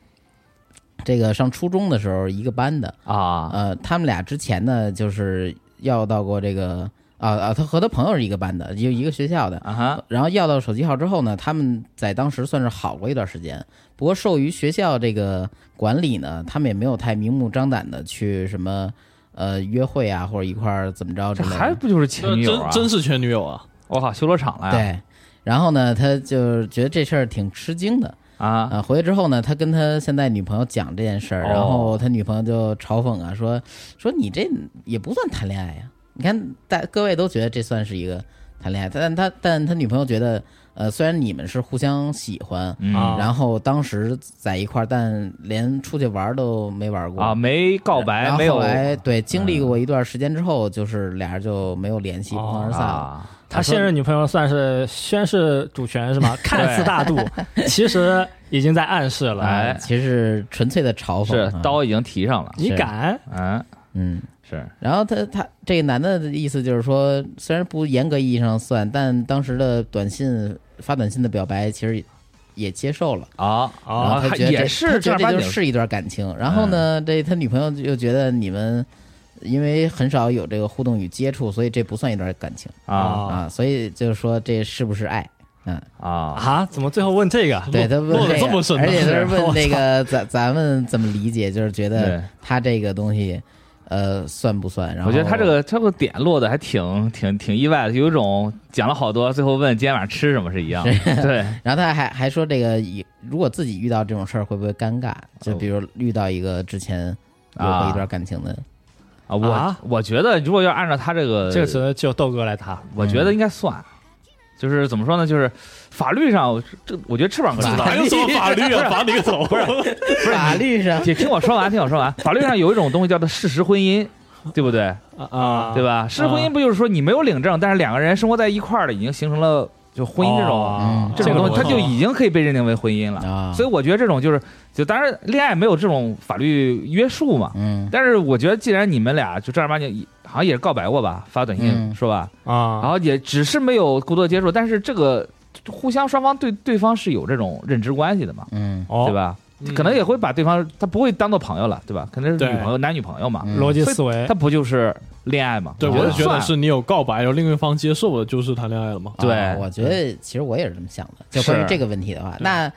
S2: 这个上初中的时候一个班的，
S4: 啊
S2: 呃，他们俩之前呢就是要到过这个啊啊，他和他朋友是一个班的，就一个学校的。
S4: 啊哈，
S2: 然后要到手机号之后呢，他们在当时算是好过一段时间。不过受于学校这个管理呢，他们也没有太明目张胆的去什么呃约会啊，或者一块儿怎么着之
S4: 这
S2: 类的。
S4: 还不就是前女友啊
S5: 真？真是前女友啊！
S4: 我靠，修罗场了呀！
S2: 对，然后呢，他就觉得这事儿挺吃惊的。
S4: 啊，
S2: 啊，回去之后呢，他跟他现在女朋友讲这件事儿，
S4: 哦
S2: 然后他女朋友就嘲讽啊，说说你这也不算谈恋爱呀、你看大各位都觉得这算是一个谈恋爱，但他但他女朋友觉得，呃，虽然你们是互相喜欢，
S4: 嗯
S3: 啊
S2: 然后当时在一块儿，但连出去玩儿都没玩儿过
S4: 啊，。没告
S2: 然
S4: 白，
S2: 后
S4: 没有
S2: 后来对经历过一段时间之后，就是俩人就没有联系，不欢而散了。
S4: 啊，
S3: 他现任女朋友算是宣誓主权是 吗？看似大度，其实已经在暗示了。
S4: 哎
S2: 其实是纯粹的嘲讽，
S4: 是
S2: 啊
S4: 刀已经提上了，
S3: 你
S2: 是
S3: 敢？
S4: 嗯，
S2: 嗯。
S4: 是
S2: 然后他他这个男的的意思就是说，虽然不严格意义上算，但当时的短信发短信的表白其实也接受了。
S4: 啊
S2: 然后
S4: 啊
S2: 他，觉得这
S4: 也
S2: 他觉
S4: 是正
S2: 得这
S4: 儿八
S2: 就
S4: 经嗯
S2: 是一段感情。然后呢，这他女朋友就觉得你们因为很少有这个互动与接触，所以这不算一段感情
S4: 啊
S2: 啊。所以就是说这是不是爱？嗯，
S4: 啊，
S3: 啊！怎么最后问这个？啊
S2: 对他问
S5: 落得
S2: 这
S5: 这么
S2: 个，
S5: 深
S2: 而且他是
S3: 呢
S2: 问这个咱咱们怎么理解，就是觉
S4: 对
S2: 得他这个东西呃算不算？然后
S4: 我觉得他这个他这个点落的还挺挺挺意外的，有一种讲了好多，最后问今天晚上吃什么是一样的。对，
S2: 然后他还还说这个以，如果自己遇到这种事儿会不会尴尬？就比如遇到一个之前有过一段感情的，
S4: 哦啊，我
S3: 啊
S4: 我觉得如果要按照他这个
S3: 这个词只有豆哥来答。
S5: 嗯
S4: 我觉得应该算，就是怎么说呢？就是法律上，这我觉得翅膀哥哎知道
S5: 哪，有什么法律啊？罚 你个头！
S2: 法律上
S4: 姐听我说完，听我说完。法律上有一种东西叫做事实婚姻，对不对？
S5: 啊
S4: 对吧？事实婚姻不就是说你没有领证，但是两个人生活在一块儿了，已经形成了就婚姻这种
S3: 哦
S2: 嗯
S4: 这种东西，
S3: 这个我
S4: 它就
S3: 懂
S4: 已经可以被认定为婚姻了。
S2: 啊，
S4: 所以我觉得这种就是，就当然恋爱没有这种法律约束嘛。
S2: 嗯
S4: 但是我觉得，既然你们俩就正儿八经，好像也是告白过吧，发短信
S2: 嗯
S4: 说吧，然
S3: 啊
S4: 后也只是没有过多接触，但是这个互相双方对对方是有这种认知关系的嘛，
S2: 嗯
S3: 哦，
S4: 对？吧？可能也会把对方他不会当做朋友了，对吧？可能是
S3: 对
S4: 女朋友男女朋友嘛，
S2: 嗯
S3: 逻辑思维
S4: 他，不就是恋爱嘛？
S5: 对，
S4: 觉
S5: 我
S4: 得
S5: 是觉得
S4: 算
S5: 是你有告白，然后另一方接受了，就是谈恋爱了嘛。
S4: 对
S2: 啊我觉得其实我也是这么想的。就关于
S4: 是
S2: 这个问题的话，那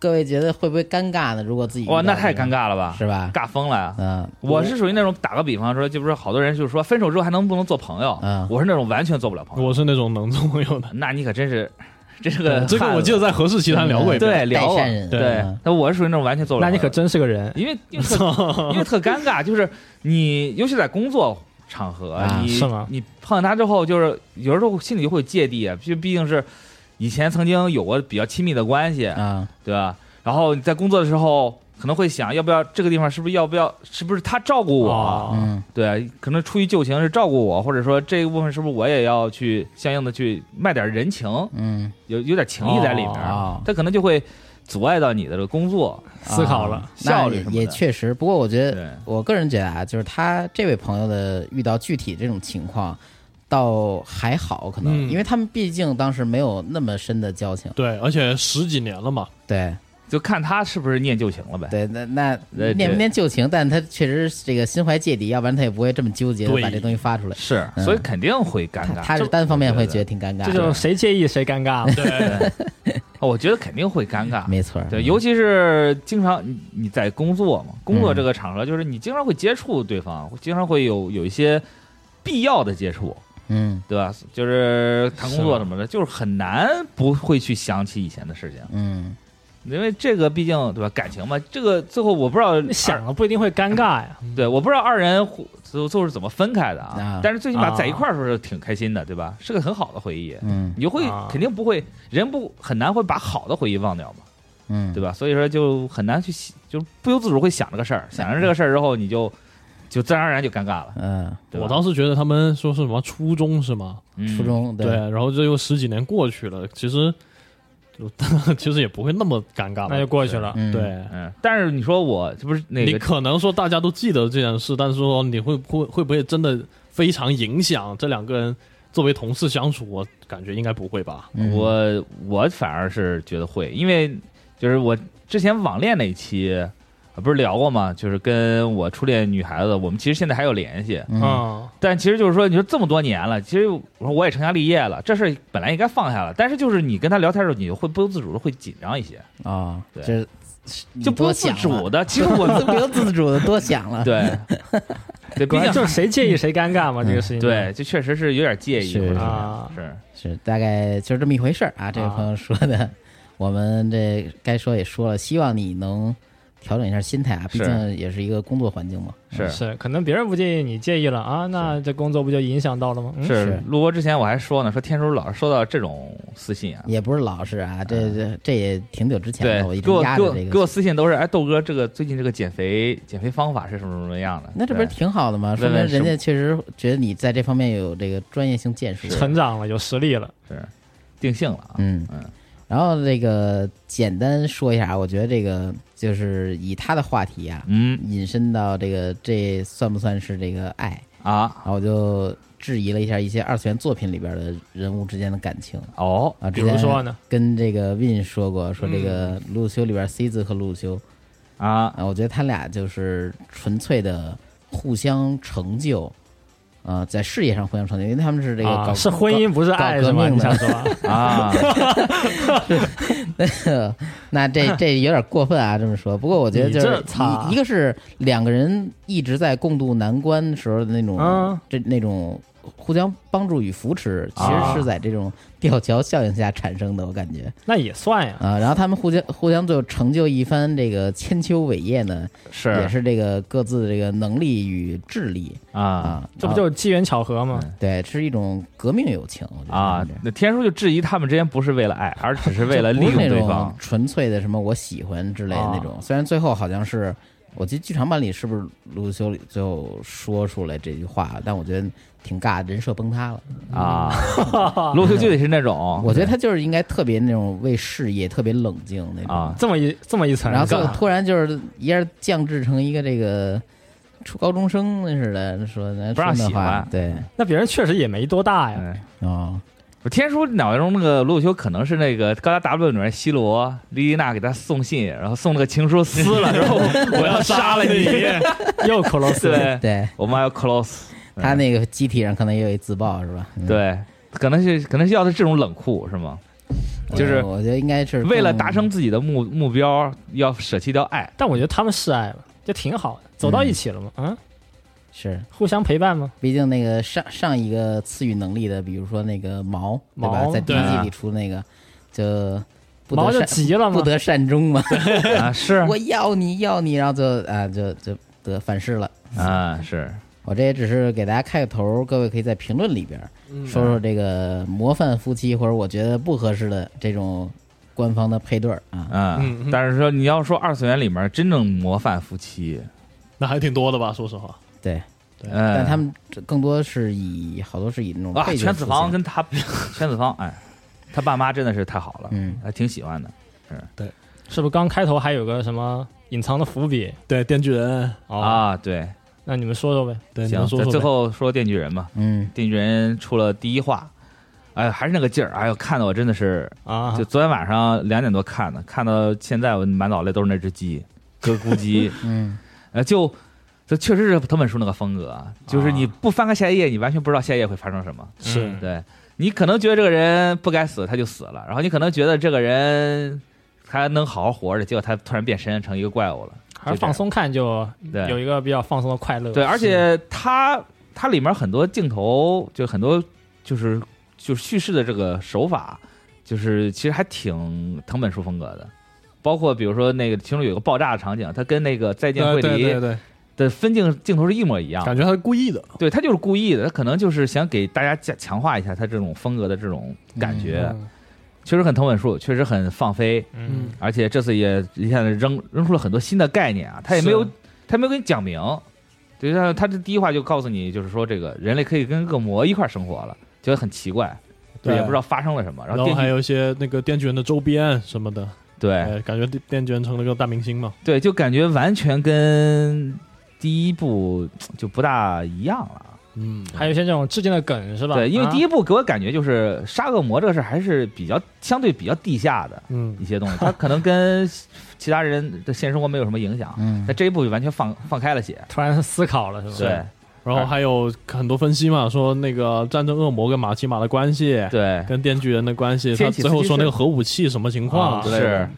S2: 各位觉得会不会尴尬呢？如果自己
S4: 哇，
S2: 遇到
S4: 那太
S2: 这
S4: 尴
S2: 种，
S4: 尬了吧？
S2: 是吧？
S4: 尬疯了呀！
S2: 嗯，
S4: 我是属于那种打个比方说，就不是好多人就是说啊分手之后还能不能做朋友？
S2: 嗯
S4: 我是那种完全做不了朋友。
S5: 我是那种能做朋 友的，
S4: 那你可真是，这是个
S5: 这个嗯我记得在何氏奇谈聊过一遍。
S4: 对聊
S2: 代
S4: 过
S2: 善人
S4: 对
S2: 嗯，
S4: 那我是属于那种完全做不了
S3: 那
S4: 朋友的。
S3: 你可真是个人。
S4: 因为因 为特因为特尴尬，就是你尤其在工作场合，
S2: 啊
S4: 你
S3: 是吗
S4: 你碰到他之后，就是有时候心里就会有芥蒂，啊就毕竟是以前曾经有过比较亲密的关系，
S2: 啊，
S4: 对吧？然后你在工作的时候，可能会想要不要这个地方是不是要不要是不是他照顾我？啊
S3: 哦
S2: 嗯
S4: 对，可能出于旧情是照顾我，或者说这一部分是不是我也要去相应的去卖点人情，
S2: 嗯
S4: 有有点情谊在里面，
S2: 哦
S4: 他可能就会阻碍到你的这个工作。
S3: 思考了
S2: 啊
S4: 效
S2: 那
S4: 率
S2: 也
S4: 什么的
S2: 也确实。不过我觉
S4: 对
S2: 得，我个人觉得啊，就是他这位朋友的遇到具体这种情况，倒还好，可能、
S5: 嗯
S2: 因为他们毕竟当时没有那么深的交情。
S5: 对，而且十几年了嘛，
S2: 对
S4: 就看他是不是念旧情了呗。
S2: 对，那那
S4: 对
S2: 念
S4: 对
S2: 不念旧情，但他确实是这个心怀芥蒂，要不然他也不会这么纠结的
S5: 对
S2: 把这东西发出来。
S4: 是，啊
S2: 嗯
S4: 所以肯定会尴
S2: 他
S4: 尬。
S2: 他是单方面会觉得挺尴尬
S3: 这就
S4: 哎
S2: 的，
S3: 谁介意谁尴尬嘛。
S4: 得，哦我觉得肯定会尴尬。
S2: 没错儿。
S4: 对，尤其是经常你你在工作嘛，工作这个场合就是你经常会接触对方，经常会有有一些必要的接触，
S2: 嗯
S4: 对吧？就是谈工作什么的，就是很难不会去想起以前的事情，
S2: 嗯，
S4: 因为这个毕竟对吧，感情嘛，这个最后我不知道啊
S3: 你想了不一定会尴尬呀。
S2: 嗯
S4: 对，我不知道二人互最后是怎么分开的啊
S2: 啊，
S4: 但是最起码
S3: 啊
S4: 在一块儿的时候是挺开心的，对吧？是个很好的回忆。
S2: 嗯
S4: 你就会
S3: 啊
S4: 肯定不会，人不很难会把好的回忆忘掉嘛，
S2: 嗯，
S4: 对吧？所以说就很难去想，就不由自主会想这个事儿，想着这个事儿之后，你就就自然而然就尴尬了。
S2: 嗯，
S4: 对吧嗯
S5: 我当时觉得他们说是什么初中是吗？
S2: 初中
S5: 对，
S4: 啊
S5: 然后这又十几年过去了，其实 就其实也不会那么尴尬了。
S3: 那就过去了。
S2: 嗯
S5: 对，
S4: 嗯，但是你说我这不是那
S5: 你
S4: 个
S5: 可能说大家都记得这件事，但是说你会不会会不会真的非常影响这两个人作为同事相处？我感觉应该不会吧。
S2: 嗯
S4: 我我反而是觉得会，因为就是我之前网恋那一期，不是聊过吗？就是跟我初恋女孩子，我们其实现在还有联系，
S2: 嗯
S3: 嗯，
S4: 但其实就是说，你说这么多年了，其实我说我也成家立业了，这事儿本来应该放下了，但是就是你跟他聊天的时候，你会不由自主的会紧张一些，
S2: 啊，
S4: 对
S2: 这啊
S4: 就不由自主的。其实我
S2: 不由自主的多想了。
S4: 对，对，
S3: 毕
S4: 毕
S3: 竟
S4: 竟
S3: 就是谁介意谁尴尬嘛，
S2: 嗯
S3: 这个事情就
S4: 对，就确实是有点介意，
S2: 是
S4: 或者
S3: 啊
S4: 是
S2: 是大概就是这么一回事儿啊。这位朋友说的， 我们这该说也说了，希望你能调整一下心态啊，毕
S4: 是
S2: 竟也是一个工作环境嘛。
S4: 是是
S3: 是，可能别人不介意，你介意了啊，那这工作不就影响到了吗？嗯
S4: 是
S2: 是。
S4: 录播之前我还说呢，说天叔老是收到这种私信啊，
S2: 也不是老实啊，这这这也挺久之前
S4: 对
S2: 了，，我一直
S4: 给我
S2: 压
S4: 给
S2: 着这
S4: 我给
S2: 个。
S4: 我私信都是，哎，豆哥，这个最近这个减肥减肥方法是什么什么样的？
S2: 那这不是
S4: 对
S2: 挺好的吗？说
S4: 问
S2: 明
S4: 问
S2: 人
S4: 什
S2: 家确实觉得你在这方面有这个专业性建树。
S3: 成长了，有实力了，
S4: 是定性了啊？
S2: 嗯
S4: 嗯，
S2: 然后这个简单说一下啊，我觉得这个就是以他的话题啊，
S4: 嗯
S2: 引申到这个这算不算是这个爱？
S4: 啊
S2: 然后我就质疑了一下一些二次元作品里边的人物之间的感情
S4: 哦
S2: 啊。
S3: 比
S2: 之
S3: 如
S2: 前
S3: 说呢，嗯
S2: 跟这个 Win 说过，说这个鲁修里边 C 字和鲁修
S4: 啊
S2: 啊，我觉得他俩就是纯粹的互相成就，呃，在事业上互相成就，因为他们是这个搞、
S3: 啊，是婚姻不是
S2: 搞
S3: 爱
S2: 革
S3: 是吗？
S2: 命
S3: 你
S2: 的
S3: 想说 啊
S4: 啊，
S2: 那这 这有点过分啊，这么说。不过我觉得就
S3: 你这
S2: 是
S3: 操
S2: 一一个是两个人一直在共度难关时候的那种，
S3: 嗯
S2: 这那种互相帮助与扶持，其
S3: 啊
S2: 实是在这种吊桥效应下产生的，我感觉
S3: 那也算呀，
S2: 啊、然后他们互相互相就成就一番这个千秋伟业呢，也
S4: 是
S2: 是这个各自的这个能力与智力
S4: 啊
S2: 啊，嗯
S3: 这不
S2: 然后
S3: 就是机缘巧合吗？
S2: 对，是一种革命友情我觉得
S4: 啊
S2: 是嗯这，
S4: 那天叔就质疑他们之间不是为了爱，而只是 为了利
S2: 不是
S4: 用
S2: 那
S4: 对
S2: 种
S4: 方啊
S2: 纯粹的什么我喜欢之类的那种。虽然最后好像是，我记得剧场版里是不是卢修里最后说出来这句话，但我觉得挺尬，人设崩塌了。
S4: 啊。 罗修就得是那种，
S2: 嗯我觉得他就是应该特别那种为事业特别冷静那种，
S4: 啊
S3: 这么一这么一层，啊
S2: 然后最后
S3: 干嘛
S2: 突然就是一下降智成一个这个。初高中生那似的说那
S4: 不让
S2: 说那
S4: 喜
S2: 话
S4: 欢
S2: 对
S3: 那别人确实也没多大呀，
S4: 嗯，
S2: 哦，
S4: 我天叔脑袋中那个罗修可能是那个《高达 W》里面西罗莉莉娜给他送信，然后送了个情书撕了，然后 我要杀了你。
S3: 又克罗斯，
S4: 对，
S2: 对
S4: 我们还要 close，
S2: 他那个机体上可能也有一自爆是吧？嗯，
S4: 对，可能是可能是要的这种冷酷是吗？
S2: 我
S4: 就是
S2: 我觉得应该是
S4: 为了
S2: 更
S4: 达成自己的目目标，要舍弃掉 爱。
S3: 但我觉得他们是爱了，就挺好的，走到一起了嘛，嗯，
S2: 是
S3: 互相陪伴吗？
S2: 毕竟那个上上一个赐予能力的，比如说那个毛，对吧？
S3: 毛
S2: 在第一
S4: 对
S2: 季里出那个，就不
S3: 毛
S2: 得善
S3: 就急了
S2: 不
S3: 嘛，
S2: 得善终嘛。
S4: 啊，是
S2: 我要你要你，然后就啊就就得反噬了。
S4: 啊，是
S2: 我这也只是给大家开个头，各位可以在评论里边儿
S4: 嗯
S2: 说说这个模范夫妻，或者我觉得不合适的这种官方的配对儿啊。
S4: 啊
S5: 嗯。嗯
S4: 但是说你要说二次元里面真正模范夫妻，
S5: 那还挺多的吧？说实话，
S2: 对，
S4: 嗯，
S2: 但他们这更多是以好多是以那种
S4: 啊，
S2: 配角
S4: 全子
S2: 出
S4: 房
S2: 现
S4: 跟他全子房，哎，他爸妈真的是太好了，
S2: 嗯
S4: 还挺喜欢的。
S3: 是不是？刚开头还有个什么隐藏的伏笔
S5: 对电锯人，
S3: 哦，
S4: 啊，对，
S3: 那你们说说呗，
S5: 对，你
S4: 行，
S5: 能说
S4: 咱
S5: 说
S4: 最
S5: 呗
S4: 后说电锯人吧，
S2: 嗯
S4: 电锯人出了第一话，哎，还是那个劲儿，哎呦，看的我真的是
S3: 啊
S4: 就，昨天晚上两点多看的，看到现在我满脑袋都是那只鸡，割菇鸡，
S2: 嗯
S4: 呃，就这确实是藤本树那个风格，啊，就是你不翻开下一页，你完全不知道下一页会发生什么。
S5: 是
S4: 嗯对你可能觉得这个人不该死，他就死了，然后你可能觉得这个人还能好好活着，结果他突然变身成一个怪物了。
S3: 还是放松看就
S5: 嗯
S4: 对
S3: 有一个比较放松的快乐，
S4: 哎
S3: 嗯
S4: 对，而且它它里面很多镜头，就很多就是就是叙事的这个手法，就是其实还挺藤本树风格的。包括比如说那个其中有一个爆炸的场景，它跟那个《再见
S5: 对
S4: 惠
S5: 对
S4: 梨
S5: 对》对，
S4: 的分镜镜头是一模一样的。
S5: 感觉他是故意的，
S4: 对他就是故意的，他可能就是想给大家加强化一下他这种风格的这种感觉，
S5: 嗯
S4: 确实很藤本树，确实很放飞，
S3: 嗯，
S4: 而且这次也一下子扔扔出了很多新的概念啊，他也没有
S5: 是
S4: 他没有给你讲明，对，他他这第一话就告诉你，就是说这个人类可以跟恶魔一块儿生活了，觉得很奇怪，
S5: 对
S4: 也不知道发生了什么，然后
S5: 然后
S4: 电
S5: 还
S4: 锯
S5: 有一些那个电锯人的周边什么的，
S4: 对
S5: 哎，感觉电电锯人成了个大明星嘛。
S4: 对，就感觉完全跟第一部就不大一样了。啊
S5: 嗯，
S3: 还有一些这种致敬的梗是吧？啊
S4: 对，因为第
S3: 一
S4: 一部给我感觉就是杀恶魔这个事儿还是比较相对比较地下的
S5: 嗯
S4: 一些东西，它可能跟其他人的现实生活没有什么影响。
S2: 嗯
S4: 那，这一部就完全放放开了写，
S3: 突然思考了是吧？
S4: 对
S5: 然后还有很多分析嘛，说那个战争恶魔跟马奇马的关系，
S4: 对
S5: 跟电锯人的关系，他
S4: 天启
S5: 最后说
S4: 四驱是
S5: 那个核武器什么情况
S3: 啊
S5: 之类的
S4: 是，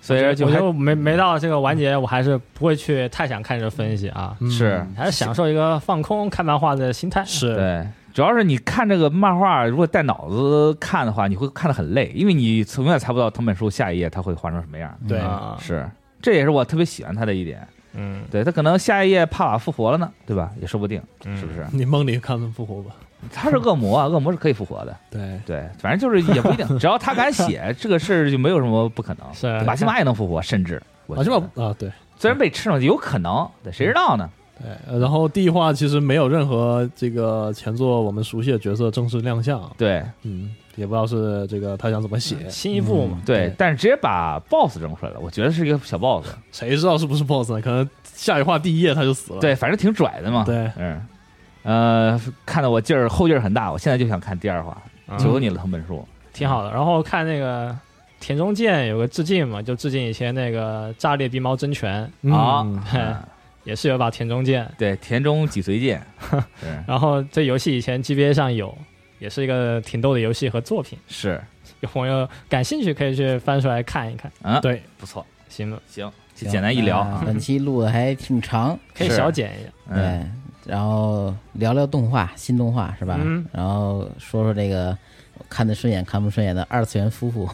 S4: 所以说就
S3: 我
S4: 还
S3: 就没没到这个完结，我还是不会去太想看这分析啊，
S5: 嗯
S4: 是
S3: 还是享受一个放空看漫画的心态。
S5: 是，
S4: 对。主要是你看这个漫画，如果带脑子看的话，你会看得很累，因为你永远猜不到藤本树下一页他会画成什么样。
S3: 对
S2: 嗯
S3: 啊，
S4: 是，这也是我特别喜欢他的一点。
S3: 嗯，
S4: 对他可能下一页帕瓦复活了呢，对吧？也说不定，
S3: 嗯
S4: 是不是？
S5: 你梦里看他复活吧？
S4: 他是恶魔，啊，恶魔是可以复活的。
S5: 对，
S4: 对，反正就是也不一定，只要他敢写，这个事儿就没有什么不可能。
S3: 是
S4: 马奇马也能复活，甚至我
S5: 马奇
S4: 觉
S5: 马
S4: 得
S5: 啊，对
S4: 虽然被吃了，有可能，对，谁知道呢？
S5: 对。呃然后第一话其实没有任何这个前作我们熟悉的角色正式亮相，
S4: 对
S5: 嗯，也不知道是这个他想怎么写，
S3: 新一部嘛，
S4: 对
S5: 对，
S4: 但是直接把 BOSS 扔出来了，我觉得是一个小 BOSS。
S5: 谁知道是不是 BOSS 呢？可能下一话第一页他就死了。
S4: 对，反正挺拽的嘛。
S5: 对
S4: 嗯，呃，看得我劲儿后劲儿很大，我现在就想看第二话，
S3: 嗯
S4: 求求你了，藤本树。
S3: 挺好的。然后看那个田中健有个致敬嘛，就致敬以前那个《炸裂鼻毛真拳
S5: 嗯
S4: 啊》
S3: 嘿， 也是有把田中健。
S4: 对，田中脊髓剑，对
S3: 然后这游戏以前 GBA 上有，也是一个挺逗的游戏和作品，
S4: 是，
S3: 有朋友感兴趣可以去翻出来看一看。
S4: 嗯，
S5: 对，
S4: 不错，
S3: 行了，
S4: 行，就简单一聊
S2: 啊
S4: 啊，
S2: 本期录的还挺长，
S3: 可以
S4: 是
S3: 小剪一下。
S4: 嗯，
S2: 对，然后聊聊动画，新动画是吧？
S3: 嗯
S2: 然后说说这个看得顺眼看不顺眼的二次元夫妇，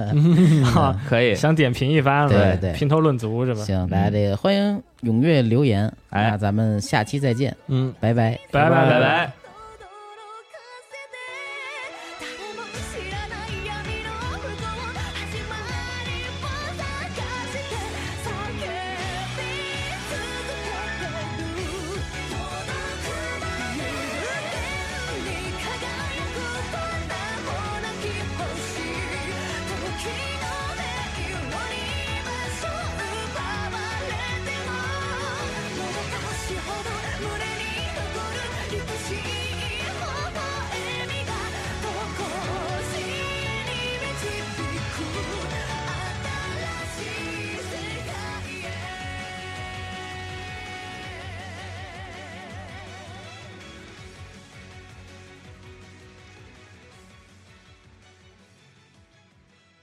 S3: 哈，
S4: 可以，
S3: 想点评一番了，
S2: 对对
S3: 评头论足是吧？
S2: 行，大家这个欢迎踊跃留言，
S4: 哎
S2: 那咱们下期再见，
S5: 嗯，
S2: 拜拜。
S3: 拜拜
S4: 拜拜。